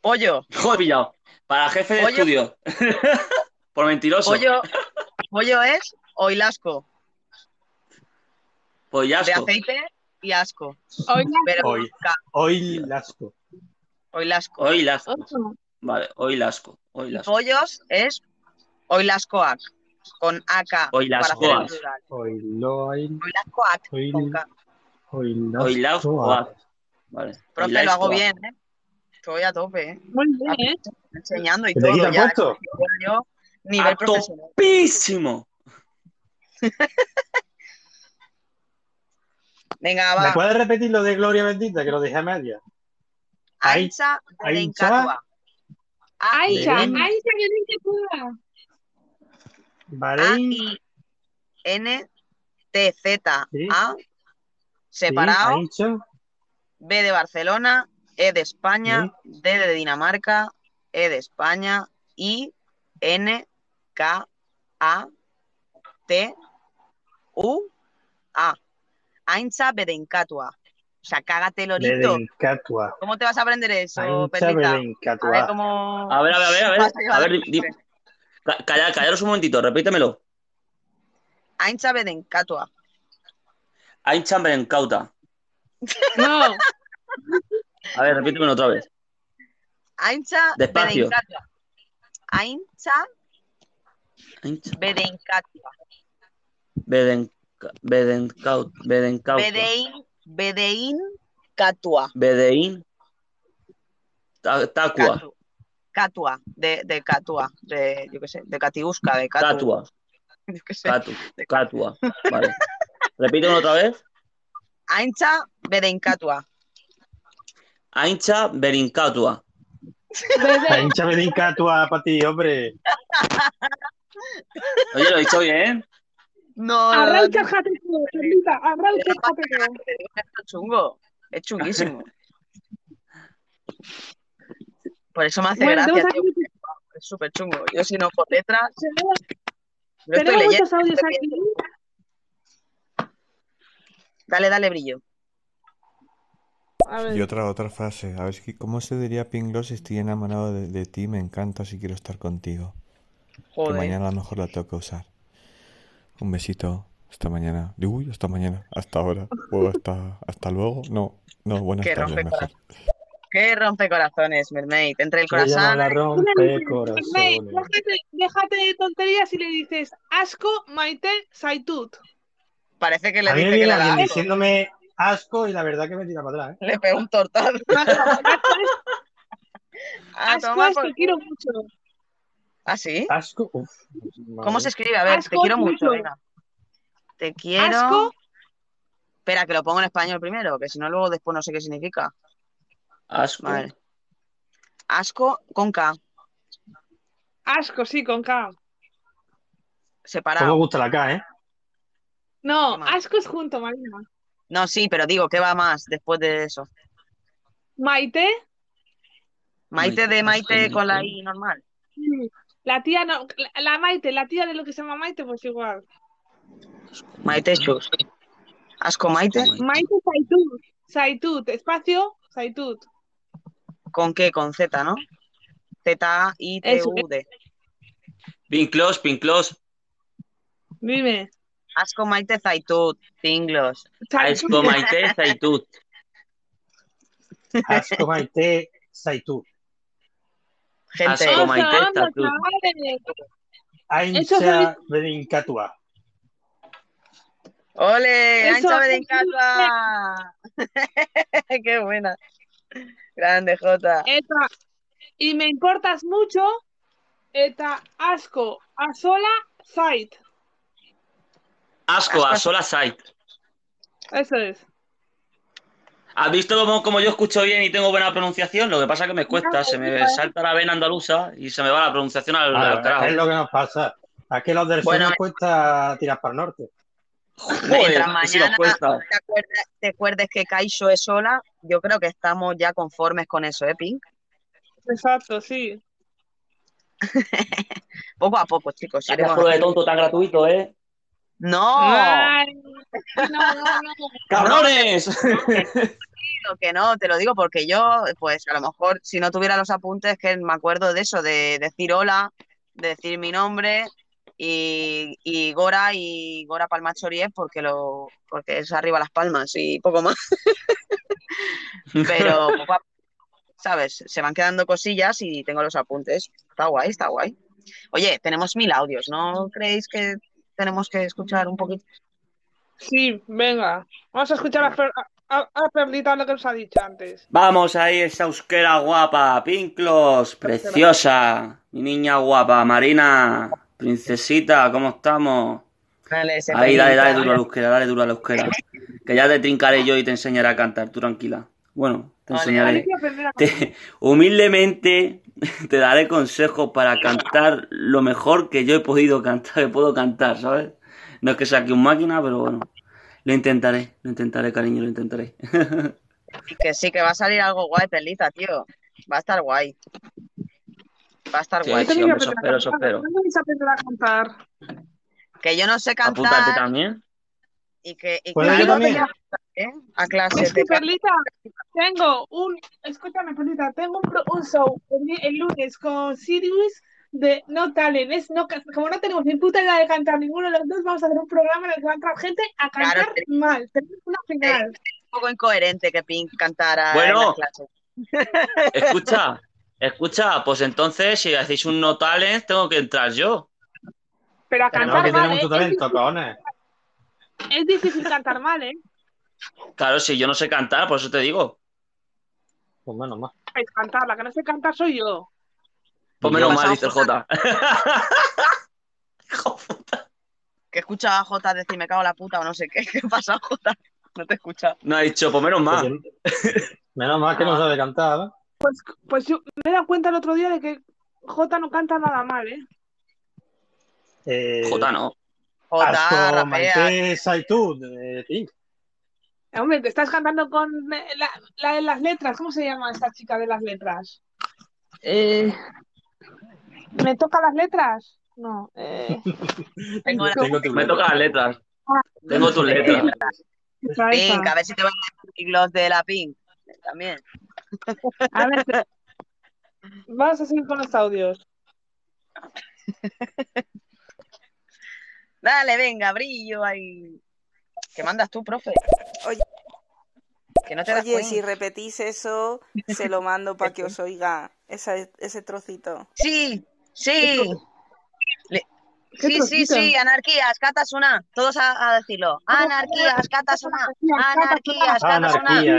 S2: Pollo,
S9: Joder, pillado. Para jefe de
S2: Pollo.
S9: estudio.
S2: pues-
S9: Por mentiroso.
S2: pollo, pollo es oilasco, de
S9: Pollasco.
S2: aceite y asco.
S1: Hoy
S2: Pero
S8: Oil.
S2: ca-
S8: Hoy lasco.
S2: oilasco.
S9: Hoy lasco.
S1: ocho.
S9: Vale, hoy lasco. Hoy lasco.
S2: Pollos es oilascoac, con AK para hacer
S9: Oilascoac.
S2: el plural.
S8: Hoy lo hay.
S2: Oilascoac,
S8: Hoy,
S2: con K.
S8: hoy lasco.
S9: Hoy lasco. ah, Vale. Hoy
S2: Profe, lo hago
S9: lasco, ah.
S2: bien, ¿eh? Estoy a tope, ¿eh?
S1: Muy bien, ¿eh?
S2: Enseñando y
S8: ¿Te te
S2: todo.
S8: quitan
S2: ya.
S8: puesto?
S2: Yo, nivel
S9: A
S2: profesional.
S9: Písimo.
S2: Venga,
S8: ¿Me
S2: va.
S8: puedes repetir lo de Gloria Bendita, que lo dejé a media? Ahí-
S2: Ainsa de
S8: ahí
S2: Lencadua. Ah,
S1: Aicha,
S8: Bien.
S1: Aicha, que bien que pueda.
S2: Ah,
S8: Bahrein,
S2: A-I-N-T-Z-A,
S8: sí,
S2: separado,
S8: Aincha,
S2: B de Barcelona, E de España, D de Dinamarca, E de España, I, N, K, A, T, U, A. Ainsa Bedencatua. sea, cágate, lorito.
S8: Berencatua.
S2: ¿Cómo te vas a aprender eso,
S8: Pancha
S2: Pedrita? A ver
S8: berencatua.
S2: cómo.
S9: A ver, a ver, a ver, a ver.
S2: vas llevar
S9: A ver,
S2: el
S9: di-
S2: nombre.
S9: Ca- calla- callaros un momentito, repítemelo.
S2: Aincha Bedencatua.
S9: Ein chamber en cauta.
S1: No,
S9: A ver, repítemelo otra vez.
S2: Aincha
S9: Despacio.
S2: Bedencatua. Aincha
S9: Ein cha-
S2: Bedencatua.
S9: Beden, Bedencaut, Bedencauta.
S2: Bedein, Bedein Catua.
S9: Bedeín. Ta- Tacua.
S2: Catu- Catua, de, de Catua, de, yo qué sé, de Catiusca, de Catu,
S9: Catua.
S2: yo qué sé.
S9: Catu. Catua. Vale. Repítemelo otra vez.
S2: Aincha Bedencatua.
S9: Aincha Berincatua.
S1: bebé.
S8: Pancha berencatua para ti, hombre.
S9: Oye, lo he dicho bien.
S2: No, no, no,
S1: Arranca el jateo, Pedrita, arranca el jateo.
S2: esto es chungo. Es chunguísimo. Por eso me hace
S1: Bueno,
S2: gracia,
S1: tenemos
S2: tío.
S1: aquí-
S2: Es súper chungo. Yo si no por letras,
S1: tenemos-
S2: yo estoy
S1: tenemos
S2: leyendo.
S1: muchos audios
S2: estoy
S1: aquí.
S2: leyendo. Dale, dale brillo.
S1: A
S6: Y
S1: ver,
S6: otra, otra frase. A ver, si- ¿cómo se diría Pinglos? Estoy enamorado de, de ti, me encantas y quiero estar contigo. Que
S2: Joder.
S6: mañana a lo mejor la toca usar. Un besito. Hasta mañana. Uy, hasta mañana. Hasta ahora. O hasta, hasta luego. No, no, buenas
S2: Qué
S6: tardes,
S2: rompe
S6: mejor.
S2: Qué rompe corazones, mermaid. Entre el
S8: Ella
S2: corazón.
S8: la rompe
S1: Ney,
S8: corazones.
S1: déjate, déjate de tonterías y le dices asco, Maite, Saitut.
S2: Parece que le
S8: A mí me
S2: dice que
S8: viene
S2: le
S8: alguien
S2: da asco.
S8: diciéndome asco y la verdad que me tira para atrás. ¿eh?
S2: Le pega un tortazo.
S1: Asco es,
S2: A
S1: Ah, asco
S2: tomar
S1: es
S2: Ah, por
S1: te
S2: culo.
S1: quiero mucho.
S2: pues. ¿Ah, sí?
S8: Asco. Uf,
S2: ¿Cómo
S8: madre.
S2: se escribe? A ver, te
S1: Asco
S2: quiero
S1: es
S2: mucho,
S1: mucho.
S2: venga. Te quiero.
S1: Asco,
S2: Espera, que lo pongo en español primero, que si no, luego después no sé qué significa.
S9: Asco.
S2: Vale. Asco con K,
S1: asco, sí, con K.
S8: ¿Cómo
S2: separado.
S8: gusta la K, eh?
S2: Qué
S1: No,
S2: mal.
S1: asco es junto, Marina.
S2: No, sí, pero digo, ¿qué va más después de eso?
S1: Maite,
S2: Maite de
S9: Maite,
S2: Maite con la
S9: Maite.
S2: I normal.
S1: sí. mm, la tía no, la, la Maite, la tía de lo que se llama Maite, pues igual.
S2: Maite Chus. Asco Maite.
S1: Maite, Saitut. Saitut, espacio, Saitut.
S2: ¿Con qué? Con Z, ¿no?
S1: Eso, eh,
S2: Z-I-T-U-D.
S9: Pinclos, Pinclos.
S1: dime.
S2: Asco Maite Zaitut. Tinglos.
S1: Saitut,
S9: Asco Maite Zaitut.
S8: Asco Maite Saitú.
S2: Gente.
S9: Asco
S1: oso,
S9: Maite
S1: hondo,
S9: Zaitut.
S1: chavales. Eso soy-
S8: Aincha Berencatua.
S2: ¡Ole!
S1: Eso,
S2: ¡Ancha
S1: eso,
S2: Bedencata! ¡Qué buena! Grande, Jota.
S1: Eta, y me importas mucho, eta asko, asola, zait.
S9: Asco,
S2: Asco.
S9: Asola Sait.
S1: Eso es.
S9: ¿Has visto cómo, cómo yo escucho bien y tengo buena pronunciación? Lo que pasa es que me cuesta, se me salta la vena andaluza y se me va la pronunciación al, al
S8: Ah, es
S9: carajo.
S8: lo que nos pasa. A que los del sur
S2: Bueno,
S9: eh.
S8: nos cuesta tirar para el norte.
S9: Joder,
S2: Mientras
S9: que si nos
S2: mañana
S9: cuesta.
S2: te acuerdes, te acuerdes que Kaixo es sola, yo creo que estamos ya conformes con eso, ¿eh, Pink?
S1: Exacto, sí.
S2: Poco a poco, chicos,
S9: Vaya
S2: iremos
S9: juego de
S2: haciendo.
S9: tonto tan gratuito, ¿eh?
S2: ¡No! Ah.
S1: Ay, no, no, no.
S9: ¡Cabrones!
S2: Lo que no, te lo digo porque yo, pues a lo mejor si no tuviera los apuntes, que me acuerdo de eso, de decir hola, de decir mi nombre y, y Gora y Gora Palmas Chories porque lo, porque es arriba las palmas y poco más. Pero, poco a- ¿sabes? Se van quedando cosillas y tengo los apuntes. Está guay, está guay. Oye, tenemos mil audios, ¿no creéis que tenemos que escuchar un poquito?
S1: Sí, venga. Vamos a escuchar a, Fer- a, a- a Perlita lo que nos ha dicho antes.
S9: Vamos ahí, esa euskera guapa, Pinclos, preciosa, mi niña guapa, Marina, princesita, ¿cómo estamos?
S2: Vale, se
S9: Ahí, dale, ¿eh? dale
S2: presenta.
S9: duro a la euskera, dale duro a la euskera. Que ya te trincaré yo y te enseñaré a cantar, tú tranquila. Bueno, te
S2: Ole,
S1: Hay
S9: enseñaré.
S1: que aprender a
S9: Te- humildemente te daré consejos para cantar lo mejor que yo he podido cantar, que puedo cantar, ¿sabes? No es que saque un máquina, pero bueno. Lo intentaré, lo intentaré, cariño, lo intentaré.
S2: Que sí, que va a salir algo guay, Perlita, tío. Va a estar guay, va a estar
S9: Sí,
S1: Yo
S2: guay.
S9: sí,
S1: también voy a
S9: hombre, eso
S1: aprender a
S9: espero, eso
S1: cantar.
S9: espero.
S1: ¿Cuándo vais a aprender a cantar?
S2: Que yo no sé
S9: Apúntate
S2: cantar
S9: también.
S2: y que, y que
S8: ¿Puedo
S1: Claro,
S8: yo
S2: algo
S8: también?
S2: tenía ¿eh? A clase.
S1: Es que,
S2: te ca-
S1: Perlita, tengo un. Escúchame, Perlita, tengo un, pro- un show el, mi- el lunes con Sirius de No Talent. Es no, ca- como no tenemos ni puta idea de cantar ninguno de los dos, vamos a hacer un programa en el que va a entrar gente a
S2: Claro,
S1: cantar mal. Tenemos una final.
S8: Eh,
S2: un poco incoherente que Pink cantara
S9: Bueno.
S2: en las clases.
S9: Escucha, escucha, pues entonces si hacéis un no talent, tengo que entrar yo.
S1: Pero a
S8: Tenemos
S1: cantar
S8: que
S1: mal,
S8: tener
S1: ¿eh?
S8: mucho
S1: Es,
S8: talento, cojones.
S1: di- es difícil cantar mal, ¿eh?
S9: Claro, si yo no sé cantar, por eso te digo.
S8: Pues menos mal.
S1: Es cantar, la que no sé cantar soy yo.
S9: Pues
S2: Y
S9: menos
S2: yo pasaba
S9: mal, dice el J. Hijo puta.
S2: Que escuchaba a Jota decir me cago en la puta o no sé qué. ¿Qué pasa, Jota? No te escucha.
S9: no ha dicho, pues menos mal.
S8: Oye, Menos mal que no sabe cantar, ¿eh?
S1: Pues yo me he dado cuenta el otro día de que Jota no canta nada mal, ¿eh?
S8: eh
S9: J no.
S2: Jota,
S8: Asco,
S2: rapea.
S8: Maltesa y tú, eh, Pink.
S1: Hombre, te estás cantando con eh, la, la de las letras. ¿Cómo se llama esta chica de las letras? Eh, ¿Me toca las letras? No. eh,
S2: Tengo la-
S8: Tengo tu
S9: Eh, Me toca las letras. Tengo tus letras.
S1: esa,
S2: Pink,
S1: esa.
S2: a ver si te van a decir los de la Pink. También.
S1: A ver, te- Vamos a seguir con los audios.
S2: Dale, venga, brillo ahí. ¿Qué mandas tú, profe?
S3: Oye.
S2: Que no te das
S3: Oye,
S2: cuenta.
S3: si repetís eso, se lo mando para que os oiga esa- ese trocito.
S2: Sí, sí. Le-
S1: ¿Qué
S2: Sí, sí,
S1: trocito?
S2: sí, anarquías, catasuna. Todos a, a decirlo. Anarquías, catasuna. Anarquías, catasuna.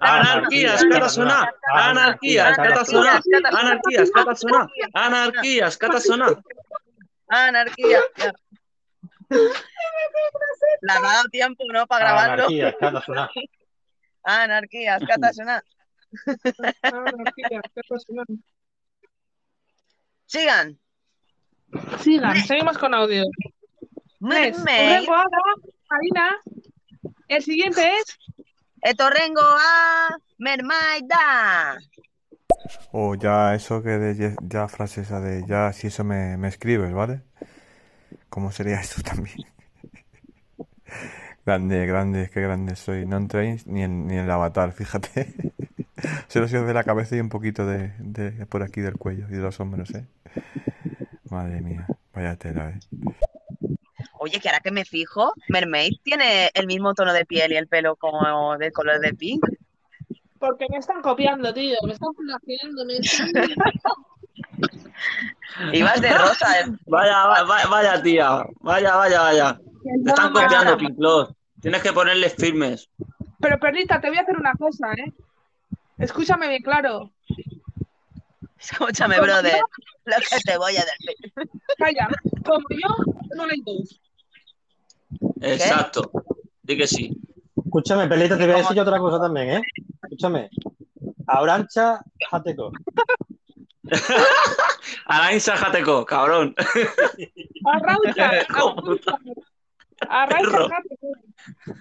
S8: Anarquías, catasuna.
S9: Anarquías, catasuna. Anarquías, catasuna. Anarquías, catasuna. Anarquías, catasuna.
S2: Anarquía. ya. Le ha dado tiempo, ¿no? Para grabarlo.
S8: Anarquía, catasuna.
S2: Anarquías, catasuna. Sigan.
S1: Sigan, seguimos con audio. Mes,
S2: Mermaid.
S1: Urrengo, Ada, Marina. El siguiente es
S2: Etorrengo Eh, a Mermaida.
S6: O ya eso que de ye- ya frase esa de ya si eso me, me escribes, ¿vale? ¿Cómo sería eso también? Grande, grande, qué grande soy. No entréis ni en, ni en el avatar, fíjate. Solo se os ve la cabeza y un poquito de, de por aquí del cuello y de los hombros, ¿eh? Madre mía, vaya tela, ¿eh?
S2: Oye, que ahora que me fijo, Mermaid tiene el mismo tono de piel y el pelo como del color de pink.
S1: porque me están copiando, tío. Me están plagiando. Me están...
S2: Y vas de rosa. eh.
S9: Vaya, va- va- vaya, tía. Vaya, vaya, vaya. Te están copiando, Pinclot. Tienes que ponerles firmes.
S1: Pero Perlita, te voy a hacer una cosa, ¿eh? Escúchame bien claro.
S2: Escúchame, brother. Lo que te voy a decir.
S1: Calla, como yo, no hay dos.
S9: Exacto. Di que sí.
S8: Escúchame, Pelita, te voy a decir yo otra cosa también, ¿eh? Escúchame. Abrancha, jateco.
S9: Alain Sajateco, cabrón.
S1: Arraucha,
S9: Hijo puta.
S1: arraucha,
S9: Perro.
S1: arraucha.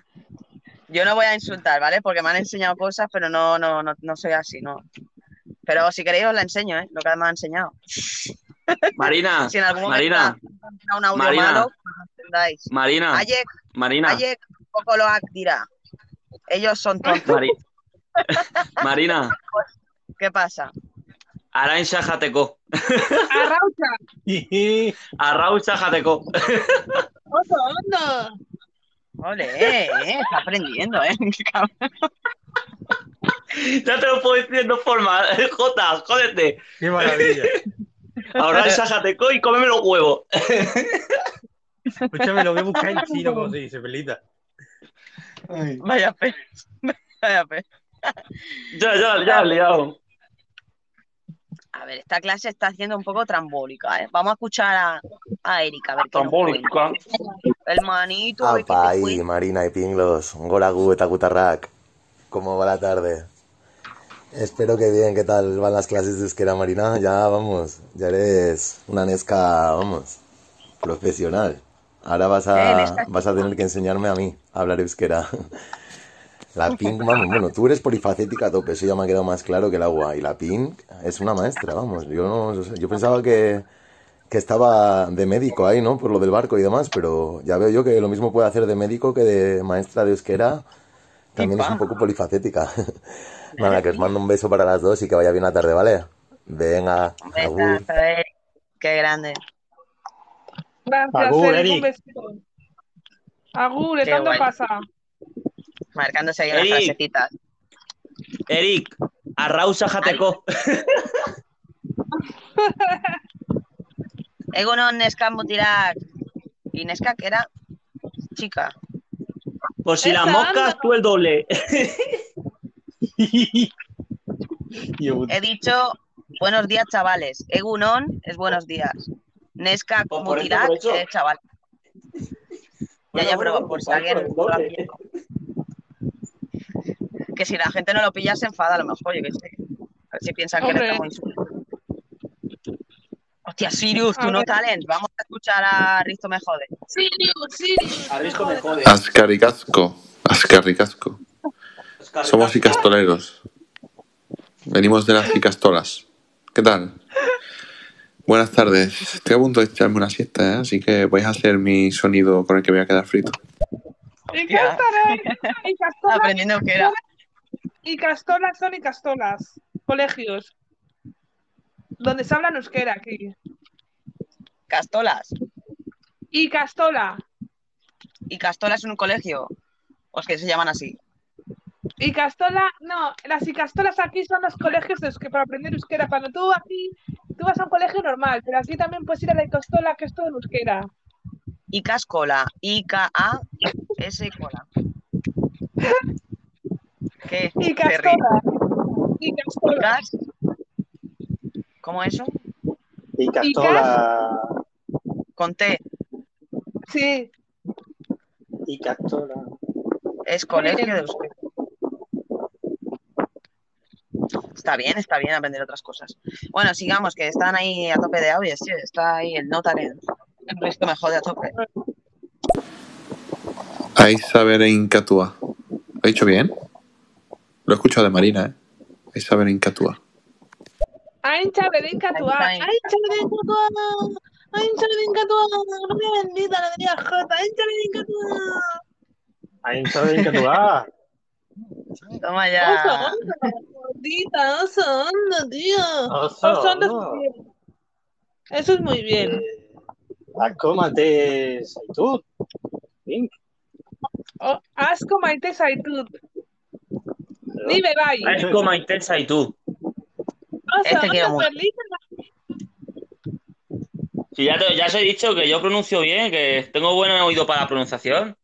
S2: Yo no voy a insultar, ¿vale? Porque me han enseñado cosas, pero no, no, no, no soy así, no. Pero si queréis os la enseño, ¿eh? Lo que me han enseñado.
S9: Marina,
S2: Si en algún momento
S9: Ah, Marina,
S2: da un audio
S9: Marina. Ah,
S2: malo, no entendáis.
S9: Marina,
S2: Ayer,
S9: Marina,
S2: ayer, poco lo dirá. Ellos son tontos.
S9: Mari- Marina,
S2: ¿Qué pasa?
S9: Alain Sajateco,
S1: Arraucha,
S9: Arraúl Sajateco.
S1: oso, hondo.
S2: Ole, eh, eh, está aprendiendo, ¿eh? Qué cabrón.
S9: Ya te lo puedo decir de dos formas. Jota, jódete.
S8: ¡Qué maravilla!
S9: Ahora Sajateco y cómeme los huevos.
S8: Escúchame, lo voy a buscar en chino, como se dice, Pelita.
S2: Vaya fe. Vaya fe.
S9: Ya, ya, ya, liado.
S2: A ver, esta clase está haciendo un poco trambólica, ¿eh? Vamos a escuchar a, a Erika, a ver qué nos cuenta.
S9: Trambólica.
S2: El manito, a ver qué
S10: Apa,
S2: te
S10: ahí,
S2: cuenta.
S10: Marina y Pinglos, Goragu eta Gutarrak, ¿cómo va la tarde? Espero que bien, ¿qué tal van las clases de euskera, Marina? Ya, vamos, ya eres una nesca, vamos, profesional. Ahora vas
S2: Eh,
S10: a,
S2: nesca.
S10: vas a tener que enseñarme a mí a hablar euskera. La Pink, vamos, bueno, tú eres polifacética a tope, eso ya me ha quedado más claro que el agua. Y la Pink es una maestra, vamos, yo no, yo pensaba que que estaba de médico ahí, ¿no? Por lo del barco y demás, pero ya veo yo que lo mismo puede hacer de médico que de maestra de euskera También es un poco polifacética. Nada, que os mando un beso para las dos y que vaya bien la tarde, ¿vale? Venga, agur.
S2: Besazo, eh. Qué grande.
S1: Gracias,
S10: Agur,
S1: Eric,
S10: Eric.
S1: un besito. Agur,
S2: Qué
S1: ¿tanto
S2: guay.
S1: pasa?
S2: Marcándose ahí unas
S9: Eric.
S2: frasecitas.
S9: Eric, arrausa jateco.
S2: Egunon neska mutilak. Y neskak era chica.
S9: Por si las
S2: Esa
S9: moscas,
S2: anda.
S9: tú el doble.
S2: He dicho buenos días, chavales. Egunon es buenos días. Neska
S9: Pues por eso,
S2: mutilak
S9: por eso.
S2: es chaval. Ya, ya, pero por si alguien lo ha pillado. Que si la gente no lo pilla, se enfada a lo mejor, yo qué sé. A ver si piensan que
S1: Hombre.
S2: le estamos insultando. Hostia, Sirius,
S1: A
S2: tú no
S1: ver.
S2: talent. Vamos a escuchar a Risto Me Jode.
S1: Sirius, Sirius.
S9: Arrisco me jode.
S11: Ascaricasco, ascarricasco. Somos icastoleros. Venimos de las icastolas. ¿Qué tal? Buenas tardes. Estoy a punto de echarme una siesta, ¿eh? así que vais a hacer mi sonido con el que voy a quedar frito.
S1: Y cántale, y castolas,
S2: Aprendiendo que era.
S1: y castolas son y castolas. Colegios. Donde se habla euskera aquí.
S2: Castolas.
S1: Y castola.
S2: Y Castola es un colegio. O es que se llaman así.
S1: Y castola, no, las y castolas aquí son los colegios de euske- para aprender euskera. Cuando tú aquí, tú vas a un colegio normal, pero aquí también puedes ir a la y castola, que es todo en euskera.
S2: Y Cascola. I K A S cola. ¿Qué?
S1: Y
S2: Te ríes.
S1: castola. Y castola.
S2: Cas- ¿Cómo eso?
S8: Y Castola.
S2: Con T.
S1: Sí,
S8: Y Castola.
S2: Es
S1: Muy
S2: colegio
S1: bien.
S2: de euskera. Está bien, está bien aprender otras cosas. Bueno, sigamos, que están ahí a tope de audios, tío. Está ahí el no talent. El resto me jode a tope.
S11: Aizaber e Incatua. ¿Lo he dicho bien? Lo he escuchado de Marina, ¿eh? Aizaber e Incatua.
S1: Aincha Berencatua,
S2: Ahí está, ahí.
S1: Aincha Berencatua, Aincha Berencatua, gloria bendita, la diría Jota, Aincha Berencatua.
S8: Ahí no sabes bien que tú vas.
S2: Toma
S1: Oso,
S2: ya.
S1: oso, gordita, oso, hondo, tío.
S8: Oso, Eh,
S1: Oso hondo es
S8: hondo.
S1: muy bien. Eso es muy bien.
S8: ah, Acómate, Saitú.
S1: O- Oh, asco maite zaitut, ni me bai.
S9: Es como intensa y tú.
S1: Oso,
S2: Este quiero
S1: ondo,
S2: mucho.
S1: perlita.
S9: Si ya, te- ya os he dicho que yo pronuncio bien, que tengo buen oído para la pronunciación.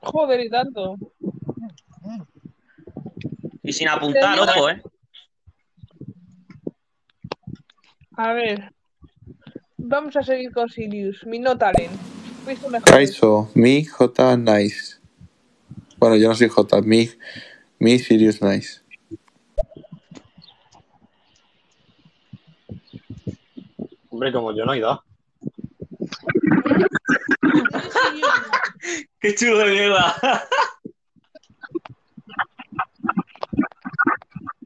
S1: Joder, y tanto.
S9: Y sin apuntar, ojo, ¿eh?
S1: A ver. Vamos a seguir con Sirius, mi no talent. Visto mejor.
S11: Kaiso, mi J Nice. Bueno, yo no soy J, mi, mi Sirius Nice.
S8: Hombre, como yo no he ido.
S9: ¡Qué chulo de mierda!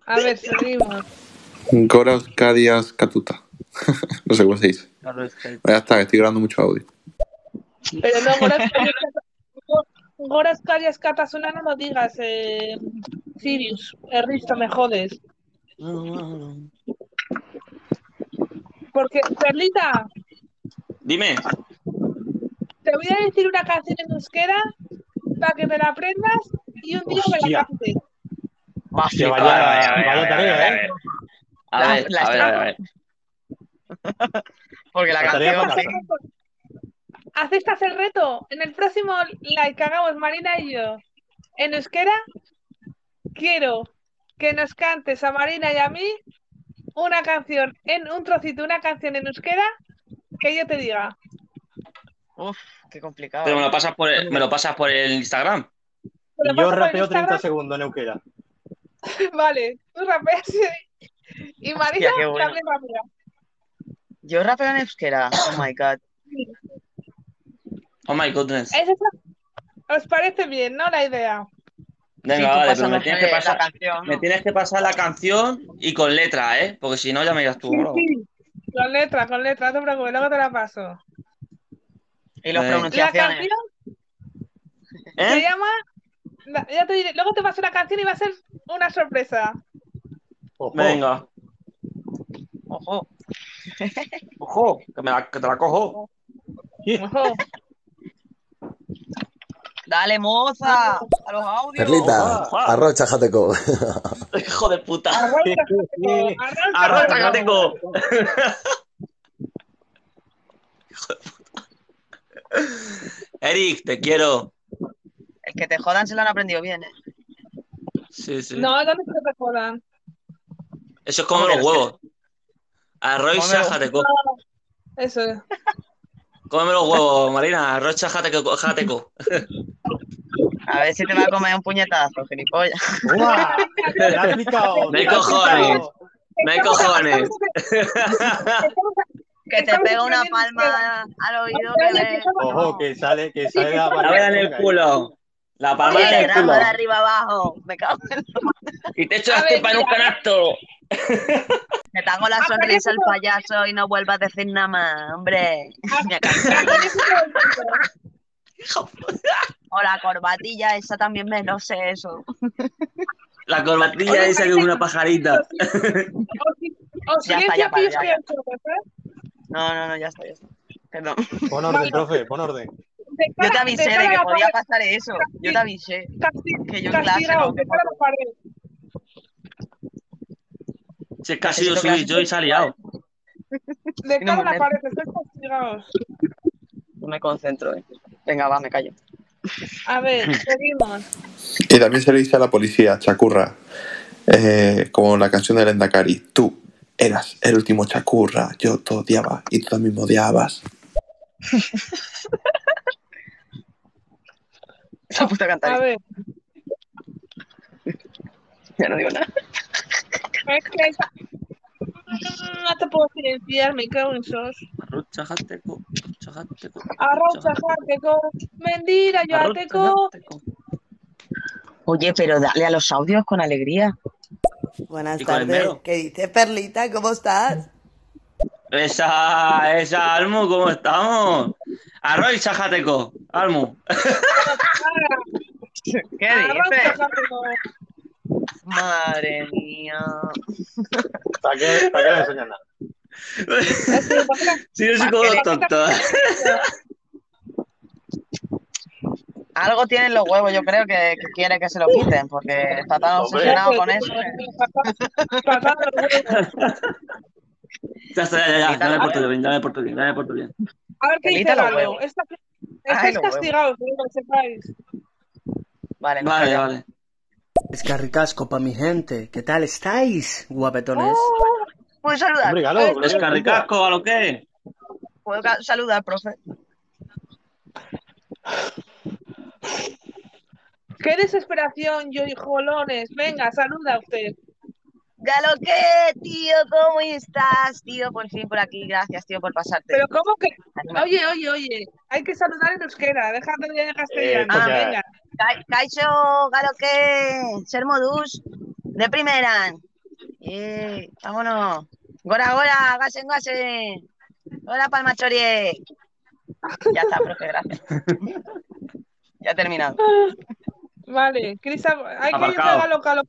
S1: A ver, seguimos.
S11: Goros Cadias Catuta. no sé cómo se dice. Ya está, que estoy grabando mucho audio.
S1: Pero no, Goras Callas Cata- Goras Callas Catasuna, no lo digas, eh, Sirius. Eh, Risto, me jodes. Porque, Perlita,
S9: Dime,
S1: te voy a decir una canción en euskera para que me la aprendas y un día me la
S8: Hostia.
S1: cantes.
S2: Va a
S8: Que
S2: flipar.
S8: vaya-
S9: a ver, a ver,
S8: vaya
S9: a ver,
S8: tarea,
S9: a ver,
S8: ¿eh?
S9: a ver,
S2: La-
S9: a ver,
S2: la-
S9: a ver.
S2: Porque la
S8: La tarea
S2: canción.
S8: para-
S1: ¿Aceptas el reto? En el próximo like que hagamos Marina y yo en euskera, quiero que nos cantes a Marina y a mí una canción, en un trocito, una canción en euskera que yo te diga.
S2: Uf, qué complicado.
S9: Pero me lo pasas por el, me lo pasas por el Instagram.
S1: ¿Te lo
S8: Y yo
S1: paso por el
S8: rapeo 30
S1: Instagram?
S8: segundos en Euskera.
S1: Vale, tú rapeas y- y Marina
S2: qué bueno.
S1: también rapea.
S2: Yo rapeo en euskera. Oh my god.
S9: Oh my goodness.
S1: ¿Es eso? ¿Os parece bien, no? La idea.
S9: Venga,
S2: tú
S9: vale, pero me
S2: pásanos,
S9: tienes que
S2: eh, la
S9: pasar.
S2: canción,
S9: Me
S2: ¿no?
S9: tienes que pasar la canción y con letra, ¿eh? Porque si no ya me irás tú. bro.
S1: Con letra, con letra, no te preocupes, luego te la paso.
S2: Y las
S9: Eh.
S1: La
S2: pronunciaciones.
S1: canción se
S9: ¿Eh?
S1: llama Na- ya te diré, luego te paso una canción y va a ser una sorpresa.
S9: Venga.
S2: Ojo.
S9: Ojo, que, me la- que te la cojo.
S2: Ojo. Dale, moza, a los audios.
S10: Perlita, arrocha jateco.
S9: Hijo de puta.
S2: Arroz,
S9: Arroz Zacateco. Eric, te quiero.
S2: El que te jodan se lo han aprendido bien, ¿eh?
S9: Sí, sí.
S1: No, no necesito que te jodan.
S9: Eso es como los huevos. Arroz y
S1: Cómelo.
S9: jateco.
S1: Eso es.
S9: Cómeme los huevos, Marina. Arrocha jateco. jateco.
S2: A ver si te va a comer un puñetazo, gilipollas.
S8: ¡Me ha picado!
S9: No hay cojones. No hay cojones.
S2: Que te pega una palma al oído que ve.
S8: Ojo, que sale, que sale la
S9: La vela en el culo. La palma
S2: Oye,
S9: en el culo.
S2: grama de arriba abajo. Me cago en
S9: Y te echo la cepa en un canasto.
S2: Te hago
S1: Ah,
S2: la sonrisa el payaso y no vuelvas a decir nada más, hombre.
S1: Ah.
S2: Me cago en la- O la corbatilla, esa también me lo sé eso.
S9: La corbatilla esa que es una pajarita.
S1: O
S2: Ya está,
S1: silencio,
S2: ya
S1: que yo
S2: para, ya,
S1: estoy
S2: ya.
S1: en todas, ¿eh?
S2: No, no, no, ya está, ya está. Perdón.
S8: Pon orden, profe, pon orden.
S1: De
S2: Yo te
S1: cara-
S2: avisé
S1: cara
S2: de
S1: a
S2: que
S1: la
S2: podía
S1: pared.
S2: pasar eso. Yo te avisé.
S1: Casti-
S2: Que yo en clase
S1: Castigado,
S2: no.
S1: de cara a la pared.
S9: Si es que ha sido subir yo y se ha liado.
S1: De
S2: No
S1: cara a
S2: me
S1: la pared, estáis castigados.
S2: No me concentro, eh. Venga, va, me callo.
S1: A ver, seguimos.
S11: Y también se le dice a la policía, chacurra, eh, como la canción de Lendakari, tú eras el último chacurra, yo te odiaba y tú también me odiabas.
S2: Se ha puesto a cantar.
S1: A ver,
S2: Ya no digo nada.
S1: es que esta- No te puedo silenciar, me cago en sos.
S9: Arrocha jateco. Arrocha jateco.
S1: Arrocha, jateco. Mentira, yo
S9: Arrocha
S1: jateco.
S9: jateco.
S2: Oye, pero dale a los audios con alegría.
S12: Buenas
S9: ¿Y con el
S12: tardes.
S9: mero?
S12: ¿Qué dices, Perlita? ¿Cómo estás?
S9: Esa, esa, Almu, ¿cómo estamos? Arroz y chajateco, Almu.
S2: ¿Qué
S1: Arrocha,
S2: dices?
S1: jateco.
S2: Madre mía.
S8: ¿Para qué, para qué le enseñan nada?
S9: Sí, yo soy como los tontos.
S2: Algo tienen los huevos, yo creo que, que quiere que se lo quiten, porque está tan
S8: Hombre.
S2: obsesionado con eso. eh.
S1: Pasado los huevos.
S9: Ya está, ya, ya, ya, dame por tu
S2: Pelita
S9: bien, dame por tu bien, dame por tu bien.
S1: A ver qué dice
S2: los
S1: Galo.
S2: huevos.
S1: Esta-
S2: Ay,
S1: Estáis
S2: los huevos.
S1: castigados, que lo sepáis.
S2: Vale, nos
S9: Vale,
S2: callamos.
S9: vale.
S13: Es carricasco pa' mi gente. ¿Qué tal estáis, guapetones?
S2: ¡Oh! ¿Puedo saludar?
S8: Hombre, Galo,
S9: ¿Es
S8: gloria bendita.
S9: carricasco a lo que?
S2: ¿Puedo ca- saludar, profe?
S1: Qué desesperación, yo y jolones. Venga, saluda usted.
S2: Galo, ¿qué, tío? ¿Cómo estás, tío? Por fin por aquí. Gracias, tío, por pasarte.
S1: Pero ¿cómo que?
S2: Anima.
S1: Oye, oye, oye. Hay que saludar en euskera. Déjate de castellano.
S8: Eso
S2: Eh, pues ya.
S1: venga.
S2: Kai- Kaixo, Galo, ¿qué? Ser modus de primera. Eh, vámonos. Gora, gora, gasen, gasen. Hola, Palma Chorie. Ya está, profe, gracias. ya he terminado.
S1: Vale, Crisa, hay que ir
S9: Aparcado.
S1: a Galo, Galo.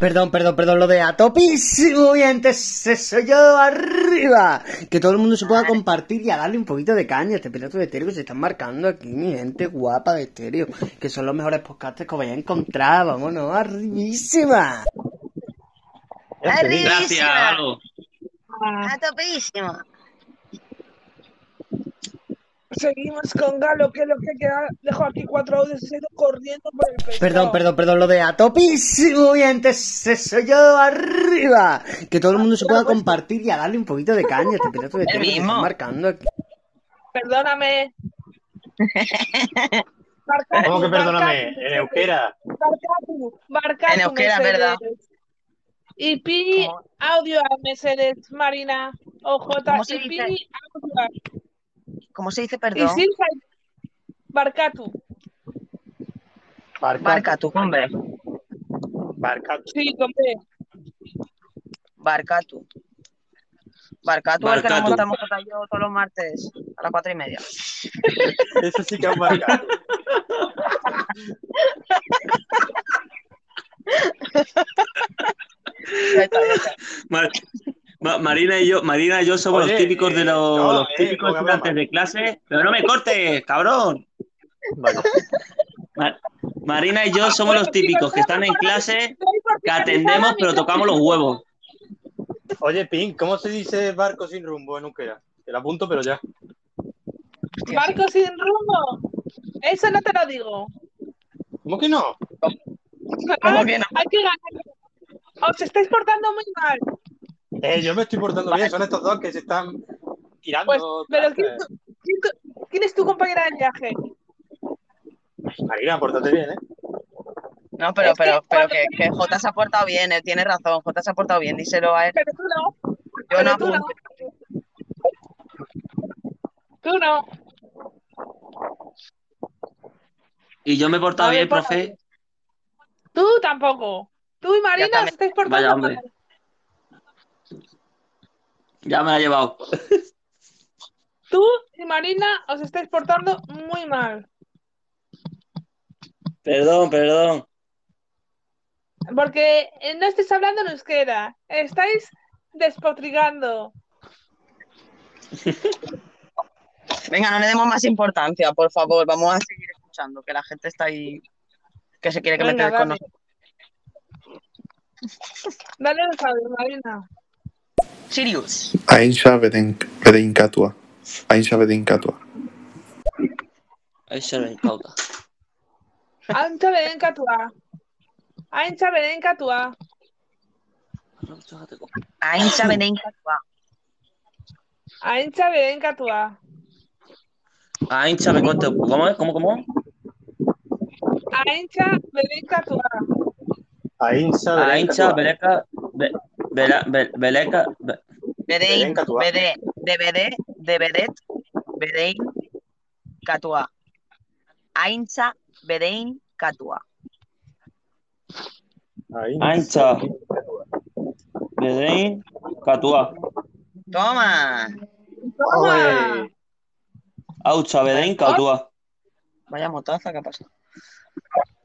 S13: Perdón, perdón, perdón, lo de a topísimo y antes eso yo arriba. Que todo el mundo se pueda compartir y a darle un poquito de caña a este piloto de estéreo que se están marcando aquí, mi gente guapa de estéreo, que son los mejores podcasters que vais a encontrar, vámonos, arribísima.
S8: Ya te digo.
S9: Gracias,
S2: Arribísima.
S9: Galo.
S1: Ah,
S2: A topísima.
S1: Seguimos con Galo, que es lo que queda. Dejo aquí cuatro audios y se ha ido corriendo por el pescado.
S13: Perdón, perdón, perdón, lo de a topísimo y antes eso yo arriba. Que todo el mundo se pueda compartir y a darle un poquito de caña a este piloto de
S2: pues,
S13: estéreo
S2: El
S13: que se están
S2: mismo.
S13: marcando aquí.
S1: Perdóname. Barkatu,
S8: ¿Cómo que perdóname?
S1: barkatu,
S8: En euskera.
S1: Barkatu, barkatu,
S2: En euskera,
S1: mesedez.
S2: ¿verdad?
S1: Ipini
S2: ¿Cómo,
S1: audio a mesedez, Marina. OJ,
S2: cómo se dice?
S1: ipini audioa.
S2: ¿Cómo se dice
S1: Y
S2: perdón?
S1: sin barkatu.
S8: Barcatu.
S2: Barca tu, hombre.
S8: Barcatu.
S1: Sí, compré.
S2: Barca tú. Barca tú, el que nos
S9: Barcatu.
S2: montamos Jota y yo todos los martes a las cuatro y media.
S8: Eso sí que es un barcatu.
S9: Mar- Ma- Marina y yo, Marina y yo somos
S14: Oye,
S9: los típicos de los,
S14: no,
S9: los
S14: eh,
S9: típicos
S14: poca
S9: estudiantes de clase. Pero no me cortes, cabrón. Ma- Marina y
S1: Ah,
S9: yo somos los típicos que están en clase, que atendemos pero tocamos los huevos.
S8: Oye, Pin, ¿cómo se dice barco sin rumbo en euskera? Te lo apunto, pero ya.
S1: Barco sin rumbo. Eso no te lo digo.
S8: ¿Cómo que no?
S1: Ah, Hay que ganar. Os estáis portando muy mal.
S8: Eh, yo me estoy portando bien, son estos dos que se están tirando.
S1: Pues, pero
S8: trazas.
S1: ¿quién, es tu- quién tu- quién es tu compañera de viaje?
S8: Marina, pórtate bien, ¿eh?
S2: No, pero, pero, pero que, que Jota se ha portado bien, él tiene razón, Jota se ha portado bien, díselo a él.
S1: Pero tú no.
S2: Yo no
S1: Pero tú no.
S2: apunto.
S1: Tú no.
S9: Y yo me he portado
S1: A ver,
S9: bien,
S1: porta
S9: profe.
S1: Tú tampoco. Tú y Marina os estáis
S9: Vaya
S1: portando
S9: hombre.
S1: mal.
S9: Ya me la ha llevado.
S1: Tú y Marina os estáis portando muy mal.
S9: Perdón, perdón.
S1: Porque eh, no estáis hablando en euskera. Estáis despotrigando.
S2: Venga, no le demos más importancia, por favor, vamos a seguir escuchando, que la gente está ahí, que se quiere que
S1: Venga,
S2: meter con
S1: dale.
S2: nosotros.
S1: Dale los audios, Marina.
S2: Sirius.
S11: Ainsa beden- bedeinkatua. Ainsa bedeinkatua.
S9: Ahí se lo incauta.
S1: Antxa beren katua. Antxa beren katua.
S2: Ainsa Bedenkatua.
S1: Antxa beren katua.
S9: Ahí se me corta. ¿Cómo es? ¿Cómo, cómo?
S1: Antxa beren katua.
S8: Ainsa
S9: Beleca. Ainsa
S2: Beleca.
S9: Beleca. Be- Bela- Be- Beleca. Be-
S2: Bedein,
S9: Bedenkatua.
S2: Bede, de Bede, de Bedet, Bedein, Katua. Ainsa Bedein, Katua.
S9: Ainsa. Bedein. Catua.
S2: Toma.
S8: Ah,
S1: Ah.
S9: Aucha Bedein. Catua.
S2: Vaya motaza, ¿qué pasa?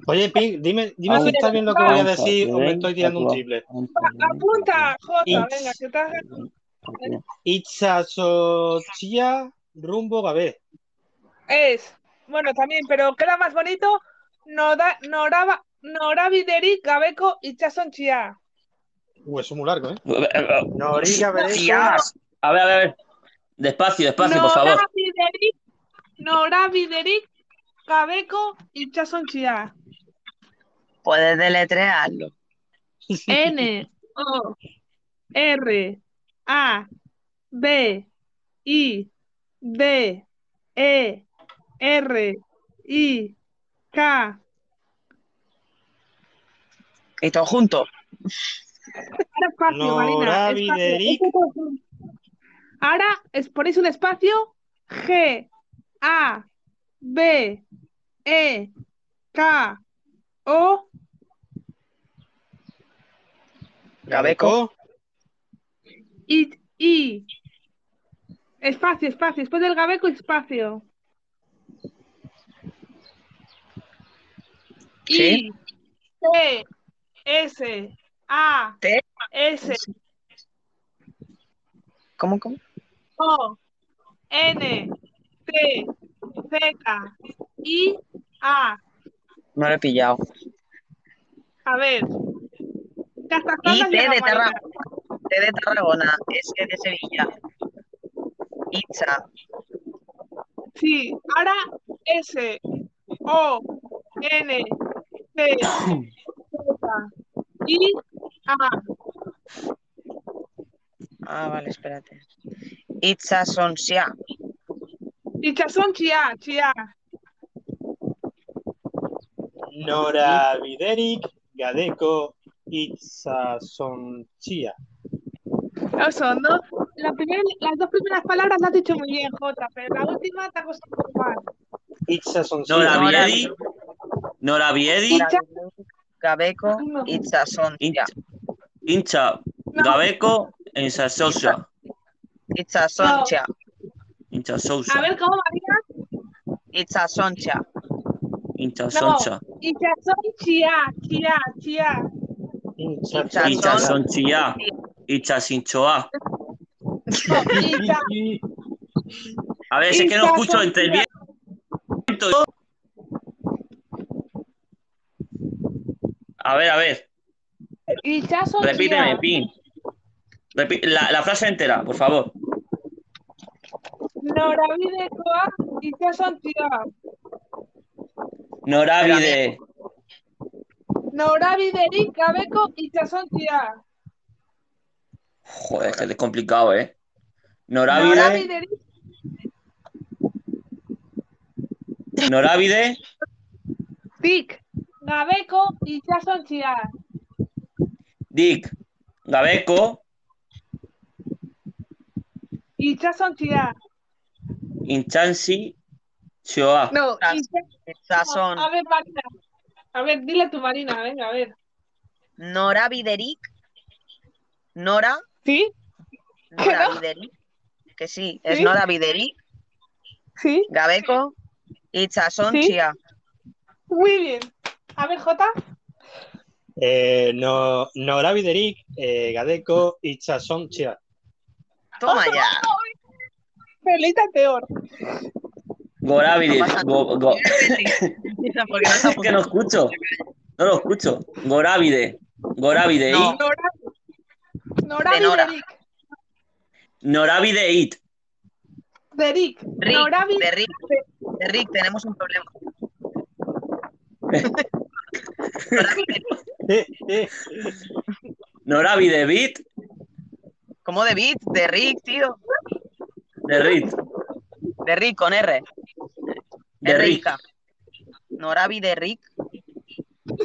S8: Oye, Pin, dime, dime si
S9: Ainsa,
S8: estás viendo lo que voy a
S9: Ainsa,
S8: decir o me
S9: Bedein,
S8: estoy tirando un
S9: Catua.
S8: triple.
S1: Apunta, Jota,
S8: Ix.
S1: venga, que te has ganado.
S8: Itzasochia rumbo Gabé.
S1: Es, bueno, también, pero queda más bonito. Nora, noraba, norabideri, gabeko, itxasontxia.
S8: Uh, eso es muy largo, ¿eh?
S9: Noriga
S1: Bedein.
S9: A ver, a ver, a ver. Despacio, despacio, por favor.
S1: Norabideri, norabideri, gabeko, itxasontxia.
S2: Puedes deletrearlo.
S1: N O R A B I D E R I K.
S2: Y todo junto.
S1: Ahora espacio, Marina. espacio.
S2: Noravideric.
S1: Ahora es, ponéis un espacio. G A B E K O
S8: Gabeco.
S1: I I. Espacio, espacio. Después del gabeco, espacio.
S2: Sí.
S1: T S A
S2: T.
S1: S
S2: ¿Cómo, cómo?
S1: O N T Z I A.
S2: No lo he pillado.
S1: A ver.
S2: Y
S1: Castazaldas
S2: T de,
S1: llega, Marina.
S2: Tarragona. T de Tarragona. S de Sevilla. Itza.
S1: Sí, ahora S O N T Z I A.
S2: Ah, vale, espérate. Itza Sonsia.
S1: Itxason txia, txia.
S8: Nora Videric, Gadeco, Itzasonchia.
S1: Oso, ondo. La primer- las dos primeras palabras las has dicho muy bien, Jota, pero la última te ha costado un poco más.
S8: Itzasonchia.
S9: Nora Viedi. Nora Viedi.
S2: Gabeco. Itza Sonsia.
S9: Hincha. Gabeco. Hincha Sousa.
S2: Itza Sonsia.
S9: Hincha
S1: A
S9: Sousa.
S1: ver, ¿cómo, María?
S2: Itza Sonsia.
S9: Hincha
S1: No,
S9: Sousa.
S1: itxason txia, txia, txia.
S9: Y Chasón Chillá. Y Chasinchoá. A ver, es que no escucho entre el viento y- A ver, a ver.
S1: Y ya son
S9: Repíteme,
S1: ya.
S9: Pin. Repi- la, la frase entera, por favor.
S1: Norabidekoa itsasontzia.
S9: Norabide.
S1: Norabiderik gabeko itsasontzia.
S9: Joder, es que es complicado, ¿eh? Norabide.
S1: Norabiderik
S9: Norabide.
S1: tik gabeko itsasontzia.
S9: Dick. Gabeco.
S1: Itsasontzia.
S9: Inchansi. Choa.
S1: No, itsason. A ver, Marina. A ver, dile tu Marina, venga, a ver.
S2: Nora Videric. Nora.
S1: ¿Sí?
S2: Nora Videric. Que sí, es
S1: ¿Sí?
S2: Nora Videric.
S1: Sí.
S2: Gabeco. Y Chasón
S1: ¿Sí?
S2: Chía.
S1: Muy bien. A ver, Jota.
S8: Eh, no, Nora Videric, eh, Gadeco y Chasón Chia.
S2: Toma ya.
S1: Pelita peor.
S9: Gorabide. Go,
S1: Oh.
S9: go-
S2: Porque no
S9: es que no escucho. No lo escucho. Gorabide. Gorabide.
S2: No.
S1: Nora
S9: De Nora.
S1: Biderik.
S9: Norabide it.
S1: Derik.
S2: Rick,
S1: Nora
S2: de Rick, de Rick, tenemos un problema.
S8: Eh,
S9: Norabide bit.
S2: ¿Cómo de Bit? De Rick, tío.
S9: De rit.
S2: De Rick con R.
S9: De
S2: Es
S9: Rick.
S2: rica. Nora Videric.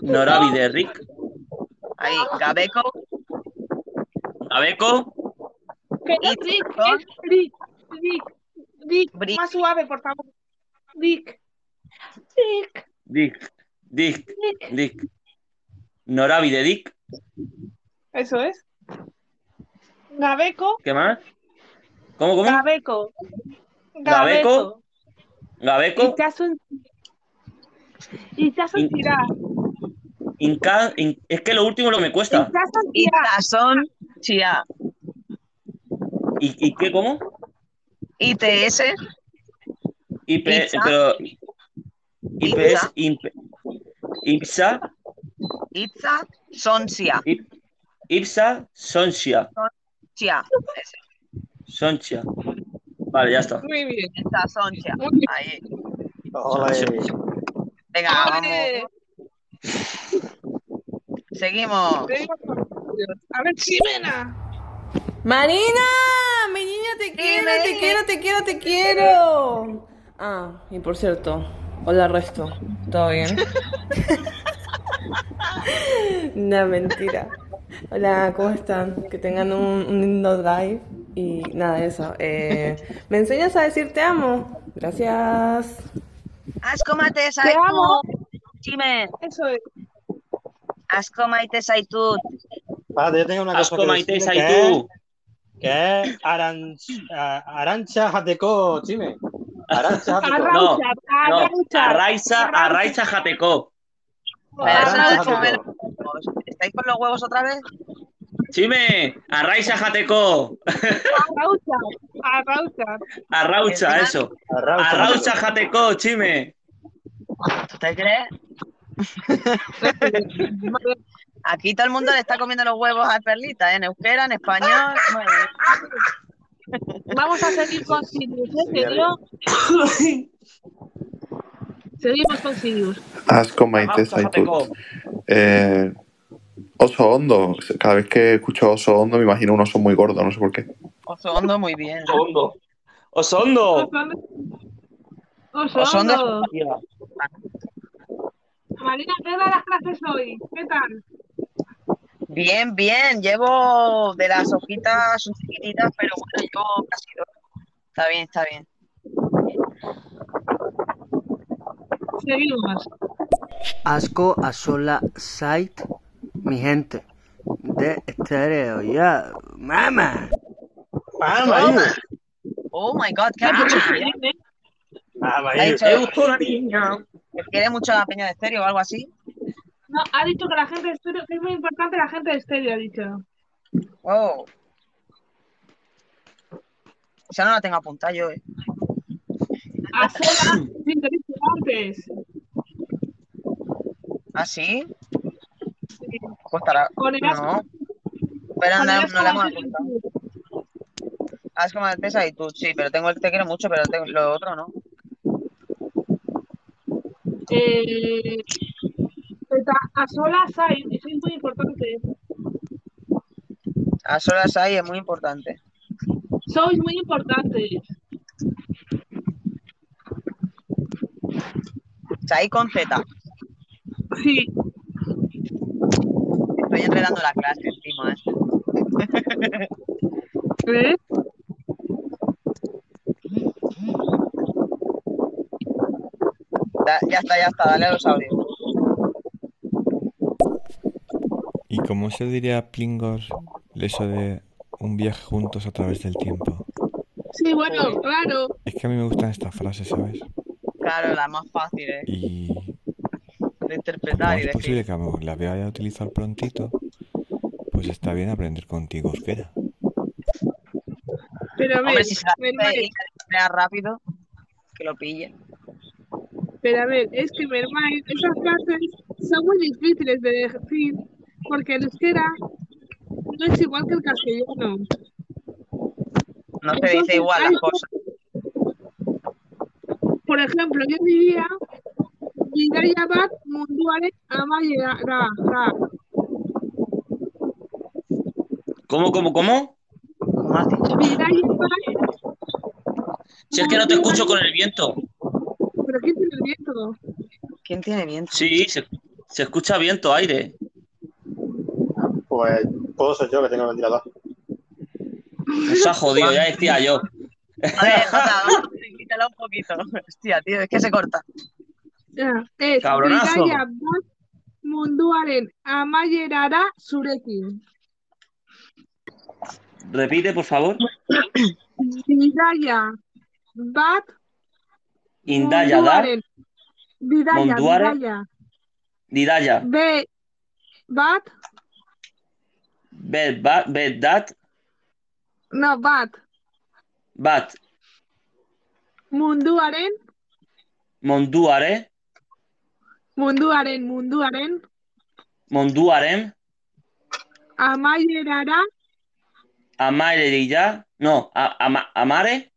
S9: Norabide Rick.
S2: Ahí,
S1: Ah.
S2: Gabeco.
S9: Gabeco.
S1: Que no es Rick, es Rick, Rick, Rick, Más suave, por favor. Rick. Rick,
S9: Dick. Dick.
S1: Rick.
S9: Dick. Norabide Dick.
S1: Eso es. Gabeco.
S9: ¿Qué más? ¿Cómo, cómo?
S1: Gabeco.
S9: Gabeco. Gabeco.
S1: Itsasun- Itsasuntira.
S9: Inca- in- es que lo último lo que me cuesta.
S1: Itsasuntira.
S2: Son Chía.
S9: ¿Y, y qué, cómo?
S2: ITS.
S9: IP,
S2: Pizza.
S9: pero. IPS, imp- IPSA,
S2: Itza. Son Chía.
S9: IPSA, Soncia.
S2: Chía.
S9: Soncia. Vale, ya está.
S1: Muy bien.
S2: Itza Son Chía. Ahí. Venga,
S1: Ole.
S2: vamos. Seguimos.
S1: A ver, Ximena.
S14: Marina, mi niña, te quiero, te quiero, te quiero, te quiero. Ah, y por cierto, hola resto, ¿todo bien? no, mentira. Hola, ¿cómo están? Que tengan un, un lindo drive y nada de eso. Eh, ¿Me enseñas a decir te amo? Gracias.
S2: Asko maite
S1: Te amo.
S2: zaitu. Jimen.
S1: Eso es.
S2: Asko maite zaitu.
S8: Vale, yo tengo una cosa
S9: Asko
S8: que
S9: maite
S8: decirle
S9: zaitu.
S8: que es, que es Aran- a- Arantxa Jateco, Chime. Arantxa Jateco.
S9: No, no. Arraiza, Arraiza Jateco.
S2: Arantxa Jateco. ¿Estáis con los huevos otra vez?
S9: Chime, Arraiza Jateco.
S1: Arraucha. Arraucha.
S9: Arraucha, eso.
S8: Arraucha.
S9: Arraucha Jateco, Chime.
S2: ¿Te crees? Aquí todo el mundo le está comiendo los huevos a Perlita, ¿eh? en euskera, en español. Madre mía.
S1: Vamos a seguir con Sirius, ¿eh? Te digo. Seguimos con Sirius.
S11: Asko maite zaitut. Eh, oso hondo. Cada vez que escucho oso hondo me imagino un oso muy gordo, no sé por qué.
S2: Osondo, muy bien.
S9: Osondo.
S2: Oh.
S9: Osondo.
S1: Osondo. Marina, ¿qué dan las clases hoy? ¿Qué tal?
S2: Bien, bien. Llevo de las hojitas son chiquititas, pero bueno, yo casi dos. Está bien, está bien.
S1: Seguimos.
S13: Asco a sola site, mi gente. De estéreo, ya. Mama.
S8: Ah,
S2: Toma. Oh my god, qué mucho
S8: Mama,
S2: Ha dicho-
S8: Ah,
S9: Eusko, cariño.
S2: que quiere mucho la peña de estéreo o algo así.
S1: No, ha dicho que la gente de estéreo, que es muy importante la gente de estéreo, ha dicho.
S2: Oh. Ya no la tengo apuntada yo, eh.
S1: A solas, sin tener antes.
S2: ¿Ah, sí? Pues para-
S1: Con el
S2: No.
S1: asco.
S2: Pero
S1: Con el
S2: no, no
S1: asco
S2: la hemos
S1: más-
S2: apuntado. Ah, Asco más pesa y tú, sí, pero tengo el te quiero mucho, pero tengo- lo otro no.
S1: Eh, está- a solas hay, eso es muy importante.
S2: A solas hay es muy importante.
S1: Sois muy importantes.
S2: Sai con Z.
S1: Sí.
S2: Estoy enredando la clase encima, ¿eh?
S1: ¿Eh?
S2: Da- ya está, ya está, dale a los audios.
S6: ¿Y cómo se diría a Plingor eso de un viaje juntos a través del tiempo?
S1: Sí, bueno, claro.
S6: Es que a mí me gustan estas frases, ¿sabes?
S2: Claro, la más fácil ¿eh?
S6: Y
S2: de
S6: como
S2: interpretar y
S6: es
S2: de
S6: posible que a lo mejor la vaya a utilizar prontito, pues está bien aprender contigo euskera.
S1: Pero a ver,
S2: Hombre, si se la
S1: me-
S2: dice y se la crea rápido, que lo pille.
S1: Pero a ver, es que Mermaid, esas frases son muy difíciles de decir porque el euskera no es igual que el castellano.
S2: No se dice igual las cosas.
S1: Por ejemplo, yo diría Bidaia bat munduaren amaiera da.
S9: ¿Cómo, cómo, cómo?
S1: Bidaia bat,
S9: Si es que no te escucho con el viento.
S1: pero ¿quién tiene el viento?
S2: ¿Quién tiene viento?
S9: Sí, se, se escucha viento, aire.
S8: Pues puedo ser yo que tengo el ventilador.
S9: Nos ha jodido, ya decía yo.
S2: A ver, Jota, vamos, quítala un poquito. Hostia, tío, es que se corta.
S1: Ah, Es
S2: Cabronazo.
S1: Bidaia bat munduaren amaiera da zurekin.
S9: Repite, por favor.
S1: Bidaia bat
S9: Indaya, dar.
S1: munduaren- Bidaia,
S9: Munduaren-
S1: bidaia.
S9: Didaya.
S1: B. Bat.
S9: Bed, ba- bed, dat,
S1: No, bat.
S9: bat.
S1: Munduaren.
S9: Monduare.
S1: Munduaren. Munduaren.
S9: Monduaren.
S1: Amaierara.
S9: Amarilla. No, a- ama- amare.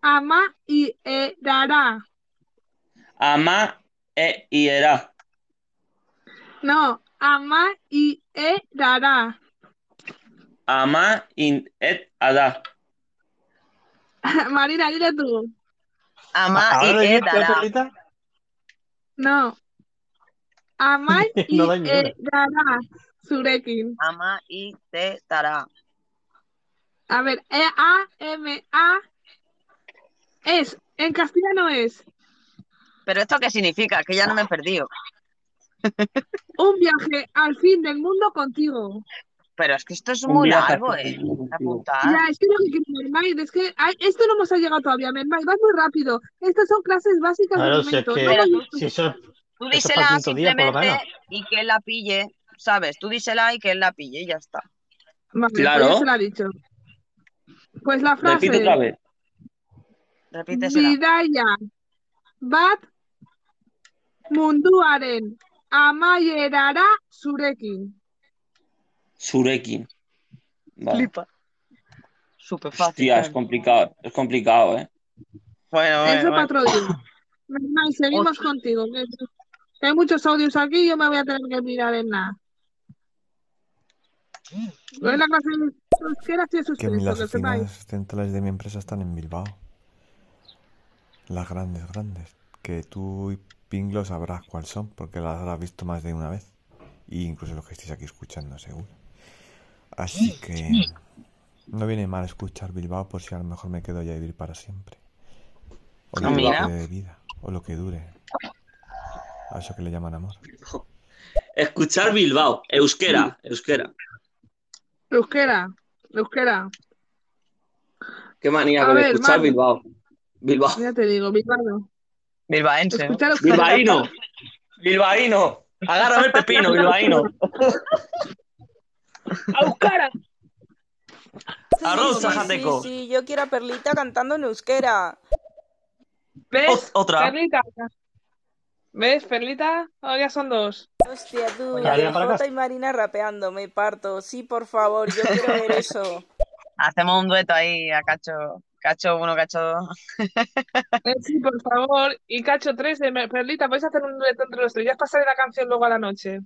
S1: Ama y erara.
S9: Ama. E. Y era.
S1: No, ama y erara.
S9: Ama. In. Et. Ada.
S1: Marina, dile tú.
S2: Ama
S8: Ah,
S9: ¿Ahora lo
S2: y
S9: dijiste,
S2: Edara.
S9: Perlita?
S1: No. Ama y
S2: No da ni una.
S1: erara. Zurekin.
S2: Ama y te dará.
S1: A ver, E-A-M-A. Es. En castellano es.
S2: Pero esto qué significa, que ya no me he perdido.
S1: Un viaje al fin del mundo contigo.
S2: Pero es que esto es
S1: Un
S2: muy
S1: viaje
S2: largo,
S1: al
S2: eh.
S1: fin del
S9: Ah.
S2: Apuntar.
S1: Ya, es que lo que quiere Mermaid, es que ay, esto no hemos llegado todavía, Mermaid, vas muy rápido. Estas son clases básicas
S8: Claro,
S1: de
S8: si es
S1: momento.
S8: que.
S1: no voy-
S8: Eh, Si eso,
S2: Tú
S8: eso es para
S2: dísela
S8: el quinto día, por lo menos.
S2: simplemente y que él la pille, ¿sabes? Tú dísela y que él la pille y ya está.
S1: Vale, pues
S9: Claro.
S1: ya se la ha dicho. Pues la frase
S9: Repite otra vez.
S2: Repítesela.
S1: Bidaia bat munduaren amaierara zurekin.
S9: Surekin. Vale.
S2: Flipa. Súper fácil.
S9: Hostia, es complicado. Es complicado, eh.
S2: Bueno,
S1: Eso para otro día. Mermaid, seguimos contigo. que Hay muchos audios aquí y yo me voy a tener que mirar en nada. No es la clase de euskera, estoy
S6: Que mi-
S1: suscrito,
S6: las
S1: que lo sepáis.
S6: oficinas centrales de mi empresa están en Bilbao. Las grandes, grandes. Que tú y Pinglo sabrás cuáles son, porque las habrás visto más de una vez. Y incluso los que estéis aquí escuchando, seguro. Así que no viene mal escuchar Bilbao por si a lo mejor me quedo ya a vivir para siempre. O lo
S9: Ah,
S6: que me
S9: mira.
S6: quede de vida, o lo que dure. A eso que le llaman amor.
S9: Escuchar Bilbao. Euskera. Euskera.
S1: Euskera, euskera.
S9: Qué manía
S1: A
S9: con
S1: ver,
S9: escuchar
S1: Manu.
S9: Bilbao. Bilbao.
S1: Ya te digo, Bilbao.
S2: Bilbaense.
S1: Escuchar euskera.
S9: Bilbaíno. Bilbaíno. Agárrame el pepino, bilbaíno.
S1: ¡Aucara!
S3: Sí,
S9: Arroz
S3: sí,
S9: zacateco.
S3: Sí, sí, yo quiero a Perlita cantando en euskera.
S1: ¿Ves?
S9: O- otra.
S1: Perlita. ¿Ves, Perlita? Ahora ya son dos.
S3: Hostia, tú,
S1: Venga, venga, para
S3: Jota y Marina rapeando, me parto. Sí, por favor, yo quiero ver eso.
S2: Hacemos un dueto ahí a cacho. Cacho uno, cacho dos.
S1: Eh, Sí, por favor. Y Cacho 3 de Me- Perlita, ¿podéis hacer un dueto entre los tres? Ya os pasaré la canción luego a la noche.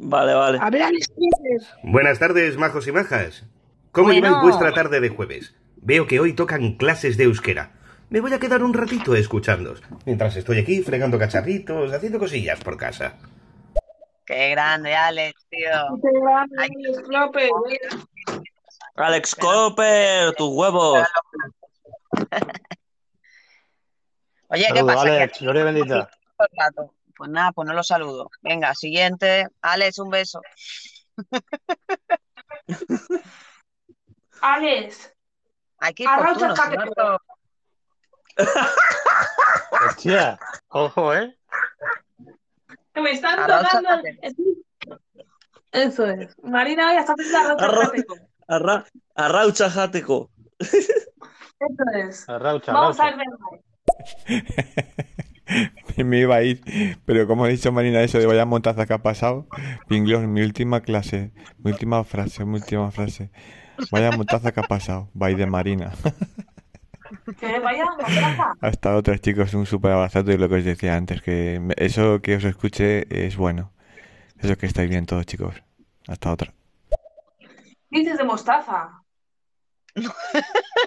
S9: Vale, vale.
S1: A ver, Alex Pérez.
S15: Buenas tardes, majos y majas. ¿Cómo
S1: Bueno.
S15: lleváis vuestra tarde de jueves? Veo que hoy tocan clases de euskera. Me voy a quedar un ratito escuchándos, mientras estoy aquí fregando cacharritos, haciendo cosillas por casa.
S2: Qué grande, Alex, tío.
S1: Qué grande, Alex López.
S9: Alex Cooper, tus huevos.
S2: Oye, ¿qué
S8: Saludos,
S2: pasa? ¿Qué
S8: Alex, gloria bendita.
S2: todo el rato? Pues nada, pues no lo saludo. Venga, siguiente. Alex, un beso.
S1: Alex.
S2: Aquí
S1: Arroz
S2: fortunos,
S1: zacateco.
S2: ¿no?
S8: Hostia, ojo, ¿eh?
S1: Que me están
S2: Arroz
S1: tocando. Eso es. Marina ya está haciendo arroz
S9: Arroz.
S1: zacateco.
S9: Arra, arraucha játeco.
S1: Eso es.
S8: Arraucha,
S1: Vamos a
S8: arraucha.
S1: ver. venga.
S6: Me iba a ir, pero como ha dicho Marina eso de vaya montaza que ha pasado, Pinglos, mi última clase, mi última frase, mi última frase. Vaya montaza que ha pasado, bye de Marina.
S1: Que vaya, vaya.
S6: Hasta otra, chicos, un súper abrazo y lo que os decía antes, que me- eso que os escuche es bueno. Eso que estáis bien todos, chicos. Hasta otra.
S1: Dices de mostaza.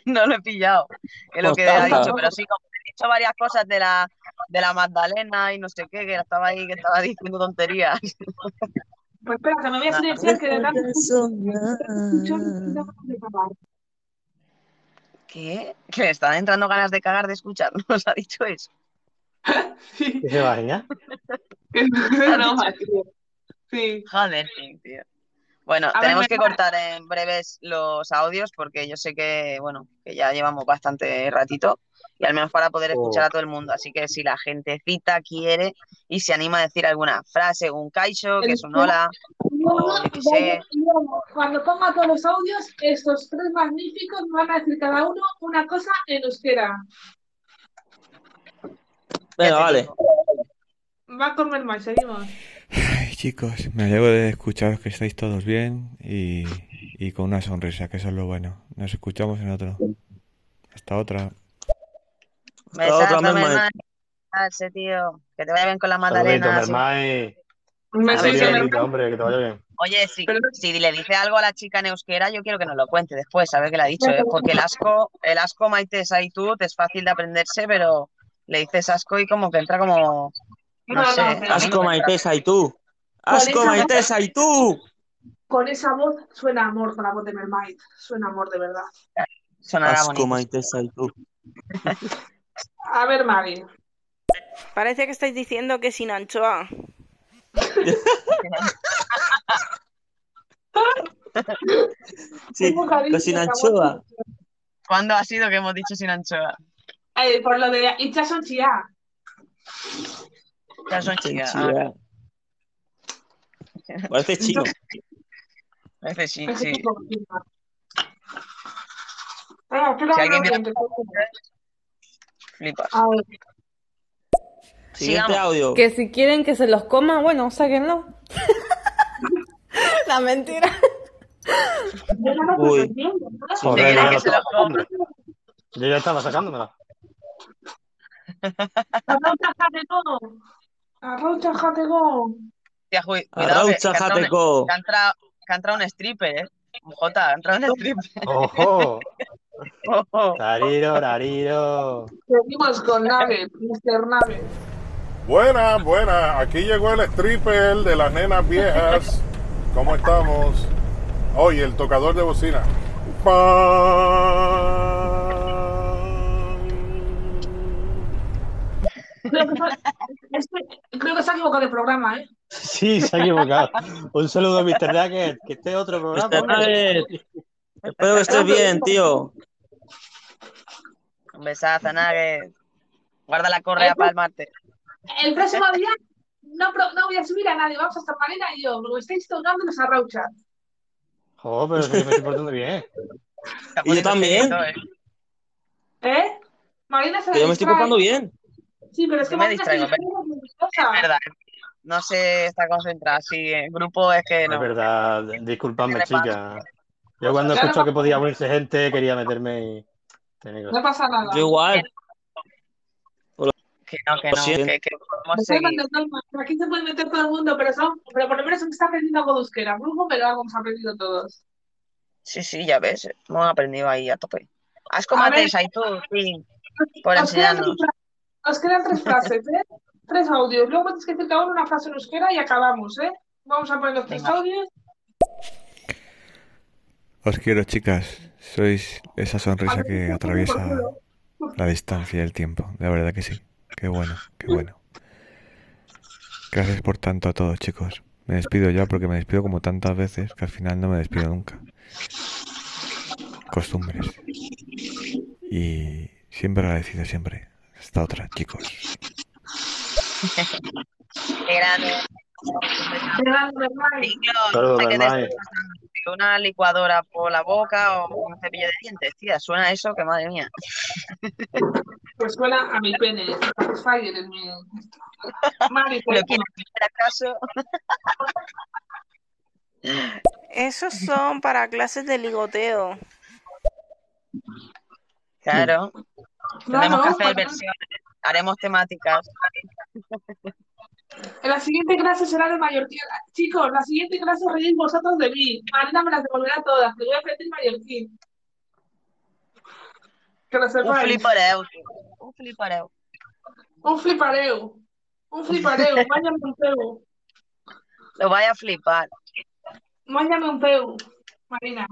S2: No lo he pillado. Es lo que ha
S6: Mostaza.
S2: dicho, pero sí, como he dicho varias cosas de la, de la Magdalena y no sé qué, que estaba ahí, que estaba diciendo tonterías.
S1: Pues espera, que me voy a salir, tío, que de tanto escucho, no me voy a acabar.
S2: ¿Qué? Que le están entrando ganas de cagar de escucharnos, ha dicho eso.
S8: ¿Qué se va, niña?
S2: Claro.
S1: Sí.
S2: Joder, tío, tío. Bueno,
S1: A ver,
S2: tenemos
S1: me
S2: que
S1: pasa.
S2: cortar en breves los audios porque yo sé que, bueno, que ya llevamos bastante ratito y al menos para poder escuchar
S9: Oh.
S2: a todo el mundo. Así que si la gentecita quiere y se anima a decir alguna frase, un caixo, que es un hola, o yo qué sé.
S1: Cuando ponga todos los audios, estos tres magníficos me van a decir cada uno una cosa en euskera.
S9: Venga, vale.
S1: Va a comer más, seguimos.
S6: Ay, chicos, me alegro de escucharos que estáis todos bien y, y con una sonrisa, que eso es lo bueno. Nos escuchamos en otro. Hasta otra.
S9: Hasta otra,
S2: Besazo,
S9: mermaid.
S2: mermaid. Besazo, tío. Que te vaya bien con la
S8: Saludito,
S2: Magdalena. sí.
S8: Mermay.
S2: Me
S8: Gloria
S2: soy yo,
S8: bendita,
S2: Mermay.
S8: hombre, que te vaya bien.
S2: Oye, si, si le dice algo a la chica en euskera, yo quiero que nos lo cuente después, a ver qué le ha dicho, ¿eh? Porque el asco, el asco, Maite, Saitut, es fácil de aprenderse, pero le dices asco y como que entra como, no sé, a mí no
S9: Asco
S2: me
S9: maitesa y tú.
S1: Por
S9: Asco
S1: esa
S9: maitesa y tú.
S1: Con esa voz suena amor, con la voz de Mermaid. Suena amor de verdad.
S2: Sonará
S9: Asco
S2: bonito.
S9: maitesa y tú.
S1: A ver, Mari.
S3: Parece que estáis diciendo que sin anchoa.
S9: Sí, que sin anchoa.
S2: ¿Cuándo ha sido que hemos dicho sin anchoa?
S1: Eh, por lo de Itchason Chia.
S2: Ya son chicas.
S9: Chía. Parece este chino.
S2: Parece sí,
S1: Eso
S2: sí.
S1: es lo que piensa. Venga, espera
S2: Si
S1: un
S2: alguien
S1: momento.
S2: Flipas.
S1: A ver.
S9: Siguiente audio.
S14: Que si quieren que se los coma, bueno, sáquenlo. La mentira.
S1: Yo no lo
S9: Uy.
S1: entiendo, ¿no?
S8: Joder,
S1: Sí, que
S8: yo ya lo
S1: se
S8: estaba
S1: lo
S8: sacando. Yo ya estaba sacándomela.
S1: Arraucha jateko. Arraucha jateko.
S2: Tía, ju- cuidado que, que
S9: Arraucha,
S2: ha entrado un-
S9: jateco.
S2: que ha entrado- que ha entrado un stripper, ¿eh? Un Jota, ha entrado un stripper.
S8: Ojo,
S2: Ojo.
S8: tariro, tariro.
S1: Seguimos con Nave, Mr. Nave.
S16: Buena, buena. Aquí llegó el stripper de las nenas viejas. ¿Cómo estamos? Oye, el tocador de bocina.
S1: Creo que, este- creo que se ha equivocado de programa, ¿eh?
S8: Sí, se ha equivocado. Un saludo, Mr. Nugget, que este es otro
S9: Mr.
S8: programa.
S9: Nugget, Espero que estés bien, tío.
S2: Un besazo, Nugget. Guarda la correa para el martes.
S1: El próximo día no, pro- no voy a subir a nadie, vamos hasta Marina y yo, porque me estáis tocando y nos arrauchan.
S8: Joder, pero sí me estoy portando bien.
S9: Y
S2: pues,
S9: yo también,
S1: ¿Eh? Marina se
S9: que yo me estoy
S1: distrae.
S9: portando bien.
S1: Sí, pero es que
S2: Yo me
S1: Marina se
S2: distraigo,
S1: distrae con mis cosas.
S2: verdad. No se está concentrada. Sí, en grupo es que
S8: Es
S2: no.
S8: verdad, disculpadme,
S2: ¿Qué le pasa?
S8: chica. Yo cuando
S2: Claro,
S8: escucho que podía unirse gente, quería meterme y... tener que-
S1: No pasa nada.
S9: Yo igual.
S2: Que no, que no, que, que podemos
S1: Estoy
S2: seguir.
S1: dando calma. Aquí se puede meter todo el mundo, pero, son, pero por lo menos se está aprendiendo algo de euskera. Brujo, pero algo hemos aprendido todos.
S2: Sí, sí, ya ves. Hemos aprendido ahí a tope. Asco
S1: A ver.
S2: mates ahí tú, sí. Por
S1: Os quedan
S2: enseñarnos.
S1: tres fra- Os quedan tres frases, ¿eh? Tres audios. Luego tienes que decir cada uno una frase en euskera y acabamos, ¿eh? Vamos a poner los tres audios.
S6: Os quiero, chicas. Sois esa sonrisa que atraviesa la distancia y el tiempo. La verdad que sí. Qué bueno, qué bueno. Gracias por tanto a todos, chicos. Me despido ya porque me despido como tantas veces que al final no me despido nunca. Costumbres. Y siempre agradecido, siempre. Hasta otra, chicos.
S2: Qué grande.
S6: Saludos,
S2: Hay que
S6: Bermay.
S2: tener una licuadora por la boca o un cepillo de dientes, tía. Suena eso que madre mía.
S1: Pues suena a mi pene. Satisfyer es mi. Mari,
S2: Lo
S1: pues,
S2: quieres hacer acaso.
S3: Esos son para clases de ligoteo.
S2: Claro.
S1: Claro,
S2: Tenemos que hacer
S1: para-
S2: versiones. Haremos temáticas.
S1: La siguiente clase será de mallorquín. Chicos, la siguiente clase os reír vosotros de mí. Marina me las devolverá todas. Le voy a pedir mallorquín. Que lo
S2: Un
S1: sepáis.
S2: flipareu, tío. Un flipareu.
S1: Un flipareu. Un flipareu. Máñame un peu.
S2: Lo vaya a flipar.
S1: Máñame un peu. Marina.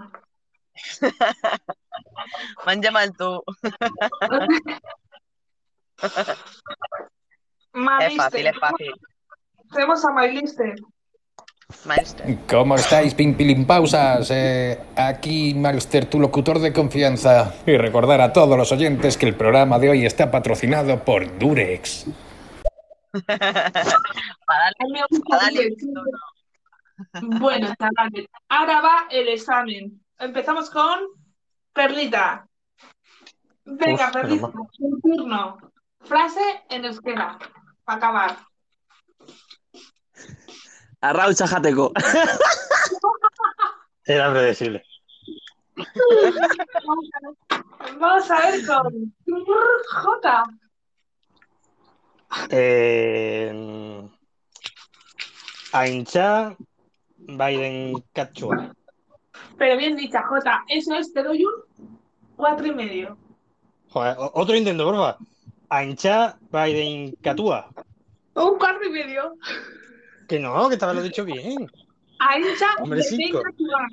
S2: Manja mal tú.
S1: Mailiste. Ah,
S2: Es fácil, es fácil.
S1: Tenemos a Mailiste.
S2: Maestro.
S9: Mm.
S17: ¿Cómo estáis, Pim Pilim Pausas? Eh, aquí, Master, tu locutor de confianza. Y recordar a todos los oyentes que el programa de hoy está patrocinado por Durex.
S2: Para
S1: darle, para darle Bueno, chavales, ahora va el examen. Empezamos con Perlita. Venga,
S8: Uf, pero
S1: Perlita, tu turno. Frase en euskera, para acabar.
S9: Arraucha jateco.
S8: Era predecible.
S1: Vamos a ver con J.
S8: Eh, Aincha Biden Cachua.
S1: Pero bien dicha, J. Eso es, te doy un cuatro y medio.
S8: Joder, o- otro intento, por favor. Aincha Biden Catua.
S1: Un cuatro y medio.
S8: Que no, que estaba lo dicho bien.
S1: A hincha
S8: Hombre,
S1: de
S8: cinco.
S1: Peña Cubana.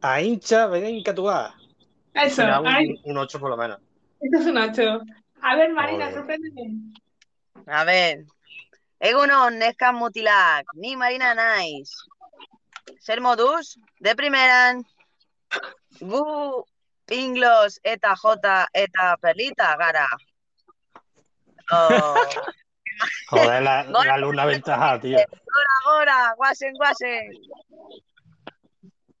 S8: Aincha Biden Catua.
S1: Eso,
S8: Será
S1: ahí.
S8: un, un 8 por lo menos.
S1: Esto es un ocho. A ver, Marina,
S8: Joder.
S1: sorpréndeme.
S2: A ver. Egunon, neskan mutilak, ni marina naiz. Zer moduz, deprimeran, gu pinglos eta jota eta perlita gara. Oh,
S8: Joder, la, la alumna aventajada, tío.
S2: gora, gora, guasen, guasen.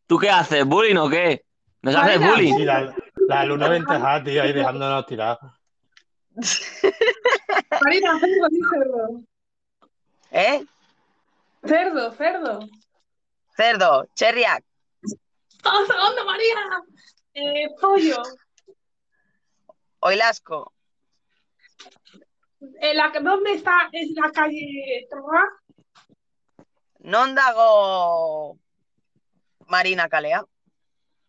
S9: ¿Tú qué haces? ¿Bullying o qué? ¿Nos haces
S2: Vaya.
S9: bullying?
S8: Sí, la, la alumna aventajada, tío, ahí dejándonos tirados.
S1: Marina, cerdo, di cerdo.
S2: ¿Eh?
S1: Cerdo, cerdo.
S2: Cerdo, txerriak,
S1: ¡Vamos a onda, María! Eh, pollo.
S2: oilasko,
S1: Eh, la- ¿Dónde está? Es la calle Torra.
S2: non dago marina kalea.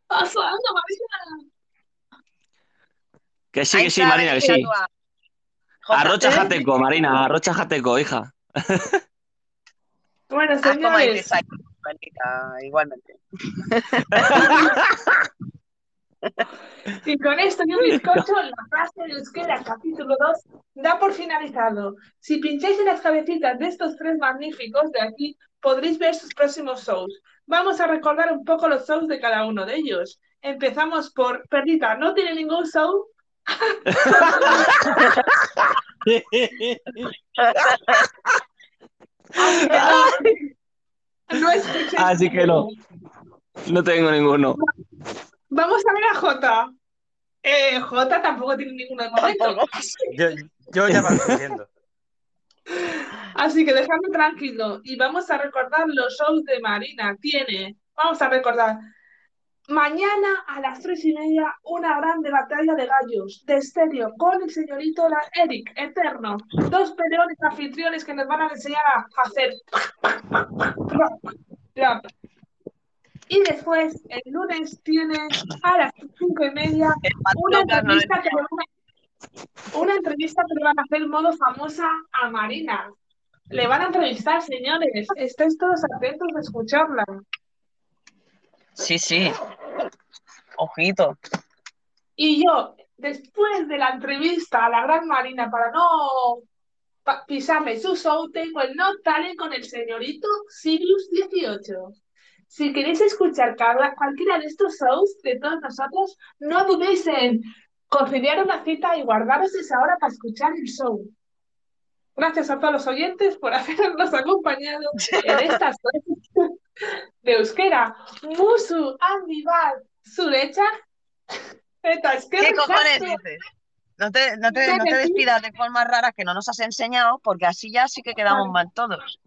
S1: ¡Vamos a onda, María!
S9: Que sí, que sí, Marina,
S2: eh,
S9: que sí. Arrocha jateco, Marina, arrocha jateco, hija.
S1: Bueno,
S9: Ah,
S2: señores.
S1: señores.
S2: Igualmente.
S1: Y con esto y un bizcocho, la frase de euskera, capítulo 2, da por finalizado. Si pincháis en las cabecitas de estos tres magníficos de aquí, podréis ver sus próximos shows. Vamos a recordar un poco los shows de cada uno de ellos. Empezamos por Perlita, ¿no tiene ningún show? No escuché.
S9: Así que no. No tengo ninguno.
S1: Vamos a ver a Jota. Eh, Jota tampoco tiene ninguno de momento.
S18: Yo, yo ya van subiendo.
S1: Así que dejadme tranquilo y vamos a recordar los shows de Marina. Tiene, vamos a recordar. Mañana a las tres y media, una grande batalla de gallos de estéreo con el señorito la- Eric Eterno. Dos peleones anfitriones que nos van a enseñar a hacer. rap. Y después, el lunes, tiene a las cinco y media una
S2: Carlos, no
S1: entrevista que le van a- una entrevista que le van a hacer en modo famosa a Marina. Le van a entrevistar, señores. Estáis todos atentos a escucharla.
S2: Sí, sí. Ojito.
S1: Y yo, después de la entrevista a la gran Marina, para no pa- pisarle su show, tengo el No Talent con el señorito Sirius 18. Si queréis escuchar cada- cualquiera de estos shows de todos nosotros, no dudéis en conciliar una cita y guardaros esa hora para escuchar el show. Gracias a todos los oyentes por habernos acompañado en estas horas de euskera. Musu, handi bat, zuretzat, Eta
S2: ¿Qué
S1: eskerrik
S2: cojones
S1: asko.
S2: dices? No te, no te- no te despidas de formas raras que no nos has enseñado, porque así ya sí que quedamos mal todos.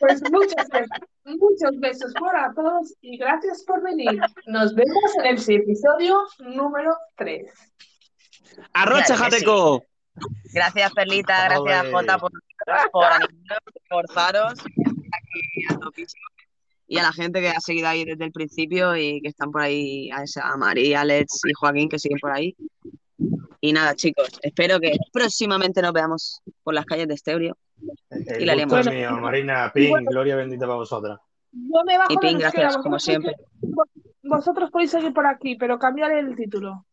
S1: Pues muchos besos, muchos besos para todos y gracias por venir. Nos vemos en el episodio número 3.
S9: ¡Arrocha,
S2: Claro que sí.
S9: Jateco!
S2: Gracias, Perlita, gracias,
S9: Ole.
S2: Jota, por, por animaros, por forzaros aquí a topísimo. y a la gente que ha seguido ahí desde el principio y que están por ahí, a, esa, a María, Alex y Joaquín que siguen por ahí. Y nada, chicos, espero que próximamente nos veamos por las calles de Esteurio.
S8: El
S2: Y la
S8: gusto
S2: leemos.
S8: es mío, Marina, Pin, gloria bendita para vosotras.
S1: Yo me bajo
S2: Y Pin,
S1: del euskera,
S2: gracias,
S1: vosotros
S2: como siempre.
S1: podéis- vos- Vosotros podéis seguir por aquí, pero cambiar el título.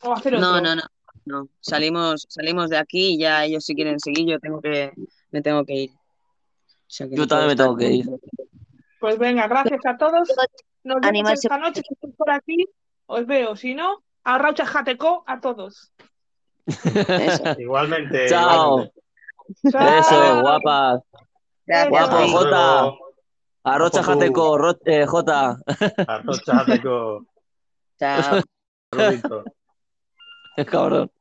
S1: O hacer otro.
S2: No, no, no, no. Salimos, salimos de aquí y ya ellos si quieren seguir, yo tengo que, me tengo que ir.
S9: Yo también me tengo que ir.
S1: Pues venga, gracias a todos. Nos vemos
S2: Animarse.
S1: esta noche si estáis por aquí. Os veo. Si no, arraucha jateco a todos.
S8: Igualmente.
S9: Chao.
S8: igualmente.
S1: Ah.
S9: Eso es, guapas.
S8: Gracias,
S9: Guapo,
S8: Luis.
S2: tota.
S9: Jota. Arrocha, Jateco, ro- eh, Jota.
S8: Arrocha, Jateco.
S2: Chao.
S8: Saludito.
S9: Cabrón.